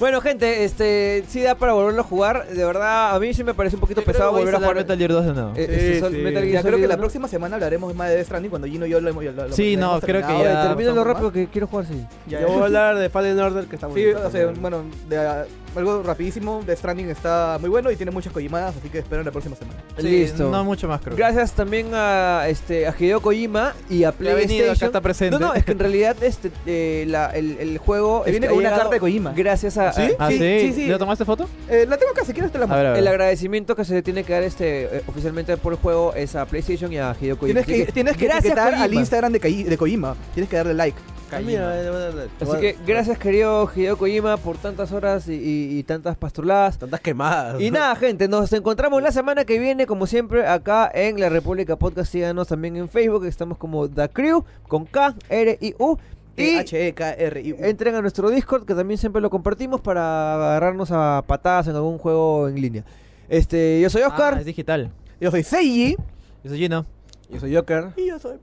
Speaker 4: Bueno, gente, este, sí da para volverlo a jugar. De verdad, a mí sí me parece un poquito
Speaker 5: Yo creo que
Speaker 4: pesado
Speaker 5: voy
Speaker 4: volver a
Speaker 5: instalar
Speaker 4: jugar
Speaker 5: Metal Gear 2 de nuevo.
Speaker 4: eh, este
Speaker 3: Sí,
Speaker 4: Sol-
Speaker 3: sí.
Speaker 4: Metal Gear
Speaker 3: Ya creo que
Speaker 4: Solid
Speaker 3: la
Speaker 4: uno.
Speaker 3: próxima semana hablaremos más de Death Stranding cuando Gino y yo lo hemos lo- lo- lo-
Speaker 5: Sí,
Speaker 3: lo
Speaker 5: no,
Speaker 3: hemos
Speaker 5: creo que
Speaker 3: terminado.
Speaker 5: ya-
Speaker 4: Oye, termínalo
Speaker 3: Vamos a
Speaker 4: rápido que quiero jugar, sí.
Speaker 3: Ya,
Speaker 2: Yo voy a hablar de Fallen Order que está muy
Speaker 3: Sí,
Speaker 2: bien.
Speaker 3: o sea, bueno, de, ah, algo rapidísimo. Death Stranding está muy bueno y tiene muchas cojimadas, así que esperen la próxima semana.
Speaker 5: Sí,
Speaker 4: Listo.
Speaker 5: No mucho más, creo.
Speaker 4: Gracias también a, este, a Hideo Kojima y a
Speaker 5: Que ha venido, acá
Speaker 4: PlayStation.
Speaker 5: está presente.
Speaker 4: No, no, es que en realidad este, eh, la- el, el juego
Speaker 3: Te viene
Speaker 4: este,
Speaker 3: con una
Speaker 4: ha llegado
Speaker 3: carta de Kojima.
Speaker 4: Gracias a, a-
Speaker 5: Ah, sí.
Speaker 3: sí, sí.
Speaker 5: ¿Ya tomaste foto?
Speaker 3: Eh, la tengo acá, si quieres te la
Speaker 5: A
Speaker 3: muestro.
Speaker 5: ver, a ver.
Speaker 4: el agradecimiento que se tiene que dar este eh, oficialmente por el juego es a PlayStation y a Hideo Kojima.
Speaker 3: Tienes que,
Speaker 4: Así
Speaker 3: tienes que
Speaker 4: gracias,
Speaker 3: etiquetar al
Speaker 4: Kojima.
Speaker 3: Instagram de, Kai- de Kojima. Tienes que darle like.
Speaker 2: Ah, mira, eh, bueno,
Speaker 4: Así
Speaker 2: bueno,
Speaker 4: que gracias querido Hideo Kojima por tantas horas y, y- y tantas pastruladas.
Speaker 2: Tantas quemadas.
Speaker 4: Y nada, gente, nos encontramos la semana que viene, como siempre, acá en La República Podcast. Síganos también en Facebook, estamos como The Crew, con K, R, I, U. Y
Speaker 3: E H-E-K-R-I.
Speaker 4: entren a nuestro Discord, que también siempre lo compartimos para agarrarnos a patadas en algún juego en línea. Este, yo soy
Speaker 5: Ah,
Speaker 4: Oscar.
Speaker 5: es digital.
Speaker 3: Yo soy Seiji.
Speaker 5: Yo soy Gino.
Speaker 2: Yo soy Joker.
Speaker 3: Y yo soy.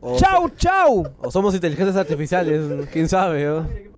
Speaker 2: O-
Speaker 4: chau, chau.
Speaker 2: O somos inteligencias artificiales, quién sabe, ¿no?